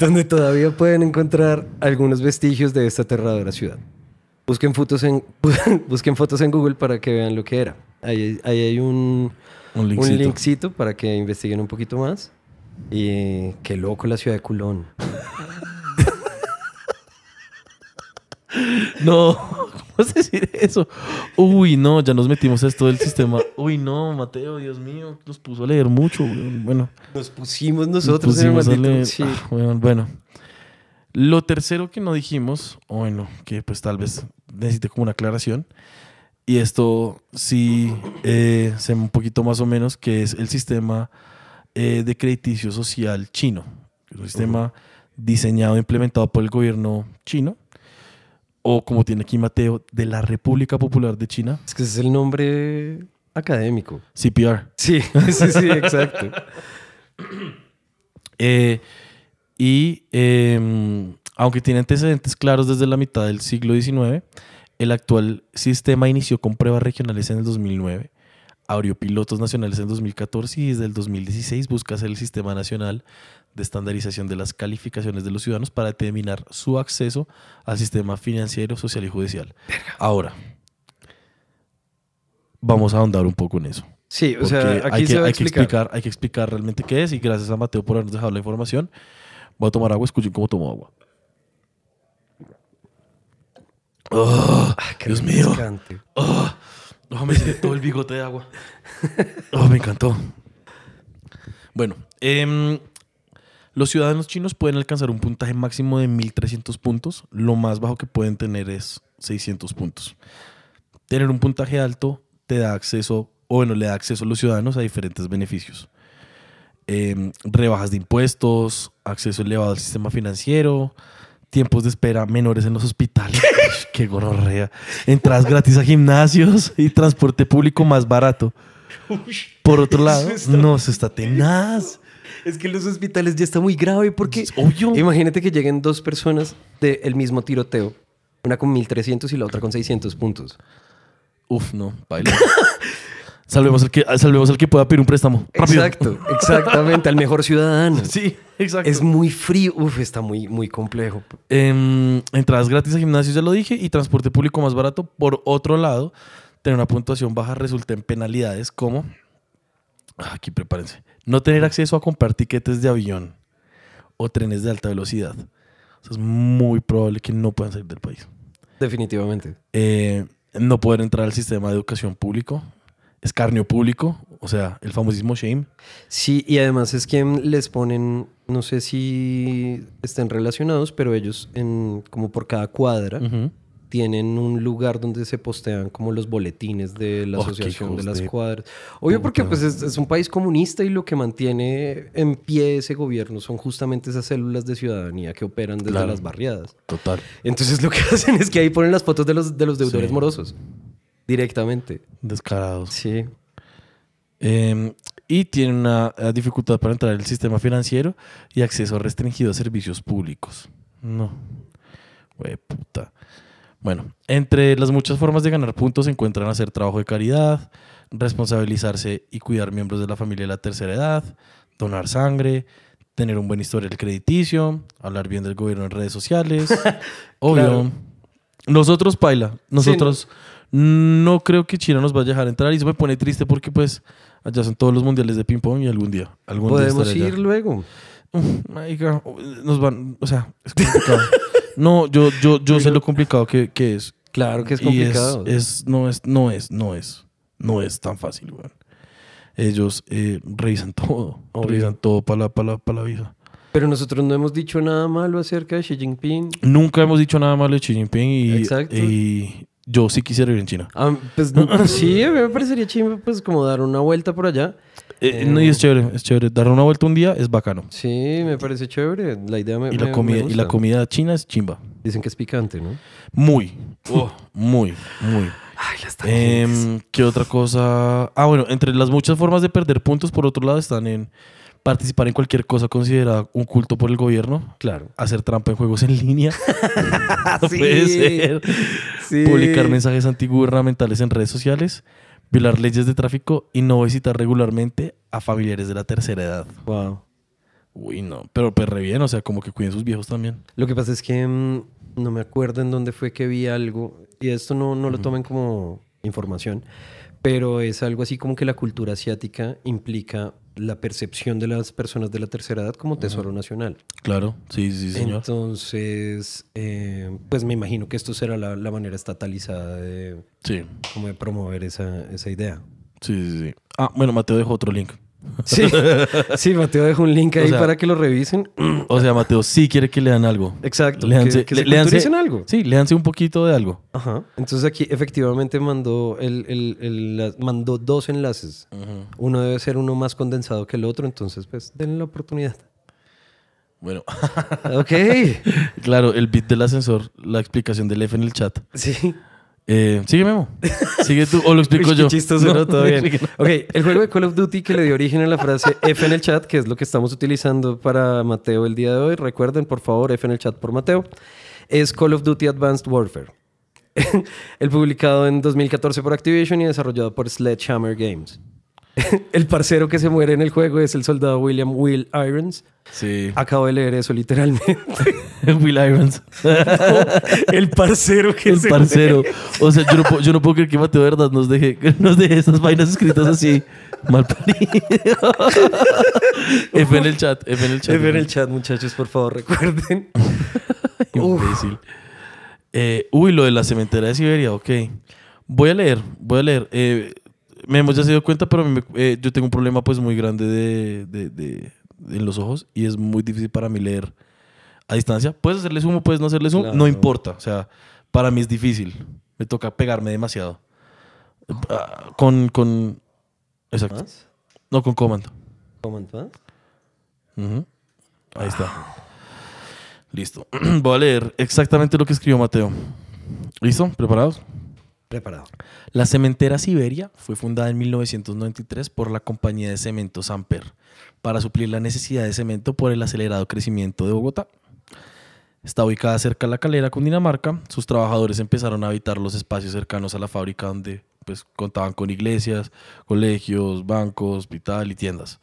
[SPEAKER 5] donde todavía pueden encontrar algunos vestigios de esta aterradora ciudad. Busquen fotos en, (laughs) busquen fotos en Google para que vean lo que era. Ahí, ahí hay un,
[SPEAKER 3] Un
[SPEAKER 5] un
[SPEAKER 3] linkcito.
[SPEAKER 5] linkcito para que investiguen un poquito más. Y eh, qué loco la ciudad de Culón.
[SPEAKER 3] No, (laughs) ¿cómo es decir eso? Uy, no, ya nos metimos a esto del sistema. Uy, no, Mateo, Dios mío, nos puso a leer mucho, weón. Bueno,
[SPEAKER 5] Nos pusimos
[SPEAKER 3] nos
[SPEAKER 5] nosotros en el
[SPEAKER 3] pusimos a
[SPEAKER 5] maldito-
[SPEAKER 3] leer.
[SPEAKER 5] sí.
[SPEAKER 3] Ah, weón, bueno, lo tercero que no dijimos, o bueno, que pues tal vez necesite como una aclaración, y esto sí eh, se un poquito más o menos, que es el sistema eh, de crediticio social chino. Es un sistema diseñado e implementado por el gobierno chino, o como tiene aquí Mateo, de la República Popular de China,
[SPEAKER 5] Es que ese es el nombre académico.
[SPEAKER 3] CPR.
[SPEAKER 5] Sí, (laughs) sí, sí, exacto.
[SPEAKER 3] Eh, y eh, aunque tiene antecedentes claros desde la mitad del siglo XIX, el actual sistema inició con pruebas regionales en el 2009, abrió pilotos nacionales en 2014 y desde el 2016 busca ser el sistema nacional de estandarización de las calificaciones de los ciudadanos para determinar su acceso al sistema financiero, social y judicial. Ahora, vamos a ahondar un poco en eso.
[SPEAKER 5] Sí, o
[SPEAKER 3] Porque
[SPEAKER 5] sea, aquí
[SPEAKER 3] hay, que,
[SPEAKER 5] se va a
[SPEAKER 3] hay que
[SPEAKER 5] explicar.
[SPEAKER 3] explicar, hay que explicar realmente qué es. Y gracias a Mateo por habernos dejado la información. Voy a tomar agua, escuchen cómo tomo agua. Oh, Dios mío.
[SPEAKER 5] refrescante.
[SPEAKER 3] Oh, me sirve todo el bigote de agua. Oh, me encantó. Bueno, em, los ciudadanos chinos pueden alcanzar un puntaje máximo de 1300 puntos. Lo más bajo que pueden tener es 600 puntos. Tener un puntaje alto te da acceso, o bueno, le da acceso a los ciudadanos a diferentes beneficios. Em, rebajas de impuestos, acceso elevado al sistema financiero, tiempos de espera menores en los hospitales. (laughs) Ush, ¡Qué gonorrea! Entradas gratis a gimnasios y transporte público más barato. Por otro lado, no, se está tenaz.
[SPEAKER 5] Es que en los hospitales ya está muy grave porque
[SPEAKER 3] Es obvio.
[SPEAKER 5] imagínate que lleguen dos personas del mismo tiroteo, una con 1300 y la otra con 600 puntos.
[SPEAKER 3] Uf, no, baila. Salvemos al que, salvemos al que pueda pedir un préstamo. Rápido.
[SPEAKER 5] Exacto, exactamente, al mejor ciudadano.
[SPEAKER 3] (laughs) Sí, exacto.
[SPEAKER 5] Es muy frío, uf, está muy muy complejo.
[SPEAKER 3] Em, entradas gratis a gimnasio, ya lo dije, y transporte público más barato. Por otro lado, tener una puntuación baja resulta en penalidades como, Ah, aquí prepárense, no tener acceso a comprar tiquetes de avión o trenes de alta velocidad. O sea, es muy probable que no puedan salir del país.
[SPEAKER 5] Definitivamente.
[SPEAKER 3] Eh, no poder entrar al sistema de educación público, escarnio público, o sea, el famosísimo shame.
[SPEAKER 5] Sí, y además es que mm, les ponen, no sé si estén relacionados, pero ellos en como por cada cuadra tienen un lugar donde se postean como los boletines de la
[SPEAKER 3] Oh, qué
[SPEAKER 5] asociación de
[SPEAKER 3] hijos
[SPEAKER 5] las
[SPEAKER 3] de
[SPEAKER 5] cuadras. Obvio porque
[SPEAKER 3] puta.
[SPEAKER 5] pues es, es un país comunista y lo que mantiene en pie ese gobierno son justamente esas células de ciudadanía que operan desde
[SPEAKER 3] Claro.
[SPEAKER 5] las barriadas.
[SPEAKER 3] Total.
[SPEAKER 5] Entonces lo que (laughs) hacen es que ahí ponen las fotos de los, de los deudores
[SPEAKER 3] Sí.
[SPEAKER 5] morosos directamente.
[SPEAKER 3] Descarados.
[SPEAKER 5] Sí.
[SPEAKER 3] Eh, y tiene una eh, dificultad para entrar al sistema financiero y acceso restringido a servicios públicos. No. Güey, puta. Bueno, entre las muchas formas de ganar puntos se encuentran hacer trabajo de caridad, responsabilizarse y cuidar miembros de la familia de la tercera edad, donar sangre, tener un buen historial crediticio, hablar bien del gobierno en redes sociales. Obvio.
[SPEAKER 5] Claro.
[SPEAKER 3] Nosotros, Paila, nosotros no creo que China nos va a dejar entrar y se me pone triste porque pues allá son todos los mundiales de ping-pong y algún día, algún día
[SPEAKER 5] Podemos
[SPEAKER 3] estaré allá.
[SPEAKER 5] ir luego.
[SPEAKER 3] Uf, marica, nos van, o sea, es complicado. (laughs) no, yo, yo, yo sé lo complicado que, que es.
[SPEAKER 5] Claro que es
[SPEAKER 3] Y
[SPEAKER 5] complicado.
[SPEAKER 3] es, no es, no es, no es, no es tan fácil, weón. Ellos eh, revisan todo,
[SPEAKER 5] Obvio.
[SPEAKER 3] revisan todo para la, para la, para la visa.
[SPEAKER 5] Pero nosotros no hemos dicho nada malo acerca de Xi Jinping.
[SPEAKER 3] Nunca hemos dicho nada malo de Xi Jinping y,
[SPEAKER 5] Exacto.
[SPEAKER 3] y yo sí quisiera vivir en China.
[SPEAKER 5] Ah,
[SPEAKER 3] (laughs)
[SPEAKER 5] pues no- sí, a mí me parecería chimba, pues como dar una vuelta por allá.
[SPEAKER 3] Eh, no, y
[SPEAKER 5] Oh.
[SPEAKER 3] es chévere, es chévere. Dar una vuelta un día es bacano.
[SPEAKER 5] Sí, me parece chévere. La idea me,
[SPEAKER 3] Y la,
[SPEAKER 5] me-
[SPEAKER 3] comida,
[SPEAKER 5] Eh, me
[SPEAKER 3] y la
[SPEAKER 5] gusta.
[SPEAKER 3] comida china es chimba.
[SPEAKER 5] Dicen que es picante, ¿no?
[SPEAKER 3] Muy, muy, muy. Em, ¿Qué otra cosa? Ah, bueno, entre las muchas formas de perder puntos, por otro lado, están en participar en cualquier cosa considerada un culto por el gobierno,
[SPEAKER 5] Claro.
[SPEAKER 3] hacer trampa en juegos en línea, (laughs)
[SPEAKER 5] (laughs)
[SPEAKER 3] no puede ser,
[SPEAKER 5] Sí.
[SPEAKER 3] publicar mensajes antigubernamentales en redes sociales, violar leyes de tráfico y no visitar regularmente a familiares de la tercera edad.
[SPEAKER 5] Wow.
[SPEAKER 3] Uy, no, pero pues re bien, o sea, como que cuiden sus viejos también.
[SPEAKER 5] Lo que pasa es que mm, no me acuerdo en dónde fue que vi algo, y esto no, no lo tomen como información, pero es algo así como que la cultura asiática implica la percepción de las personas de la tercera edad como tesoro nacional.
[SPEAKER 3] Claro, sí, sí, señor.
[SPEAKER 5] Entonces, eh, pues me imagino que esto será la, la manera estatalizada de,
[SPEAKER 3] sí,
[SPEAKER 5] como de promover esa, esa
[SPEAKER 3] (laughs)
[SPEAKER 5] idea.
[SPEAKER 3] sí, sí, sí. Ah, bueno, Mateo dejó otro link.
[SPEAKER 5] Sí, sí, Mateo dejó un link ahí
[SPEAKER 3] O sea-
[SPEAKER 5] para que lo revisen. (clears throat)
[SPEAKER 3] O sea, Mateo sí quiere que lean algo.
[SPEAKER 5] Exacto,
[SPEAKER 3] Léanse,
[SPEAKER 5] que, que se
[SPEAKER 3] le- léanse-
[SPEAKER 5] culturicen algo.
[SPEAKER 3] Sí, léanse un poquito de algo.
[SPEAKER 5] Ajá. Entonces aquí efectivamente mandó, el, el- el- la- mandó dos enlaces. Uno debe ser uno más condensado que el otro, entonces pues denle
[SPEAKER 3] (laughs)
[SPEAKER 5] la oportunidad.
[SPEAKER 3] Bueno,
[SPEAKER 5] ok.
[SPEAKER 3] (laughs) claro, el beat del ascensor, la explicación del F en el chat.
[SPEAKER 5] Sí.
[SPEAKER 3] Eh, sigue Memo. Sigue tú o lo explico
[SPEAKER 5] (laughs) Uy, qué
[SPEAKER 3] yo.
[SPEAKER 5] chistoso,
[SPEAKER 3] No, (laughs)
[SPEAKER 5] ¿no? Todo
[SPEAKER 3] no
[SPEAKER 5] bien.
[SPEAKER 3] explique, no.
[SPEAKER 5] Ok, el juego de Call of Duty que le dio origen a la frase (laughs) F en el chat, que es lo que estamos utilizando para Mateo el día de hoy. Recuerden, por favor, F en el chat por Mateo. Es Call of Duty Advanced Warfare. (laughs) el publicado en 2014 por Activision y desarrollado por Sledgehammer Games. (laughs) el parcero que se muere en el juego es el soldado William Will Irons.
[SPEAKER 3] Sí.
[SPEAKER 5] Acabo de leer eso literalmente.
[SPEAKER 3] (laughs)
[SPEAKER 5] (laughs)
[SPEAKER 3] Will Irons.
[SPEAKER 5] el parcero que
[SPEAKER 3] El
[SPEAKER 5] se
[SPEAKER 3] parcero. O sea, yo no, puedo, yo no puedo creer que Mateo de verdad nos deje, (laughs) nos deje esas vainas escritas así. Mal parido. (laughs) F en el chat. F en el chat.
[SPEAKER 5] F en el chat, muchachos, por
[SPEAKER 3] (laughs)
[SPEAKER 5] favor, recuerden.
[SPEAKER 3] Imbécil. Eh, uy, lo de la cementera de Siberia, ok. Voy a leer, voy a leer. Eh, me hemos ya se dio cuenta, pero a mí me- eh, yo tengo un problema pues muy grande de, de- de- de- en los ojos y es muy difícil para mí leer a distancia. Puedes hacerle zoom, puedes no hacerle zoom, no
[SPEAKER 5] Claro.
[SPEAKER 3] importa. O sea, para mí es difícil. Me toca pegarme demasiado. Ah, Con, con... Exacto.
[SPEAKER 5] ¿Más?
[SPEAKER 3] No, con comando.
[SPEAKER 5] ¿Comando más?
[SPEAKER 3] Ujú. Ahí está. Listo. (clears throat) Voy a leer exactamente lo que escribió Mateo. ¿Listo? ¿Preparados?
[SPEAKER 5] Preparado.
[SPEAKER 3] La cementera Siberia fue fundada en 1993 por la compañía de cemento Samper para suplir la necesidad de cemento por el acelerado crecimiento de Bogotá. Está ubicada cerca de la calera Cundinamarca. Sus trabajadores empezaron a habitar los espacios cercanos a la fábrica donde pues, contaban con iglesias, colegios, bancos, hospital y tiendas.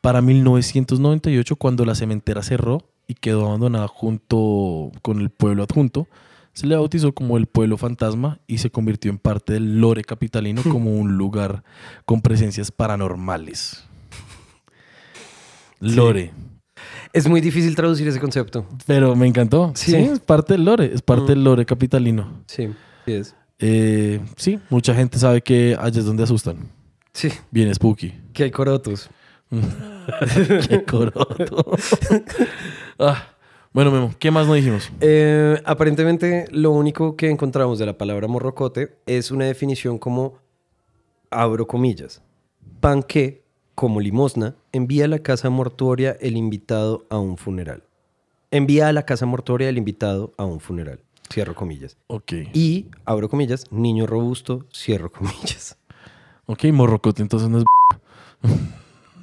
[SPEAKER 3] Para 1998, cuando la cementera cerró y quedó abandonada junto con el pueblo adjunto, se le bautizó como el pueblo fantasma y se convirtió en parte del lore capitalino como un lugar con presencias paranormales. Lore.
[SPEAKER 5] Es muy difícil traducir ese concepto.
[SPEAKER 3] Pero me encantó. Sí.
[SPEAKER 5] Sí.
[SPEAKER 3] es parte del lore, es parte
[SPEAKER 5] Mm.
[SPEAKER 3] del lore capitalino.
[SPEAKER 5] Sí, sí es.
[SPEAKER 3] Eh, sí, mucha gente sabe que allá es donde asustan.
[SPEAKER 5] Sí,
[SPEAKER 3] Bien spooky.
[SPEAKER 5] que hay corotos.
[SPEAKER 3] Qué coroto. Ah, bueno, Memo, ¿qué más no dijimos?
[SPEAKER 5] Eh, aparentemente, lo único que encontramos de la palabra morrocote es una definición como, abro comillas, pan que, como limosna, envía a la casa mortuoria el invitado a un funeral. Envía a la casa mortuoria el invitado a un funeral. Cierro comillas.
[SPEAKER 3] Ok.
[SPEAKER 5] Y, abro comillas, niño robusto, cierro comillas.
[SPEAKER 3] Ok, morrocote, entonces no es.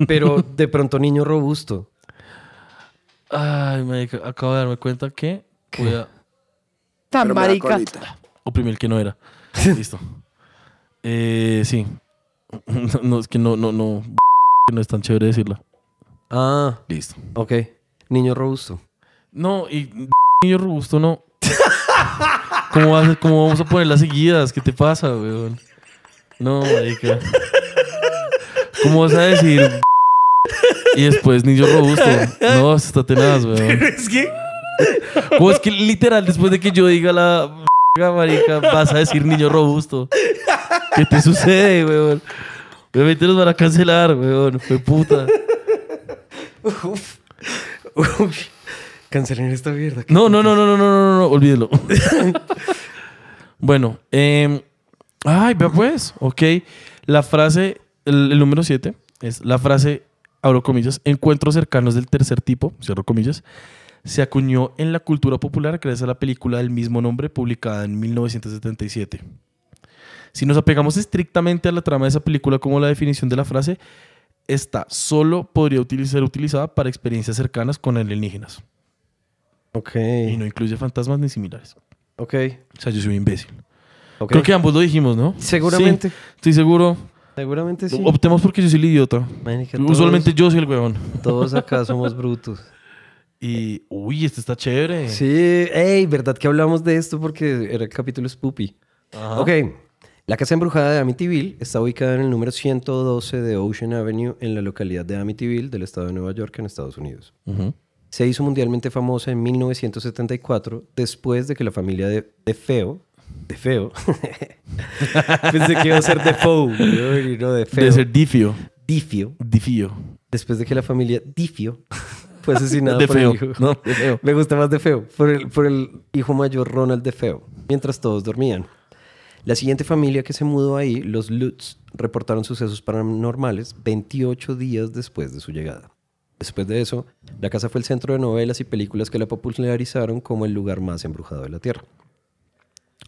[SPEAKER 5] Pero de pronto niño robusto.
[SPEAKER 3] Ay, me acabo de darme cuenta que voy a
[SPEAKER 8] Pero
[SPEAKER 9] Tan
[SPEAKER 8] me da
[SPEAKER 9] marica.
[SPEAKER 3] (laughs)
[SPEAKER 8] colita.
[SPEAKER 3] oprimir el que no era. Listo. Eh, sí. (laughs) No, no, es que no, no, no. que No es tan chévere decirla.
[SPEAKER 5] Ah,
[SPEAKER 3] Listo.
[SPEAKER 5] ok. Niño robusto.
[SPEAKER 3] No, y (laughs) niño robusto no. ¿Cómo, vas a- ¿Cómo vamos a poner las seguidas? ¿Qué te pasa, weón? No, marica. ¿Cómo vas a decir (laughs) y después niño robusto? No, eso está tenaz, weón.
[SPEAKER 5] (laughs) ¿Es que?
[SPEAKER 3] ¿Cómo es que literal después de que yo diga la (laughs) marica vas a decir niño robusto? ¿Qué te sucede, weón? Obviamente los van a cancelar, weón. Fue puta.
[SPEAKER 5] Cancelen esta mierda.
[SPEAKER 3] No, no, no, no, no, no, no, no, no, olvídelo. bueno, eh, ay, vea pues, ok. La frase, el, el número 7 es la frase, abro comillas, encuentros cercanos del tercer tipo, cierro comillas, se acuñó en la cultura popular gracias a la película del mismo nombre publicada en 1977. Si nos apegamos estrictamente a la trama de esa película como la definición de la frase, esta solo podría util- ser utilizada para experiencias cercanas con alienígenas.
[SPEAKER 5] Ok,
[SPEAKER 3] Y no incluye fantasmas ni similares.
[SPEAKER 5] ok,
[SPEAKER 3] O sea, yo soy un imbécil.
[SPEAKER 5] ok.
[SPEAKER 3] Creo que ambos lo dijimos, ¿no?
[SPEAKER 5] Seguramente,
[SPEAKER 3] Sí, estoy seguro.
[SPEAKER 5] seguramente sí.
[SPEAKER 3] Optemos porque yo soy el idiota.
[SPEAKER 5] Marica, todos-
[SPEAKER 3] Usualmente yo soy el weón.
[SPEAKER 5] Todos acá
[SPEAKER 3] (laughs)
[SPEAKER 5] somos brutos.
[SPEAKER 3] Y, uy, este está chévere.
[SPEAKER 5] Sí, hey, ¿verdad que hablamos de esto? Porque era el capítulo Spoopy.
[SPEAKER 3] Ajá.
[SPEAKER 5] Ok. La casa embrujada de Amityville está ubicada en el número 112 de Ocean Avenue en la localidad de Amityville del estado de Nueva York en Estados Unidos.
[SPEAKER 3] Ujú.
[SPEAKER 5] Se hizo mundialmente famosa en 1974 después de que la familia de, de Feo... De Feo. (laughs) Pensé que iba a ser de Fou. No, de Feo.
[SPEAKER 3] De ser difio.
[SPEAKER 5] Difio.
[SPEAKER 3] Difio.
[SPEAKER 5] después de que la familia Difio
[SPEAKER 3] (laughs)
[SPEAKER 5] fue asesinada
[SPEAKER 3] Mm. De
[SPEAKER 5] por
[SPEAKER 3] feo,
[SPEAKER 5] el hijo.
[SPEAKER 3] ¿no? De feo.
[SPEAKER 5] Me gusta más de feo, por el, por el hijo mayor Ronald de feo, mientras todos dormían. La siguiente familia que se mudó ahí, los Lutz, reportaron sucesos paranormales 28 días después de su llegada. Después de eso, la casa fue el centro de novelas y películas que la popularizaron como el lugar más embrujado de la Tierra.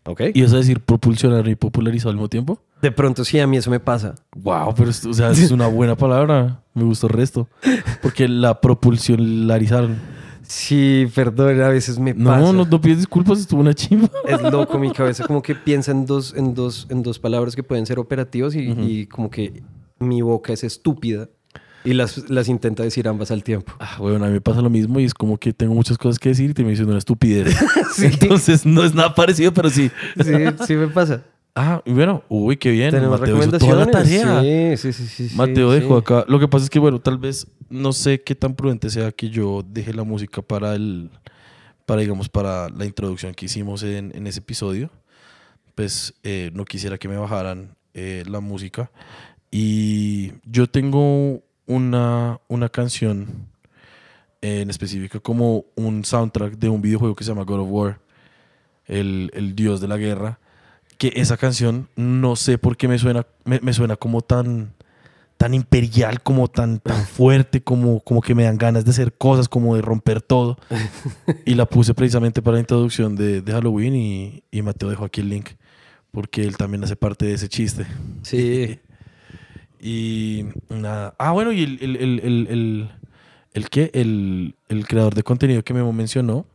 [SPEAKER 5] ¿Ok?
[SPEAKER 3] ¿Y vas a decir propulsionar y popularizar al mismo tiempo?
[SPEAKER 5] de pronto sí, a mí eso me pasa.
[SPEAKER 3] Wow, pero esto, o sea, es una buena palabra. Me gustó el resto. Porque la propulsionarizaron.
[SPEAKER 5] Sí, perdón, a veces me pasa.
[SPEAKER 3] No, no, no pides disculpas, estuvo una chimba.
[SPEAKER 5] es loco mi cabeza como que piensa en dos en dos en dos palabras que pueden ser operativas y, y como que mi boca es estúpida y las, las intenta decir ambas al tiempo
[SPEAKER 3] Ah, weón, a mí me pasa lo mismo y es como que tengo muchas cosas que decir y termino diciendo una estupidez.
[SPEAKER 5] (laughs) Sí.
[SPEAKER 3] Entonces no es nada parecido, pero sí.
[SPEAKER 5] sí sí me pasa
[SPEAKER 3] Ah, y bueno, uy, qué bien.
[SPEAKER 5] tenemos
[SPEAKER 3] Mateo hizo toda la
[SPEAKER 5] recomendaciones
[SPEAKER 3] tarea.
[SPEAKER 5] sí sí sí sí
[SPEAKER 3] Mateo
[SPEAKER 5] sí.
[SPEAKER 3] dejó acá. Lo que pasa es que, bueno, tal vez no sé qué tan prudente sea que yo deje la música para el. Para, digamos, para la introducción que hicimos en, en ese episodio. Pues eh, no quisiera que me bajaran eh, la música. Y yo tengo una, una canción eh, en específico como un soundtrack de un videojuego que se llama God of War, el, el dios de la guerra, que esa canción no sé por qué me suena, me, me suena como tan, tan imperial, como tan, tan fuerte, como, como que me dan ganas de hacer cosas, como de romper todo. Y la puse precisamente para la introducción de, de Halloween y, y Mateo dejó aquí el link, porque él también hace parte de ese chiste. (laughs)
[SPEAKER 5] sí
[SPEAKER 3] Y nada. Ah, bueno, y el, el, el, el, el- el qué? El, el creador de contenido que Memo mencionó,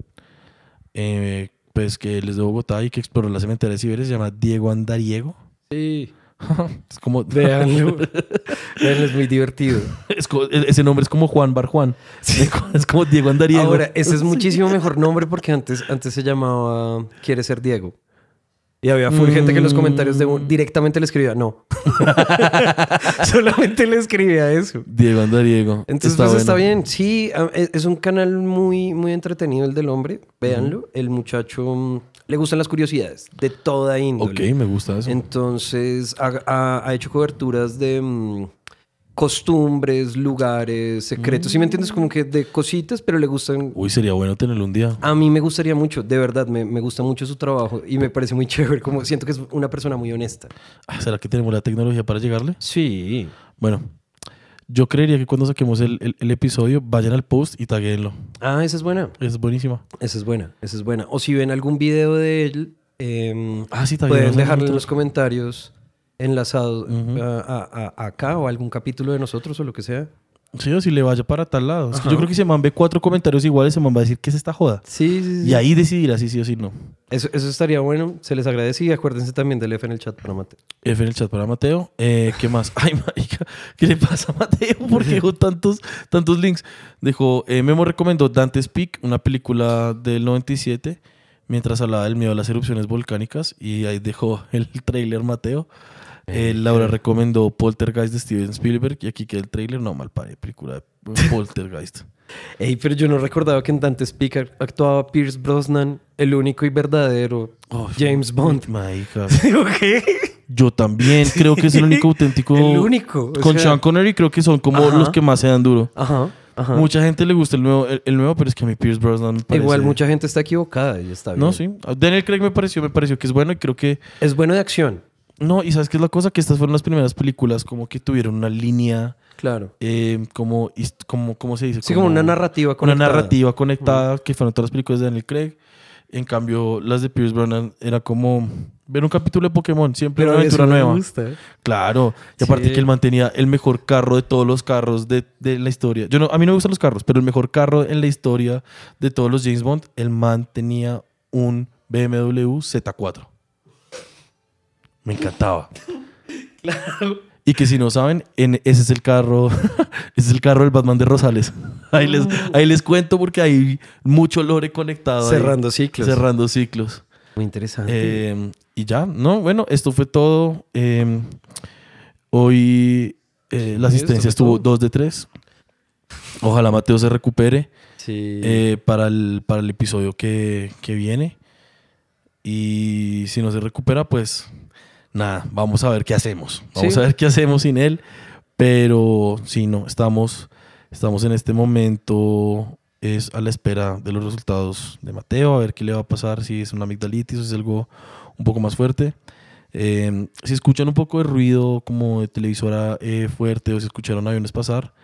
[SPEAKER 3] eh, pues que él es de Bogotá y que exploró la cementeria de Siberia, se llama Diego Andariego.
[SPEAKER 5] sí
[SPEAKER 3] es como,
[SPEAKER 5] véanlo Véanlo, es muy divertido
[SPEAKER 3] es co- e- ese nombre es como Juan Bar Juan. (laughs) Es como Diego Andariego.
[SPEAKER 5] ahora
[SPEAKER 3] (laughs)
[SPEAKER 5] ese es muchísimo mejor nombre porque antes antes se llamaba quiere ser Diego y había full gente que en los comentarios de-
[SPEAKER 3] Mm.
[SPEAKER 5] directamente le escribía
[SPEAKER 3] (laughs)
[SPEAKER 5] no (laughs) solamente le escribía eso
[SPEAKER 3] Diego Andariego.
[SPEAKER 5] Entonces,
[SPEAKER 3] Está
[SPEAKER 5] pues, está
[SPEAKER 3] bueno.
[SPEAKER 5] bien. Sí, a- es es un canal muy, muy entretenido el del hombre. Véanlo. El muchacho mm, le gustan las curiosidades de toda índole.
[SPEAKER 3] Ok, me gusta eso.
[SPEAKER 5] Entonces, ha, ha- ha hecho coberturas de mm, costumbres, lugares, secretos. ¿Sí me
[SPEAKER 3] Mm.
[SPEAKER 5] entiendes? Como que de cositas, pero le gustan...
[SPEAKER 3] Uy, sería bueno tenerlo un día.
[SPEAKER 5] A mí me gustaría mucho, de verdad, me, me gusta mucho su trabajo y me parece muy (laughs) chévere. Como siento que es una persona muy honesta.
[SPEAKER 3] Ah, ¿Será que tenemos la tecnología para llegarle?
[SPEAKER 5] Sí.
[SPEAKER 3] Bueno, yo creería que cuando saquemos el, el- el episodio, vayan al post y taguéenlo.
[SPEAKER 5] Ah, esa es buena.
[SPEAKER 3] Es buenísima.
[SPEAKER 5] Esa es buena, esa es buena. O si ven algún video de él, em,
[SPEAKER 3] Ah, sí, también
[SPEAKER 5] pueden
[SPEAKER 3] nos
[SPEAKER 5] dejarlo en
[SPEAKER 3] encontró.
[SPEAKER 5] los comentarios enlazados a- a- a- acá o algún capítulo de nosotros o lo que sea.
[SPEAKER 3] Sí, o si le vaya para tal lado. Es que yo creo que se man ve cuatro comentarios iguales, se man va a decir que es esta joda.
[SPEAKER 5] Sí, sí, sí.
[SPEAKER 3] Y ahí decidirá si sí o si no.
[SPEAKER 5] Eso, eso estaría bueno. Se les agradece y acuérdense también del F en el chat para Mate.
[SPEAKER 3] F en el chat para Mateo. Eh, ¿Qué más? (laughs) Ay, marica, ¿qué le pasa a Mateo? Porque dejó tantos, tantos links. Dejó, eh, Memo recomendó Dante's Peak, una película del 97, mientras hablaba del miedo a las erupciones volcánicas. Y ahí dejó el tráiler Mateo. Eh, Laura recomendó Poltergeist de Steven Spielberg. Y aquí queda el tráiler. No, mal padre, película
[SPEAKER 5] (laughs)
[SPEAKER 3] de Poltergeist.
[SPEAKER 5] Ey, pero yo no recordaba que en Dante Speak actuaba Pierce Brosnan, el único y verdadero
[SPEAKER 3] Oh,
[SPEAKER 5] James Bond.
[SPEAKER 3] Marica. (laughs)
[SPEAKER 5] ¿Digo qué?
[SPEAKER 3] Yo también creo que es el
[SPEAKER 5] (laughs)
[SPEAKER 3] único auténtico.
[SPEAKER 5] El único, o
[SPEAKER 3] Con
[SPEAKER 5] sea-
[SPEAKER 3] Sean Connery creo que son como
[SPEAKER 5] Ajá.
[SPEAKER 3] los que más se dan duro.
[SPEAKER 5] Ajá, ajá.
[SPEAKER 3] Mucha gente le gusta el nuevo, el, el nuevo, pero es que a mí Pierce Brosnan me parece...
[SPEAKER 5] Igual mucha gente está equivocada y está bien.
[SPEAKER 3] No, sí. A Daniel Craig me pareció, me pareció que es bueno y creo que...
[SPEAKER 5] Es bueno de acción,
[SPEAKER 3] No, y ¿sabes qué es la cosa? Que estas fueron las primeras películas como que tuvieron una línea,
[SPEAKER 5] claro.
[SPEAKER 3] eh, como, hist- como, ¿cómo se dice?
[SPEAKER 5] Sí, como una narrativa
[SPEAKER 3] Una
[SPEAKER 5] conectada.
[SPEAKER 3] narrativa conectada, que fueron todas las películas de Daniel Craig. En cambio, las de Pierce Brosnan era como ver un capítulo de Pokémon, siempre una
[SPEAKER 5] a mí eso
[SPEAKER 3] aventura
[SPEAKER 5] no me
[SPEAKER 3] nueva.
[SPEAKER 5] gusta.
[SPEAKER 3] Claro, y aparte
[SPEAKER 5] Sí.
[SPEAKER 3] que él mantenía el mejor carro de todos los carros de, de la historia. Yo no, a mí no me gustan los carros, pero el mejor carro en la historia de todos los James Bond, el man tenía un BMW Z4. Me encantaba. Y que si no saben, en, ese es el carro, (laughs) ese es el carro del Batman de Rosales. Ahí les, ahí les cuento porque hay mucho lore conectado. ahí.
[SPEAKER 5] Cerrando ciclos.
[SPEAKER 3] cerrando ciclos.
[SPEAKER 5] Ah, Muy interesante.
[SPEAKER 3] Eh, y ya, no, bueno, esto fue todo. Eh, hoy eh, la
[SPEAKER 5] Sí,
[SPEAKER 3] asistencia
[SPEAKER 5] esto fue
[SPEAKER 3] estuvo
[SPEAKER 5] todo.
[SPEAKER 3] 2 de 3. Ojalá Mateo se recupere
[SPEAKER 5] sí.
[SPEAKER 3] eh, para, el, para el episodio que, que viene. Y si no se recupera, pues nada, vamos a ver qué hacemos. Vamos
[SPEAKER 5] Sí.
[SPEAKER 3] a ver qué hacemos sin él. Pero si no, estamos, estamos en este momento es a la espera de los resultados de Mateo, a ver qué le va a pasar, si es una amigdalitis o si es algo un poco más fuerte. Eh, si escuchan un poco de ruido como de televisora eh, fuerte o si escucharon aviones pasar,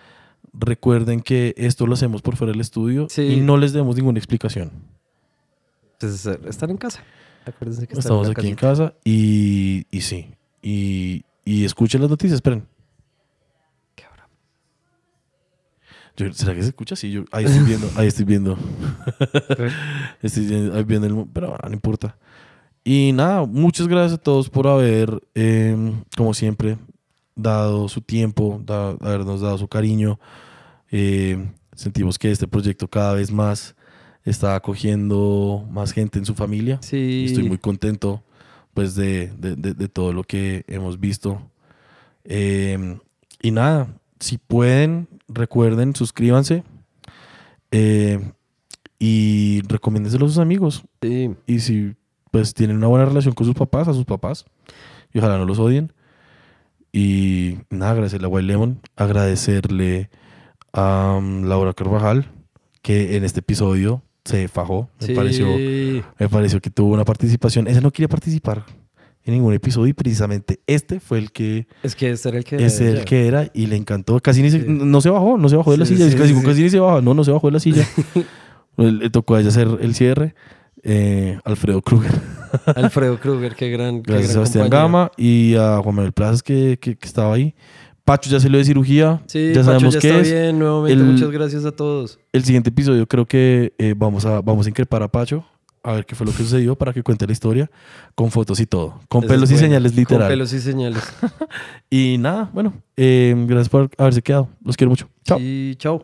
[SPEAKER 3] recuerden que esto lo hacemos por fuera del estudio
[SPEAKER 5] Sí.
[SPEAKER 3] y no les demos ninguna explicación.
[SPEAKER 5] Entonces, eh, están en casa. Acuérdense que están
[SPEAKER 3] Estamos
[SPEAKER 5] en la
[SPEAKER 3] aquí en
[SPEAKER 5] casita.
[SPEAKER 3] casa y, y sí. Y, y escuchen las noticias, esperen.
[SPEAKER 5] ¿Qué habrá?
[SPEAKER 3] Yo- ¿Será que se escucha? Sí, yo ahí estoy viendo, ahí estoy viendo. (laughs) Estoy vi- ahí viendo el... mu- Pero bueno, no importa. Y nada, muchas gracias a todos por haber, eh, como siempre, dado su tiempo, da- habernos dado su cariño. Eh, sentimos que este proyecto cada vez más está acogiendo más gente en su familia.
[SPEAKER 5] Sí.
[SPEAKER 3] Y estoy muy contento pues de, de- de- de todo lo que hemos visto. Eh, y nada, si pueden, recuerden, suscríbanse eh, y recomiéndenselo a sus amigos.
[SPEAKER 5] Sí.
[SPEAKER 3] Y si pues tienen una buena relación con sus papás, a sus papás, y ojalá no los odien. Y nada, agradecerle a White Lemon, agradecerle a um, Laura Carvajal, que en este episodio se fajó, me
[SPEAKER 5] Sí.
[SPEAKER 3] pareció me pareció que tuvo una participación. Ella no quería participar en ningún episodio y precisamente este fue el que
[SPEAKER 5] Es que ese era el que.
[SPEAKER 3] es el
[SPEAKER 5] ya.
[SPEAKER 3] que (laughs) era y le encantó. Casi ni se,
[SPEAKER 5] Sí.
[SPEAKER 3] no se bajó, no se bajó de la
[SPEAKER 5] Sí,
[SPEAKER 3] silla.
[SPEAKER 5] sí,
[SPEAKER 3] casi,
[SPEAKER 5] sí.
[SPEAKER 3] casi ni se bajó, no, no se bajó de la
[SPEAKER 5] (laughs)
[SPEAKER 3] silla. le, le tocó a ella hacer el cierre. Eh, Alfredo Kruger,
[SPEAKER 5] Alfredo Kruger, qué gran. qué
[SPEAKER 3] gracias a
[SPEAKER 5] gran
[SPEAKER 3] Sebastián
[SPEAKER 5] compañero.
[SPEAKER 3] Gama y a Juan Manuel Plazas que, que- que estaba ahí. Pacho ya se lo de cirugía,
[SPEAKER 5] Sí,
[SPEAKER 3] ya sabemos
[SPEAKER 5] Pacho, ya
[SPEAKER 3] qué
[SPEAKER 5] está
[SPEAKER 3] es.
[SPEAKER 5] bien, nuevamente.
[SPEAKER 3] El-
[SPEAKER 5] Muchas gracias a todos.
[SPEAKER 3] El siguiente episodio creo que eh, vamos, a, vamos a increpar a Pacho a ver qué fue lo que sucedió para que cuente la historia con fotos y todo, con
[SPEAKER 5] Ese es
[SPEAKER 3] pelos y
[SPEAKER 5] bueno.
[SPEAKER 3] señales literal.
[SPEAKER 5] Con pelos y señales.
[SPEAKER 3] Y nada, bueno, eh, gracias por haberse quedado. Los quiero mucho. Chao.
[SPEAKER 5] Y chao.